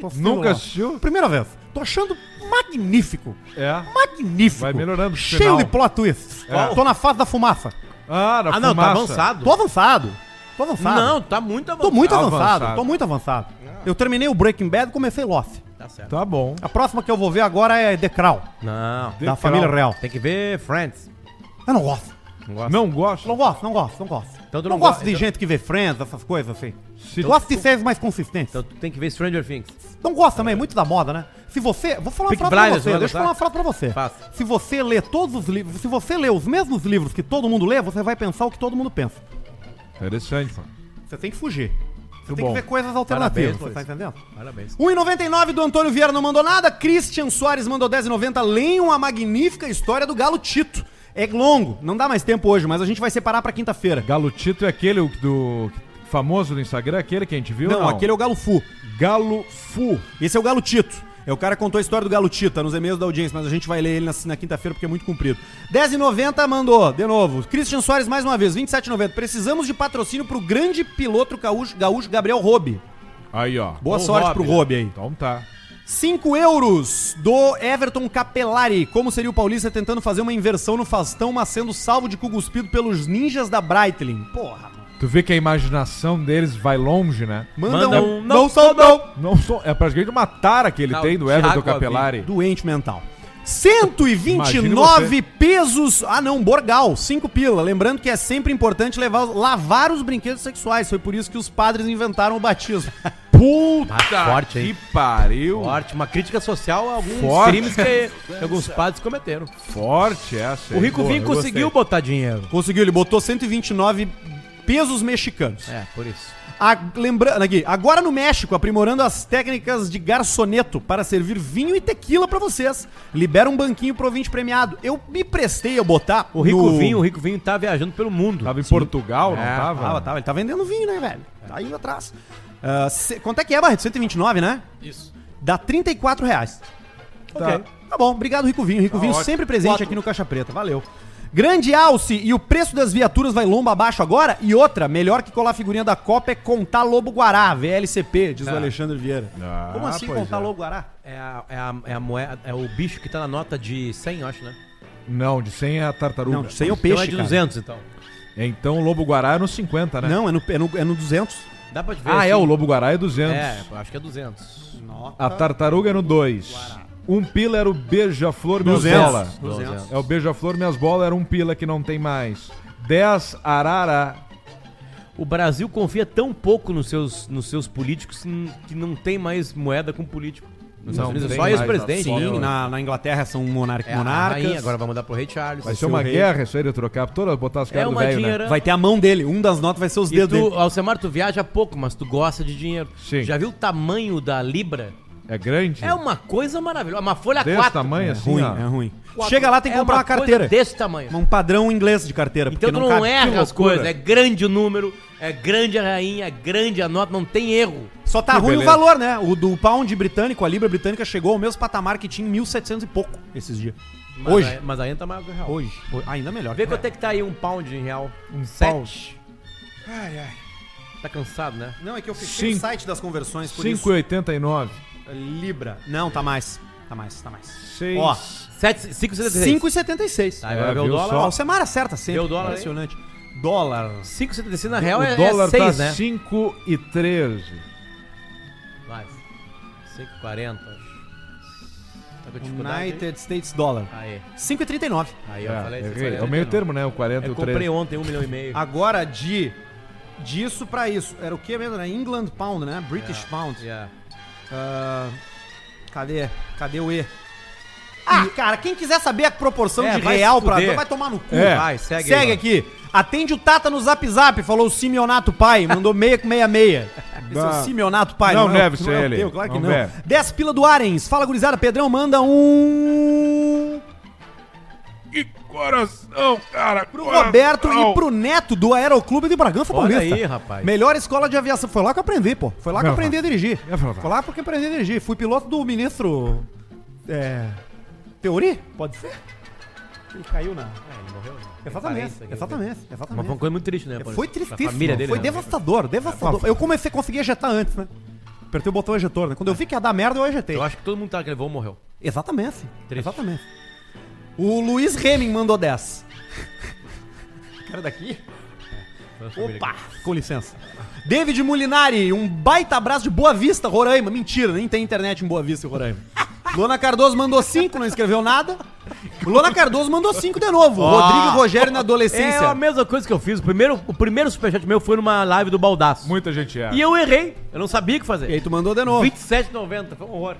Speaker 1: Tô assistindo
Speaker 3: Nunca
Speaker 1: Lost.
Speaker 3: assistiu?
Speaker 1: Primeira vez. Tô achando magnífico.
Speaker 3: É.
Speaker 1: Magnífico.
Speaker 3: Vai melhorando pro
Speaker 1: Cheio
Speaker 3: final.
Speaker 1: de plot twists.
Speaker 3: É.
Speaker 1: Tô na fase da fumaça.
Speaker 3: Ah, na
Speaker 2: Ah, não, tá
Speaker 3: fumaça.
Speaker 2: avançado.
Speaker 1: Tô avançado. Tô avançado.
Speaker 2: Não, tá muito avançado.
Speaker 1: Tô muito
Speaker 3: Avançado.
Speaker 1: avançado. Tô muito avançado. Eu terminei o Breaking Bad e comecei Loft.
Speaker 2: Tá certo.
Speaker 3: Tá bom.
Speaker 1: A próxima que eu vou ver agora é The Crown,
Speaker 2: Não,
Speaker 1: da família real.
Speaker 2: tem que ver Friends.
Speaker 1: Eu não gosto.
Speaker 3: Não gosta?
Speaker 1: Não gosto, não gosto, não gosto.
Speaker 2: Então tu
Speaker 1: não,
Speaker 2: não
Speaker 1: gosto
Speaker 2: gosta,
Speaker 1: de
Speaker 2: então-
Speaker 1: gente que vê Friends, essas coisas assim.
Speaker 3: Se-
Speaker 1: Eu gosto de séries é mais consistentes.
Speaker 2: Então tu tem que ver Stranger Things.
Speaker 1: Não gosto também, muito da moda, né? Se você. Vou falar uma frase
Speaker 2: Peaky
Speaker 1: pra
Speaker 2: Blinders,
Speaker 1: você.
Speaker 2: vai
Speaker 1: Deixa eu falar uma frase pra você.
Speaker 2: Faça.
Speaker 1: Se você lê todos os livros. Se você lê os mesmos livros que todo mundo lê, você vai pensar o que todo mundo pensa.
Speaker 3: Interessante, mano.
Speaker 1: Você tem que fugir. Você
Speaker 3: Muito
Speaker 1: tem
Speaker 3: bom.
Speaker 1: que ver coisas alternativas. Você
Speaker 2: Parabéns,
Speaker 1: tá entendendo?
Speaker 2: Parabéns.
Speaker 1: 1,99 do Antônio Vieira não mandou nada. Christian Soares mandou 10,90. Leiam a magnífica história do Galo Tito. É longo, não dá mais tempo hoje, mas a gente vai separar pra quinta-feira.
Speaker 3: Galo Tito é aquele do famoso do Instagram, aquele que a gente viu?
Speaker 1: Não, aquele é o Galo Fu.
Speaker 3: Galo Fu.
Speaker 1: Esse é o Galo Tito. É o cara que contou a história do Galo Tito, tá nos e-mails da audiência, mas a gente vai ler ele na, na quinta-feira porque é muito comprido. 10,90 mandou, de novo. Christian Soares, mais uma vez, 27,90. Precisamos de patrocínio pro grande piloto gaúcho, gaúcho Gabriel Robe.
Speaker 3: Aí, ó.
Speaker 1: Boa
Speaker 2: Bom
Speaker 1: sorte
Speaker 2: Robe,
Speaker 1: pro
Speaker 2: né?
Speaker 1: Robe aí.
Speaker 3: Então tá.
Speaker 1: 5 euros do Everton Capelari. Como seria o Paulista tentando fazer uma inversão no Fastão, mas sendo salvo de cu cuspido pelos ninjas da Breitling? Porra, mano.
Speaker 3: Tu vê que a imaginação deles vai longe, né?
Speaker 1: Manda,
Speaker 2: Manda
Speaker 1: um.
Speaker 2: um-
Speaker 1: Não sou não!
Speaker 3: Não só, é praticamente uma tara que ele
Speaker 2: Não,
Speaker 3: tem do Everton
Speaker 2: Thiago Avila.
Speaker 3: Capelari.
Speaker 1: Doente mental.
Speaker 3: Imagine
Speaker 1: 129
Speaker 3: você.
Speaker 1: pesos. Ah, não, Borgal, 5 pila. Lembrando que é sempre importante levar, os- lavar os brinquedos sexuais. Foi por isso que os padres inventaram o
Speaker 2: <laughs>
Speaker 1: batismo.
Speaker 3: Puta
Speaker 2: Ah, forte,
Speaker 3: que
Speaker 2: hein?
Speaker 3: pariu.
Speaker 2: Forte, uma crítica social a alguns
Speaker 3: Forte.
Speaker 2: crimes que
Speaker 3: <laughs>
Speaker 2: que alguns padres cometeram.
Speaker 3: Forte essa.
Speaker 2: O
Speaker 3: hein?
Speaker 2: Rico
Speaker 3: Boa,
Speaker 2: Vinho
Speaker 3: eu
Speaker 2: conseguiu
Speaker 3: gostei.
Speaker 2: botar dinheiro.
Speaker 1: Conseguiu, ele botou 129 pesos mexicanos.
Speaker 2: É, por isso.
Speaker 1: A- lembrando aqui, agora no México, aprimorando as técnicas de garçoneto para servir vinho e tequila pra vocês. Libera um banquinho pro ouvinte premiado. Eu me prestei a botar
Speaker 2: O Rico
Speaker 1: no-
Speaker 2: Vinho, o Rico Vinho tá viajando pelo mundo.
Speaker 3: Tava em Portugal, não
Speaker 2: É,
Speaker 3: tava?
Speaker 1: Tava, tava. Ele tá vendendo vinho, né, velho? Tá indo atrás. Ah, se- Quanto é que é, Barreto? 129, né?
Speaker 2: Isso.
Speaker 1: Dá 34 reais.
Speaker 3: Tá.
Speaker 1: Ok. Tá bom, obrigado, Rico Vinho. Rico Vinho sempre presente aqui no Caixa Preta. Valeu. Grande alce e o preço das viaturas vai lomba abaixo agora. E outra, melhor que colar figurinha da Copa é contar Lobo Guará, VLCP, diz o
Speaker 2: Ah.
Speaker 1: Alexandre Vieira.
Speaker 3: Ah,
Speaker 1: Como assim
Speaker 3: pois
Speaker 1: contar
Speaker 3: é.
Speaker 1: Lobo Guará?
Speaker 2: É a, é, a, é a moeda, é o bicho que tá na nota de 100, eu acho, né?
Speaker 3: Não, de 100 é a tartaruga.
Speaker 1: Não, de 100 é o
Speaker 2: Então
Speaker 1: peixe,
Speaker 2: é de
Speaker 1: cara.
Speaker 2: 200, então.
Speaker 3: Então o Lobo Guará é no 50, né?
Speaker 1: Não, é no, é, no, é no 200.
Speaker 2: Dá pra te ver.
Speaker 3: Ah, é, o
Speaker 2: assim.
Speaker 3: Lobo Guará é 200.
Speaker 2: É, acho que é 200.
Speaker 3: A tartaruga é no 2. Um pila era o beija-flor minhas
Speaker 1: 200.
Speaker 3: bolas.
Speaker 1: 200.
Speaker 3: É o beija-flor minhas bolas, era um pila que não tem mais. 10 arara.
Speaker 2: O Brasil confia tão pouco nos seus, nos seus políticos que n- que não tem mais moeda com político. Nos Estados
Speaker 3: Não
Speaker 2: Unidos é
Speaker 3: tem
Speaker 2: só
Speaker 3: mais,
Speaker 2: ex-presidente.
Speaker 3: só
Speaker 2: né?
Speaker 1: Sim, na, na Inglaterra são monarca,
Speaker 2: É, a
Speaker 1: monarcas.
Speaker 2: rainha agora vai mudar pro rei Charles.
Speaker 3: Vai
Speaker 1: Esse
Speaker 3: ser
Speaker 1: é o
Speaker 3: uma
Speaker 1: rei.
Speaker 3: guerra isso aí de trocar todas, botar as
Speaker 2: É
Speaker 3: caras do
Speaker 2: uma
Speaker 3: velho, né?
Speaker 2: dinheira.
Speaker 1: Vai ter a mão dele. Um das notas vai ser os
Speaker 2: E
Speaker 1: dedos
Speaker 2: tu,
Speaker 1: dele.
Speaker 2: Alcemar, tu viaja pouco, mas tu gosta de dinheiro.
Speaker 3: Sim.
Speaker 2: Já viu o tamanho da Libra?
Speaker 3: É grande?
Speaker 2: É uma coisa maravilhosa. Uma folha
Speaker 3: Desse
Speaker 2: 4.
Speaker 3: tamanho
Speaker 1: É
Speaker 3: assim,
Speaker 1: ruim,
Speaker 3: ó.
Speaker 1: é ruim. Chega lá, tem que comprar uma, carteira.
Speaker 2: É Desse tamanho.
Speaker 1: Um padrão inglês de carteira.
Speaker 2: Então tu não,
Speaker 1: cabe.
Speaker 2: erra
Speaker 1: Que
Speaker 2: as
Speaker 1: loucura.
Speaker 2: coisas. É grande o número, é grande a rainha, é grande a nota, não tem erro.
Speaker 1: Só tá
Speaker 3: Que
Speaker 1: ruim
Speaker 3: beleza.
Speaker 1: o valor, né? O do pound britânico, a libra britânica, chegou ao mesmo patamar que tinha em 1700 e pouco esses dias.
Speaker 2: Mas
Speaker 1: Hoje.
Speaker 2: a- mas a ainda tá maior que o real.
Speaker 1: Hoje. Ho- Ainda melhor.
Speaker 2: Vê quanto é que tá aí um pound em real. Um
Speaker 3: pound.
Speaker 2: Tá cansado, né?
Speaker 1: Não, é que eu fechei
Speaker 3: Cinco-
Speaker 1: o site das conversões por isso.
Speaker 3: 5,89.
Speaker 1: Libra. Não, tá mais. Tá mais, tá mais.
Speaker 3: 6.
Speaker 1: Ó,
Speaker 2: 5,76.
Speaker 1: 5,76
Speaker 2: Aí vai ver o
Speaker 3: viu
Speaker 2: dólar.
Speaker 3: só?
Speaker 1: Ó, O Semar acerta sempre.
Speaker 2: Tá. Deu dólar aí?
Speaker 1: Impressionante. Dólar.
Speaker 2: 5,76 na real é
Speaker 3: o dólar
Speaker 2: 6,
Speaker 3: tá
Speaker 2: né?
Speaker 3: 5,13.
Speaker 2: Mais. 5,40. acho. Tá com dificuldade aí?
Speaker 1: United States Dollar.
Speaker 2: Aí,
Speaker 1: 5,39.
Speaker 2: aí eu
Speaker 3: É,
Speaker 2: falei.
Speaker 3: errei. é o meio termo, né? O 40 e
Speaker 2: Eu
Speaker 3: o
Speaker 2: comprei
Speaker 3: 13.
Speaker 2: ontem um milhão e meio.
Speaker 1: Agora de... Disso pra isso. Era o que mesmo? Era England Pound, né? British
Speaker 3: É.
Speaker 1: Pound.
Speaker 2: Yeah.
Speaker 1: Ah, cadê? Cadê o E? Ah, cara, quem quiser saber a proporção
Speaker 2: É,
Speaker 1: de
Speaker 2: vai se
Speaker 1: real pra
Speaker 2: fuder.
Speaker 1: vai tomar no cu.
Speaker 3: É.
Speaker 2: Vai, segue
Speaker 1: Segue,
Speaker 2: aí, mano.
Speaker 1: aqui. Atende o Tata no Zap Zap, falou o Simeonato Pai, mandou 666. Esse é o
Speaker 3: Bah.
Speaker 1: Simeonato Pai,
Speaker 3: Não
Speaker 1: é o-
Speaker 3: deve ser
Speaker 1: é o
Speaker 3: ele.
Speaker 1: teu, claro que
Speaker 3: Não
Speaker 1: não.
Speaker 3: deve.
Speaker 1: 10 pila do Arens. Fala, gurizada. Pedrão manda um.
Speaker 3: Que coração, cara.
Speaker 1: Pro Roberto e pro Neto do Aeroclube de Bragança
Speaker 2: Olha
Speaker 1: Paulista.
Speaker 2: aí, rapaz.
Speaker 1: Melhor escola de aviação. Foi lá que eu aprendi, pô. Foi lá que eu
Speaker 3: Não,
Speaker 1: aprendi a dirigir.
Speaker 3: É verdade.
Speaker 1: Foi lá porque aprendi a dirigir. Fui piloto do ministro. É. Teori? Pode ser? Ele caiu na.
Speaker 2: É, ele morreu. né?
Speaker 1: Exatamente,
Speaker 2: Parece aqui, né?
Speaker 1: exatamente,
Speaker 2: Mas
Speaker 1: exatamente.
Speaker 2: foi uma coisa muito triste, né?
Speaker 1: É, Foi
Speaker 2: A
Speaker 1: tristíssimo.
Speaker 2: família dele.
Speaker 1: foi
Speaker 2: né?
Speaker 1: devastador, devastador. Eu comecei a conseguir ejetar antes, né? Apertei o botão ejetor, né? Quando eu vi que ia dar merda, eu ejetei.
Speaker 2: Eu acho que todo mundo tá naquele voo morreu.
Speaker 1: Exatamente.
Speaker 2: Triste.
Speaker 1: Exatamente. O Luiz Hemming mandou
Speaker 2: <laughs>
Speaker 1: 10. Cara daqui? Opa, com licença. David Mulinari, um baita abraço de Boa Vista, Roraima. Mentira, nem tem internet em Boa Vista, e Roraima. Lona Cardoso mandou 5, não escreveu nada. Lona Cardoso mandou 5 de novo. Rodrigo Rogério na
Speaker 2: É
Speaker 1: adolescência.
Speaker 2: a mesma coisa que eu fiz. O primeiro, o primeiro superchat meu foi numa live do Baldaço.
Speaker 3: Muita gente é.
Speaker 2: E eu errei. Eu não sabia o que
Speaker 1: E aí
Speaker 2: fazer.
Speaker 1: tu mandou de novo.
Speaker 2: 27,90. Foi um horror.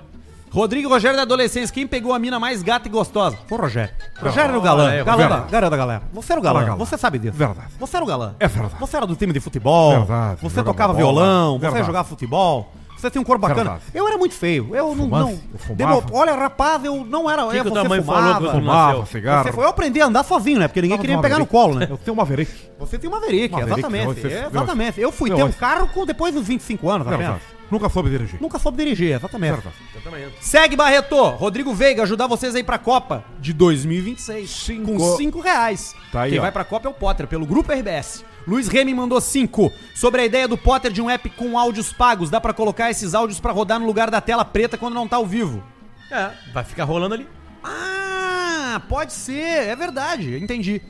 Speaker 1: Rodrigo Rogério da Adolescência, quem pegou a mina mais gata e gostosa? Foi o Rogério. Rogério era o galã.
Speaker 2: Olha aí,
Speaker 1: galã, da,
Speaker 3: verdade.
Speaker 1: galã da galera. Você era o galã,
Speaker 3: Olha, galã.
Speaker 1: você sabe disso.
Speaker 3: Verdade.
Speaker 1: Você era o galã.
Speaker 3: É verdade.
Speaker 1: Você era do time de futebol.
Speaker 3: Verdade.
Speaker 1: Você
Speaker 3: Jogava
Speaker 1: tocava
Speaker 3: bola.
Speaker 1: violão, você
Speaker 3: Verdade.
Speaker 1: jogava futebol. Você tinha um corpo bacana.
Speaker 3: Verdade.
Speaker 1: Eu era muito feio. Eu não.
Speaker 3: Fumava?
Speaker 1: não
Speaker 3: Eu fumava?
Speaker 1: Olha, rapaz, eu não era.
Speaker 2: que
Speaker 1: eu,
Speaker 2: que tua mãe falou quando tu
Speaker 3: Fumava,
Speaker 2: Nasceu.
Speaker 3: cigarro.
Speaker 1: Você foi- eu aprendi a andar sozinho, né? Porque ninguém
Speaker 3: Fumava
Speaker 1: queria me
Speaker 3: Maverick.
Speaker 1: pegar no colo, né?
Speaker 3: Eu tenho uma Maverick.
Speaker 1: Você tem uma Maverick,
Speaker 3: Maverick,
Speaker 1: exatamente.
Speaker 3: você-
Speaker 1: é, exatamente. Eu fui
Speaker 3: Não,
Speaker 1: ter um
Speaker 3: mas-
Speaker 1: carro com, depois dos 25 anos, apenas.
Speaker 3: Verdade. Nunca soube dirigir.
Speaker 1: Nunca soube dirigir, exatamente.
Speaker 3: Verdade.
Speaker 1: Segue, Barreto. Rodrigo Veiga, ajudar vocês aí pra Copa de 2026.
Speaker 3: Cinco.
Speaker 1: Com 5 reais.
Speaker 3: Tá aí,
Speaker 1: Quem
Speaker 3: ó.
Speaker 1: vai pra Copa é o Potter, pelo Grupo RBS. Luiz Remy mandou 5. Sobre a ideia do Potter de um app com áudios pagos, dá pra colocar esses áudios pra rodar no lugar da tela preta quando não tá ao vivo.
Speaker 2: É, vai ficar rolando ali.
Speaker 1: Ah, pode ser, é verdade, entendi.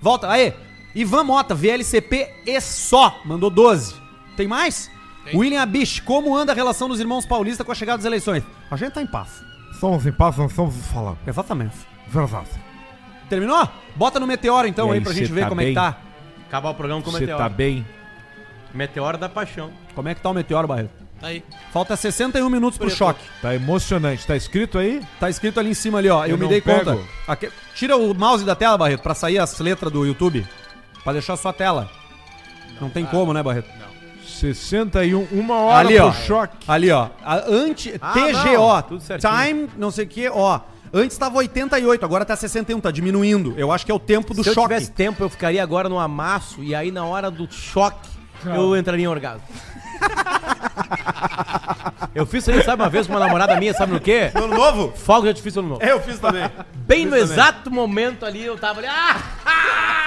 Speaker 1: Volta, aí. Ivan Mota, VLCP e só, mandou 12. Tem mais? William Abish, como anda a relação dos irmãos paulistas com a chegada das eleições? A gente tá em paz.
Speaker 5: Somos em paz, não somos falando.
Speaker 1: Exatamente.
Speaker 5: Verdade.
Speaker 1: Terminou? Bota no meteoro então
Speaker 3: E
Speaker 1: aí,
Speaker 3: aí,
Speaker 1: pra
Speaker 3: cê
Speaker 1: gente ver
Speaker 3: tá
Speaker 1: como é
Speaker 3: bem?
Speaker 1: que tá.
Speaker 2: Acabar o programa com o
Speaker 1: é
Speaker 3: Você
Speaker 2: meteoro.
Speaker 3: tá bem?
Speaker 2: Meteoro da paixão.
Speaker 1: Como é que tá o meteoro, Barreto?
Speaker 2: Tá aí.
Speaker 1: Falta 61 minutos pro choque.
Speaker 3: Tá emocionante. Tá escrito aí?
Speaker 1: Tá escrito ali em cima ali, ó. Eu,
Speaker 3: Eu
Speaker 1: me
Speaker 3: não
Speaker 1: dei
Speaker 3: pego.
Speaker 1: conta. Aqui- Tira o mouse da tela, Barreto, pra sair as letras do YouTube. Pra deixar só a tela. Não, tem como, né, Barreto?
Speaker 3: 61, uma hora
Speaker 1: Ali,
Speaker 3: pro
Speaker 1: ó.
Speaker 3: choque.
Speaker 1: Ali, ó. A anti
Speaker 2: Ah,
Speaker 1: TGO.
Speaker 2: não, tudo certinho.
Speaker 1: time, não sei o que, ó. Antes tava 88, agora tá 61, tá diminuindo. Eu acho que é o tempo do
Speaker 2: Se eu
Speaker 1: choque.
Speaker 2: tivesse tempo, eu ficaria agora no amasso e aí na hora do choque eu entraria em orgasmo. eu fiz isso aí, sabe, uma vez com uma namorada minha, sabe no quê?
Speaker 1: No ano novo?
Speaker 2: Fogo de artifício no novo.
Speaker 1: Eu fiz também.
Speaker 2: Bem no exato momento ali, eu tava ali. Ah! ah!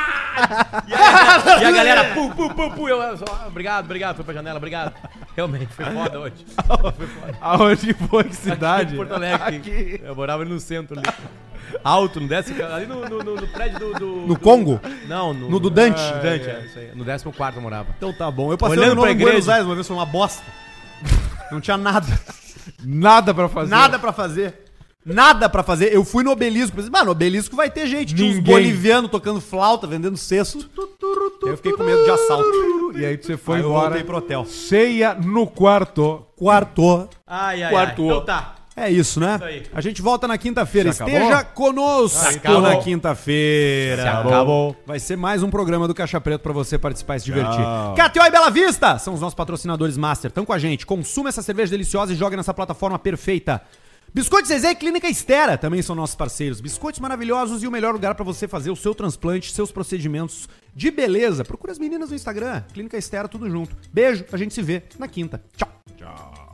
Speaker 2: E a, e a galera, pum, pum, pum, pum. Eu só, ah, obrigado, obrigado. Foi pra janela, obrigado. Realmente, foi foda hoje. Foi foda.
Speaker 3: Aonde foi que
Speaker 2: Aqui em Porto Alegre. <laughs> Eu morava ali no centro ali. Alto, no décimo. Ali no, no- no- no prédio do. do-
Speaker 1: No
Speaker 2: do-
Speaker 1: Congo?
Speaker 2: Não, no.
Speaker 1: No do Dante?
Speaker 2: No Dante, é, isso aí. No décimo quarto eu morava.
Speaker 1: Então tá bom. Eu passei
Speaker 2: Olhando
Speaker 1: ano novo
Speaker 2: pra
Speaker 1: em
Speaker 2: igreja.
Speaker 1: Buenos Aires uma vez, foi uma bosta. <laughs> Não tinha nada.
Speaker 3: Nada pra fazer.
Speaker 1: Nada pra fazer. Nada pra fazer. Eu fui no obelisco. Pensei, mano, no obelisco vai ter gente. Tinha uns
Speaker 3: Ninguém.
Speaker 1: bolivianos tocando flauta, vendendo cesto. Aí eu fiquei com medo de assalto.
Speaker 3: E aí você foi
Speaker 1: Aí eu
Speaker 3: embora.
Speaker 1: voltei pro hotel.
Speaker 3: Ceia no quarto.
Speaker 1: Quartou.
Speaker 2: Ai, ai,
Speaker 1: Quarto.
Speaker 2: ai. Então tá.
Speaker 1: É isso, né?
Speaker 2: aí.
Speaker 1: A gente volta na quinta-feira.
Speaker 3: Se
Speaker 1: Esteja conosco
Speaker 2: Se acabou.
Speaker 1: na quinta-feira.
Speaker 2: Se acabou.
Speaker 1: Vai ser mais um programa do Caixa Preto pra você participar e se divertir.
Speaker 3: Tchau.
Speaker 1: KTO e Bela Vista são os nossos patrocinadores master. Estão com a gente. Consuma essa cerveja deliciosa e joga nessa plataforma perfeita. Biscoito Zezé e Clínica Estera também são nossos parceiros. Biscoitos maravilhosos e o melhor lugar pra você fazer o seu transplante, seus procedimentos de beleza. Procura as meninas no Instagram, Clínica Estera, tudo junto. Beijo, a gente se vê na quinta. Tchau.